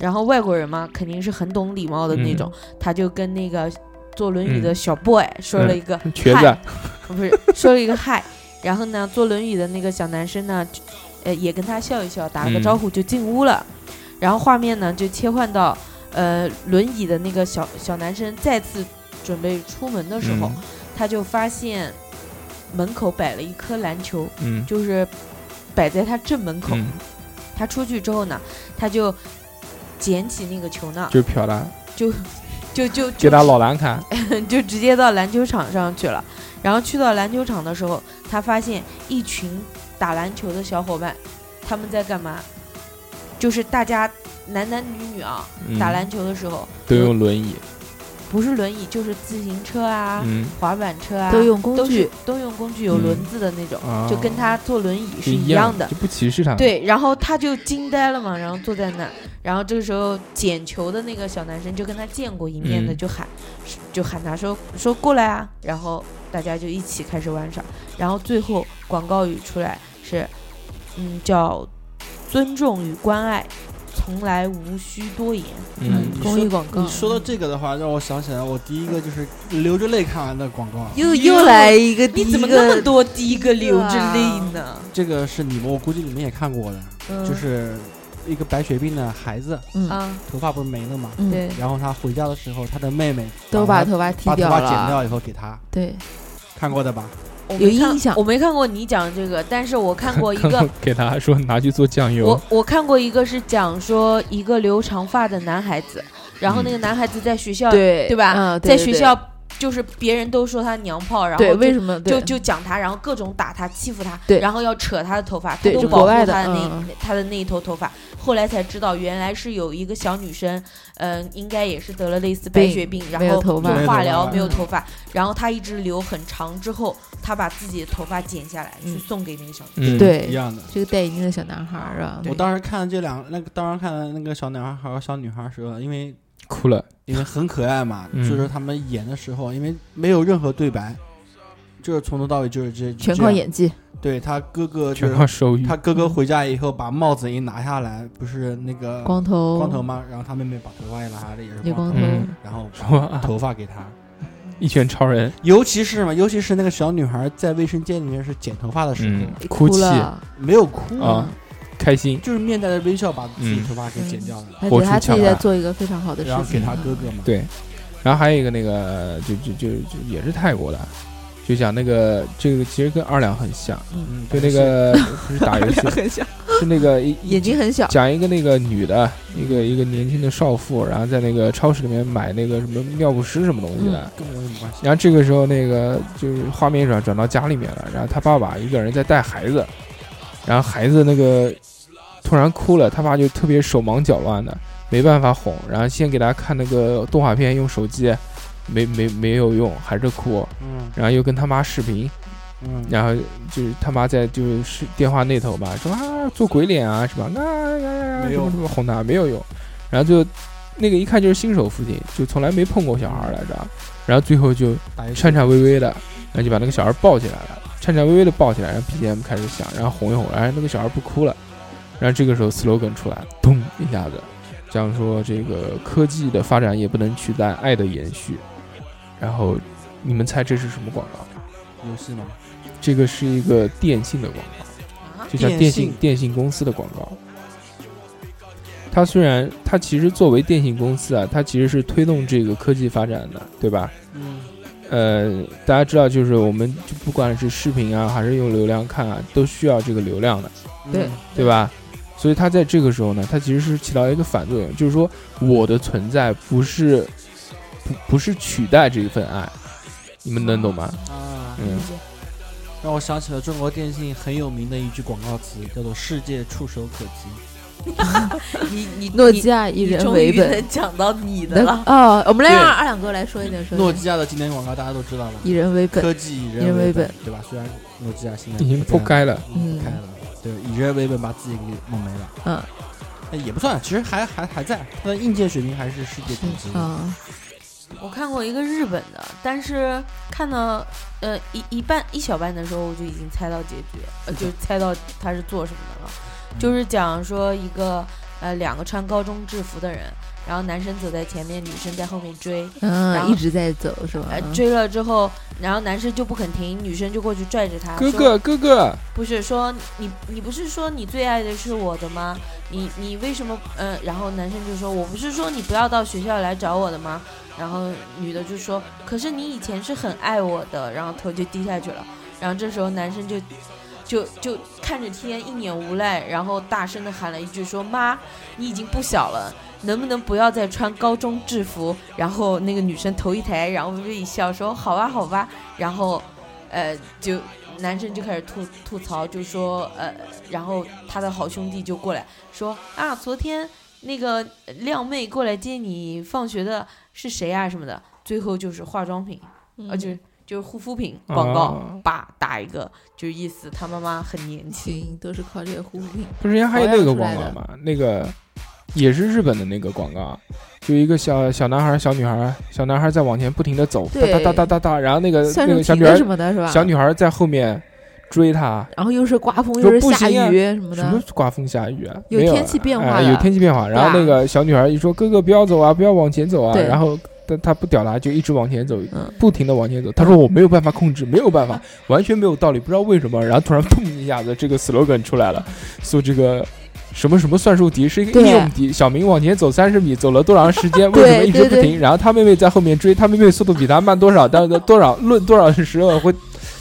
然后外国人嘛肯定是很懂礼貌的那种，嗯他就跟那个坐轮椅的小 boy 说嗯了一个瘸嗨子，不是说了一个嗨， 然后呢，坐轮椅的那个小男生呢，就呃，也跟他笑一笑，打了个嗯招呼就进屋了。然后画面呢就切换到呃轮椅的那个小小男生再次准备出门的时候，嗯他就发现门口摆了一颗篮球，嗯，就是摆在他正门口。嗯他出去之后呢，他就捡起那个球呢，就是瞟他，就就就给他老蓝看，就直接到篮球场上去了。然后去到篮球场的时候，他发现一群打篮球的小伙伴，他们在干嘛？就是大家男男女女啊，嗯打篮球的时候都用轮椅，不是轮椅就是自行车啊、嗯，滑板车啊，都用工都是具，都用工具有嗯轮子的那种，啊就跟他坐轮椅是一一样的。就不歧啊视他。，对，然后他就惊呆了嘛，然后坐在那儿，然后这个时候捡球的那个小男生就跟他见过一面的，嗯就喊，就喊他说说过来啊，然后大家就一起开始玩耍，然后最后广告语出来是，嗯，叫尊重与关爱，从来无需多言，嗯， 你公说益广告你。说到这个的话，让我想起来我第一个就是流着泪看完的广告，又又来一个，第你怎一么个那么多第一个流着泪呢？这个是你们，我估计你们也看过的，嗯就是一个白血病的孩子，嗯，啊，头发不是没了吗？嗯对，然后他回家的时候，他的妹妹都把把头发把剃头掉发剪了，掉以后给他，对，看过的吧？我有没看印象我没看过你讲这个，但是我看过一个看给他说拿去做酱油我，我看过一个是讲说一个留长发的男孩子，然后那个嗯男孩子在学校，对对吧嗯，对在对学对校就是别人都说他娘炮，然后对，就为什么就对就讲他，然后各种打他、欺负他，对然后要扯他的头发，他对都就保护国外他的那、嗯他的那一头头发。后来才知道，原来是有一个小女生，嗯、应该也是得了类似白血病，然没有后头做发化疗没有嗯头发，然后她一直留很长，之后她把自己的头发剪下来、去送给那个小女生。嗯，，一对样的。这个戴眼镜的小男孩儿啊，我当时看这两那个，当时看那个小男孩和小女孩的时候，因为哭了，因为很可爱 嘛，嗯所以说他们演的时候，因为没有任何对白，就是从头到尾就是这全靠。这样演技，对他哥哥就全是靠手语。他哥哥回家以后把帽子一拿下来，不是那个光头，光头吗？然后他妹妹把头发也拿下来，也是有光光头，头，嗯然后说啊把头发给他。一拳超人，尤其是什么？尤其是那个小女孩在卫生间里面是剪头发的时候嗯，，哭泣了，没有哭嗯啊，开心，就是面带着微笑把自己嗯头发给剪掉了，他活出觉得他自强己在大做一个非常好的事然后情，给他 哥哥嘛。对。然后还有一个那个，就就就就也是泰国的，就讲那个这个其实跟二两很像，嗯，就那个不是打游戏，很小，是那个一眼睛很小，讲一个那个女的，一个一个年轻的少妇，然后在那个超市里面买那个什么尿不湿什么东西的。跟我有什么关系？然后这个时候，那个就是画面一转转到家里面了，然后他爸爸一个人在带孩子，然后孩子那个突然哭了，他爸就特别手忙脚乱的，没办法哄，然后先给他看那个动画片，用手机，没没没有用，还是哭，嗯然后又跟他妈视频，嗯，然后就是他妈在就是电话那头吧，说啊做鬼脸啊是吧？啊呀呀呀，没什么用什么哄他没有用，然后就那个一看就是新手父亲，就从来没碰过小孩来着，然后最后就打一颤颤巍巍的，然后就把那个小孩抱起来了，颤颤巍巍的抱起来，然后 BGM 开始响，然后哄一哄，然后那个小孩不哭了，然后这个时候 slogan 出来了，砰一下子，讲说这个科技的发展也不能取代爱的延续，然后你们猜这是什么广告？游戏嘛，这个是一个电信的广告，啊，这家电电信信电信公司的广告。它虽然它其实作为电信公司啊，它其实是推动这个科技发展的，对吧？嗯，呃，大家知道，就是我们就不管是视频啊，还是用流量看啊，都需要这个流量的，对嗯对吧？所以它在这个时候呢，它其实是起到一个反作用，就是说我的存在不是不不是取代这一份爱，你们能懂吗？啊，嗯，让我想起了中国电信很有名的一句广告词，叫做“世界触手可及你你诺你基亚以你人终为于本能。 讲到你的能了，哦，我们来对让二两哥来说一点，”。说一点诺基亚的经典广告大家都知道吧？以人为本，科技以以人人为为本本，对吧？虽然诺基亚现在已经不铺在开了，嗯开了，对，以人为本把自己给弄没了。嗯哎，也不算，其实还还还在，它的硬件水平还是世界顶级的。嗯啊，我看过一个日本的，但是看到呃一一半一小半的时候，我就已经猜到结局，呃，嗯就猜到他是做什么的了。就是讲说一个呃两个穿高中制服的人，然后男生走在前面，女生在后面追，然嗯，后一直在走是吧嗯呃？追了之后，然后男生就不肯停，女生就过去拽着他，哥说哥哥哥，不是说你你不是说你最爱的是我的吗？你你为什么嗯、然后男生就说我不是说你不要到学校来找我的吗？然后女的就说可是你以前是很爱我的，然后头就低下去了。然后这时候男生就就就看着天一脸无奈，然后大声的喊了一句说妈，你已经不小了。能不能不要再穿高中制服？然后那个女生头一抬，然后微一笑说：“好吧，好吧。”然后，呃，就男生就开始吐吐槽，就说呃，然后他的好兄弟就过来说啊，昨天那个靓妹过来接你放学的是谁啊什么的，最后就是化妆品，嗯啊就是就是护肤品广告哦，叭、打一个，就意思他妈妈很年轻。行，都是靠这个护肤品。不是人家还有那个广告嘛？那个也是日本的那个广告，就一个小小男孩、小女孩，小男孩在往前不停的走，哒对哒哒哒哒哒，然后那个算呃那个小术题女的孩什，么的是吧？小女孩在后面追他，然后又是刮风，说又是不下行啊雨什么什么的，刮风下雨啊？有没天气变化哎的有天气变化。然后对啊那个小女孩一说：“哥哥不要走啊，不要往前走啊。”对然后他他不屌他，就一直往前走嗯，不停的往前走。他说：“我没有办法控制，没有办法，完全没有道理，不知道为什么。”然后突然砰一下子，这个 slogan 出 来了，说这个。什么什么算术题是一个对应用题，小明往前走三十米，走了多长时间？为什么一直对不对停？然后他妹妹在后面追，他妹妹速度比他慢多少？但是多少论多少时候会？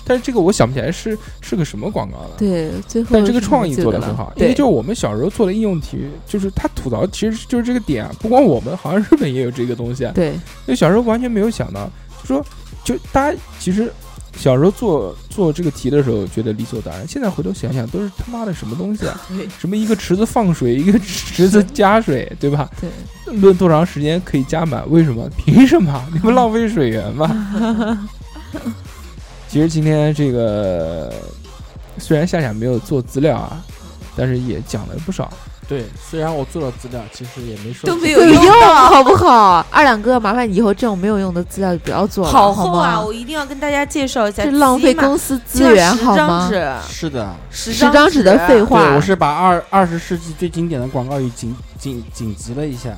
但是这个我想不起来是是个什么广告了。对，最后但这个是创意这做个的很了好，因为对，就是我们小时候做的应用题，就是他吐槽，其实就是这个点啊。不光我们，好像日本也有这个东西啊。 对，因为小时候完全没有想到，就说就大家其实小时候做做这个题的时候觉得理所当然，现在回头想想都是他妈的什么东西啊？什么一个池子放水，一个池子加水，对吧？对，论多长时间可以加满？为什么？凭什么？你们浪费水源吗？其实今天这个虽然夏夏没有做资料啊，但是也讲了不少。对，虽然我做了资料，其实也没说都没有有用用到，好不好？二两哥，麻烦你以后这种没有用的资料就不要做了，好好厚啊！吗？我一定要跟大家介绍一下，这浪费起码公司资源起码好十吗张？纸，是的，十十张纸的废对，话，我是把二二十世纪最经典的广告语紧紧紧急了一下。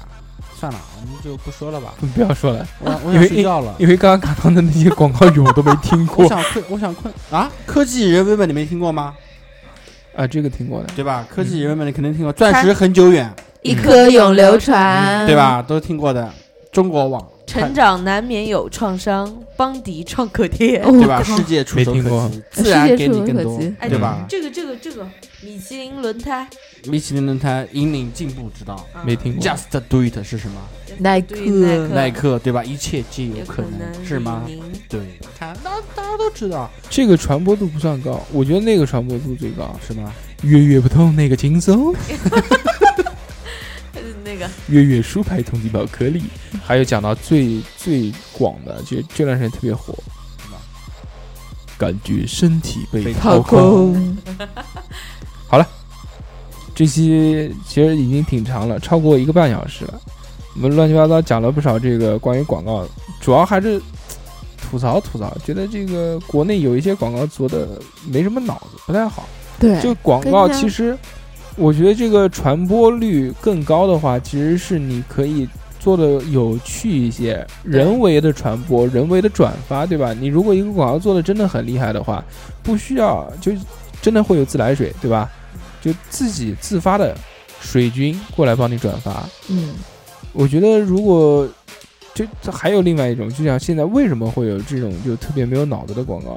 算了，我们就不说了吧。不要说了，我想我因想为睡觉了，因为刚刚看到的那些广告语我都没听我过 想困，我想困啊！科技以人为本，你没听过吗？啊，这个听过的。对吧？科技以人为本，你肯定听过。钻石很久远，一歌颗咏永流流传。传，对？啊吧？都听过的。中国网，成长难免有创伤，邦迪创可贴。哦对吧？靠世界触手没听可过及，自然给你更世界触手多可及，哎对吧？这个这个这个米其林轮胎，米其林轮胎引领进步之道啊没听过， ，Just do it 是什么？耐嗯对克耐克，耐克对吧？一切皆有有可能能是吗？李宁对，看大大家都知道这个传播度不算高，我觉得那个传播度最高，是吗？月月不同那个轻松， 那个月月书牌通缉宝颗粒，还有讲到最最广的，就这段时间特别火，感觉身体被掏空。空，这期其实已经挺长了，超过一个半小时了。我们乱七八糟讲了不少这个关于广告，主要还是吐槽吐槽，觉得这个国内有一些广告做的没什么脑子，不太好。对，就广跟告它其实，我觉得这个传播率更高的话，其实是你可以做的有趣一些，人为的传播、人为的转发，对吧？你如果一个广告做的真的很厉害的话，不需要就真的会有自来水，对吧？就自己自发的水军过来帮你转发。嗯，我觉得如果就这还有另外一种，就像现在为什么会有这种就特别没有脑子的广告？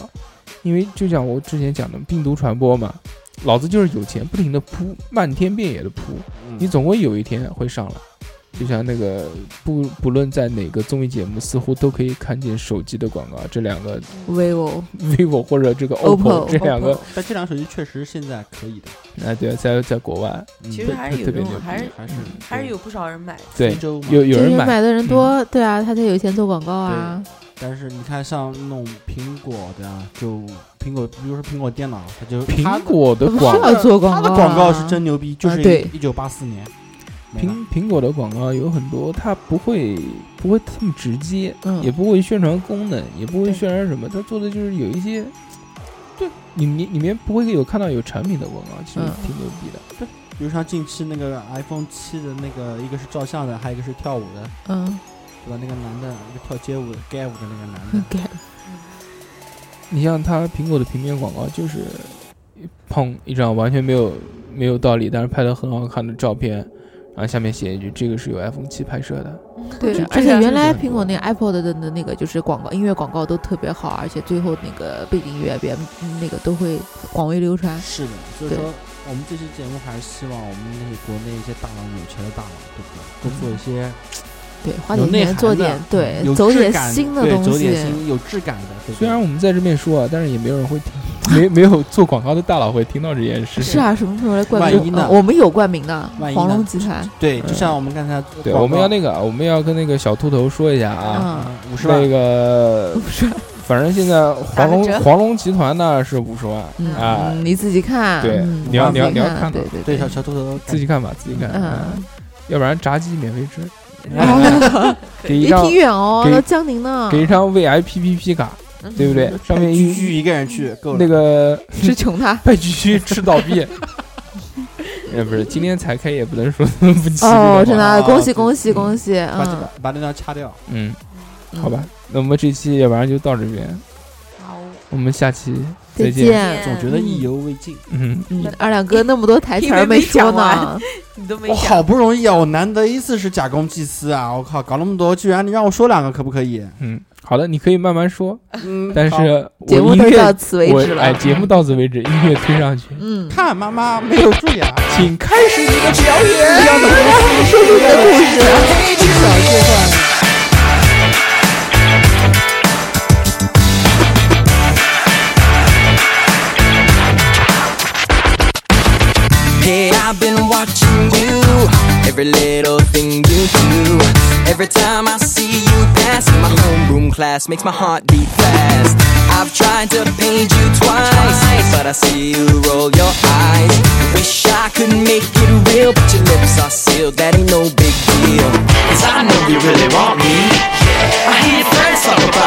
因为就像我之前讲的病毒传播嘛，老子就是有钱，不停的铺，漫天遍野的铺，嗯你总会有一天会上来。就像那个不不论在哪个综艺节目，似乎都可以看见手机的广告，这两个 vivo vivo 或者这个 OPPO OPPO 这两个 OPPO，但这辆手机确实现在可以的，哎对，在在国外嗯其实还是有特别用牛的，逼还是还是还是有不少人买。对非洲嘛有有就是人买买，的嗯人多，对啊，他才有钱做广告啊。但是你看，像那种苹果的啊，就苹果，比如说苹果电脑，它就它苹的果的它不需广要做广它告的啊广告是真牛逼，就啊是对一九八四年，没了苹苹果的广告有很多，它不会不会这么直接，嗯也不会宣传功能，也不会对宣传什么，它做的就是有一些，对，里面里面不会有看到有产品的广告，其实嗯挺牛逼的。比如像近期那个 iPhone 七的那个，一个是照相的，还有一个是跳舞的，嗯，对吧？那个男的，一个跳街舞的 gay 舞的那个男的，给你像它苹果的平面广告，就是砰一张完全没有没有道理，但是拍的很好看的照片，然后下面写一句这个是由 iPhone 七拍摄的，对这，而这且样原来是这样苹果那个 iPod 的的那个就是广告音乐广告都特别好，而且最后那个背景音乐别那个都会广为流传。是的，所以对说我们这期节目还是希望我们那些国内一些大佬有钱的大佬，对不对？多做一些对，嗯花有点内钱涵做的嗯点对有，走质点感新的对东走西点。新有质感的。对不虽然对我们在这边说啊，但是也没有人会听， 没没有做广告的大佬会听到这件事情。是啊，什么时候来冠万一名？呢呃我们有冠名的万，一黄呢龙集团。对，就像我们刚才对，广我们要告那呃个，我们要跟那个小秃头说一下啊，嗯，五十万那个，啊反正现在黄打个龙折黄龙集团呢是五十万嗯啊，嗯你自己看，对嗯你要你要自己你要看看，对对对小，小秃头自己看吧，自己看， 啊嗯，要不然炸鸡免费吃，哎哦， 给一离张挺远哦，给到江宁呢，给一张 VIPPP 卡，对不对？上面居一哎居一个人去够了。那个。是穷他 被区区吃倒闭， 哎不是，今天才开也不能说不起这哦，个真话的，哦恭喜对恭喜恭喜！把这嗯，把把那张掐掉。嗯，好吧，那我们这期要不然就到这边，好，我们下期再再见，见。总觉得意犹未尽。嗯。嗯，二两哥那么多台词儿没说讲呢完，你都没哦我讲好不容易啊，我难得一次是假公济私啊！我靠，搞那么多，居然你让我说两个，可不可以？嗯，好的，你可以慢慢说，嗯，但好是我节目音都乐到此为止我了。哎，节目到此为止，音乐推上去，嗯，看妈妈没有啊蛀牙，请开始你的表演。说出你的故事。 Hey, I've been watching you. Every little thing you do. Every time I see you pass in my homeroom class makes my heart beat fast. I've tried to paint you twice, but I see you roll your eyes. Wish I could make it real, but your lips are sealed. That ain't no big deal. Cause I know you really want me. I hear your friends talk about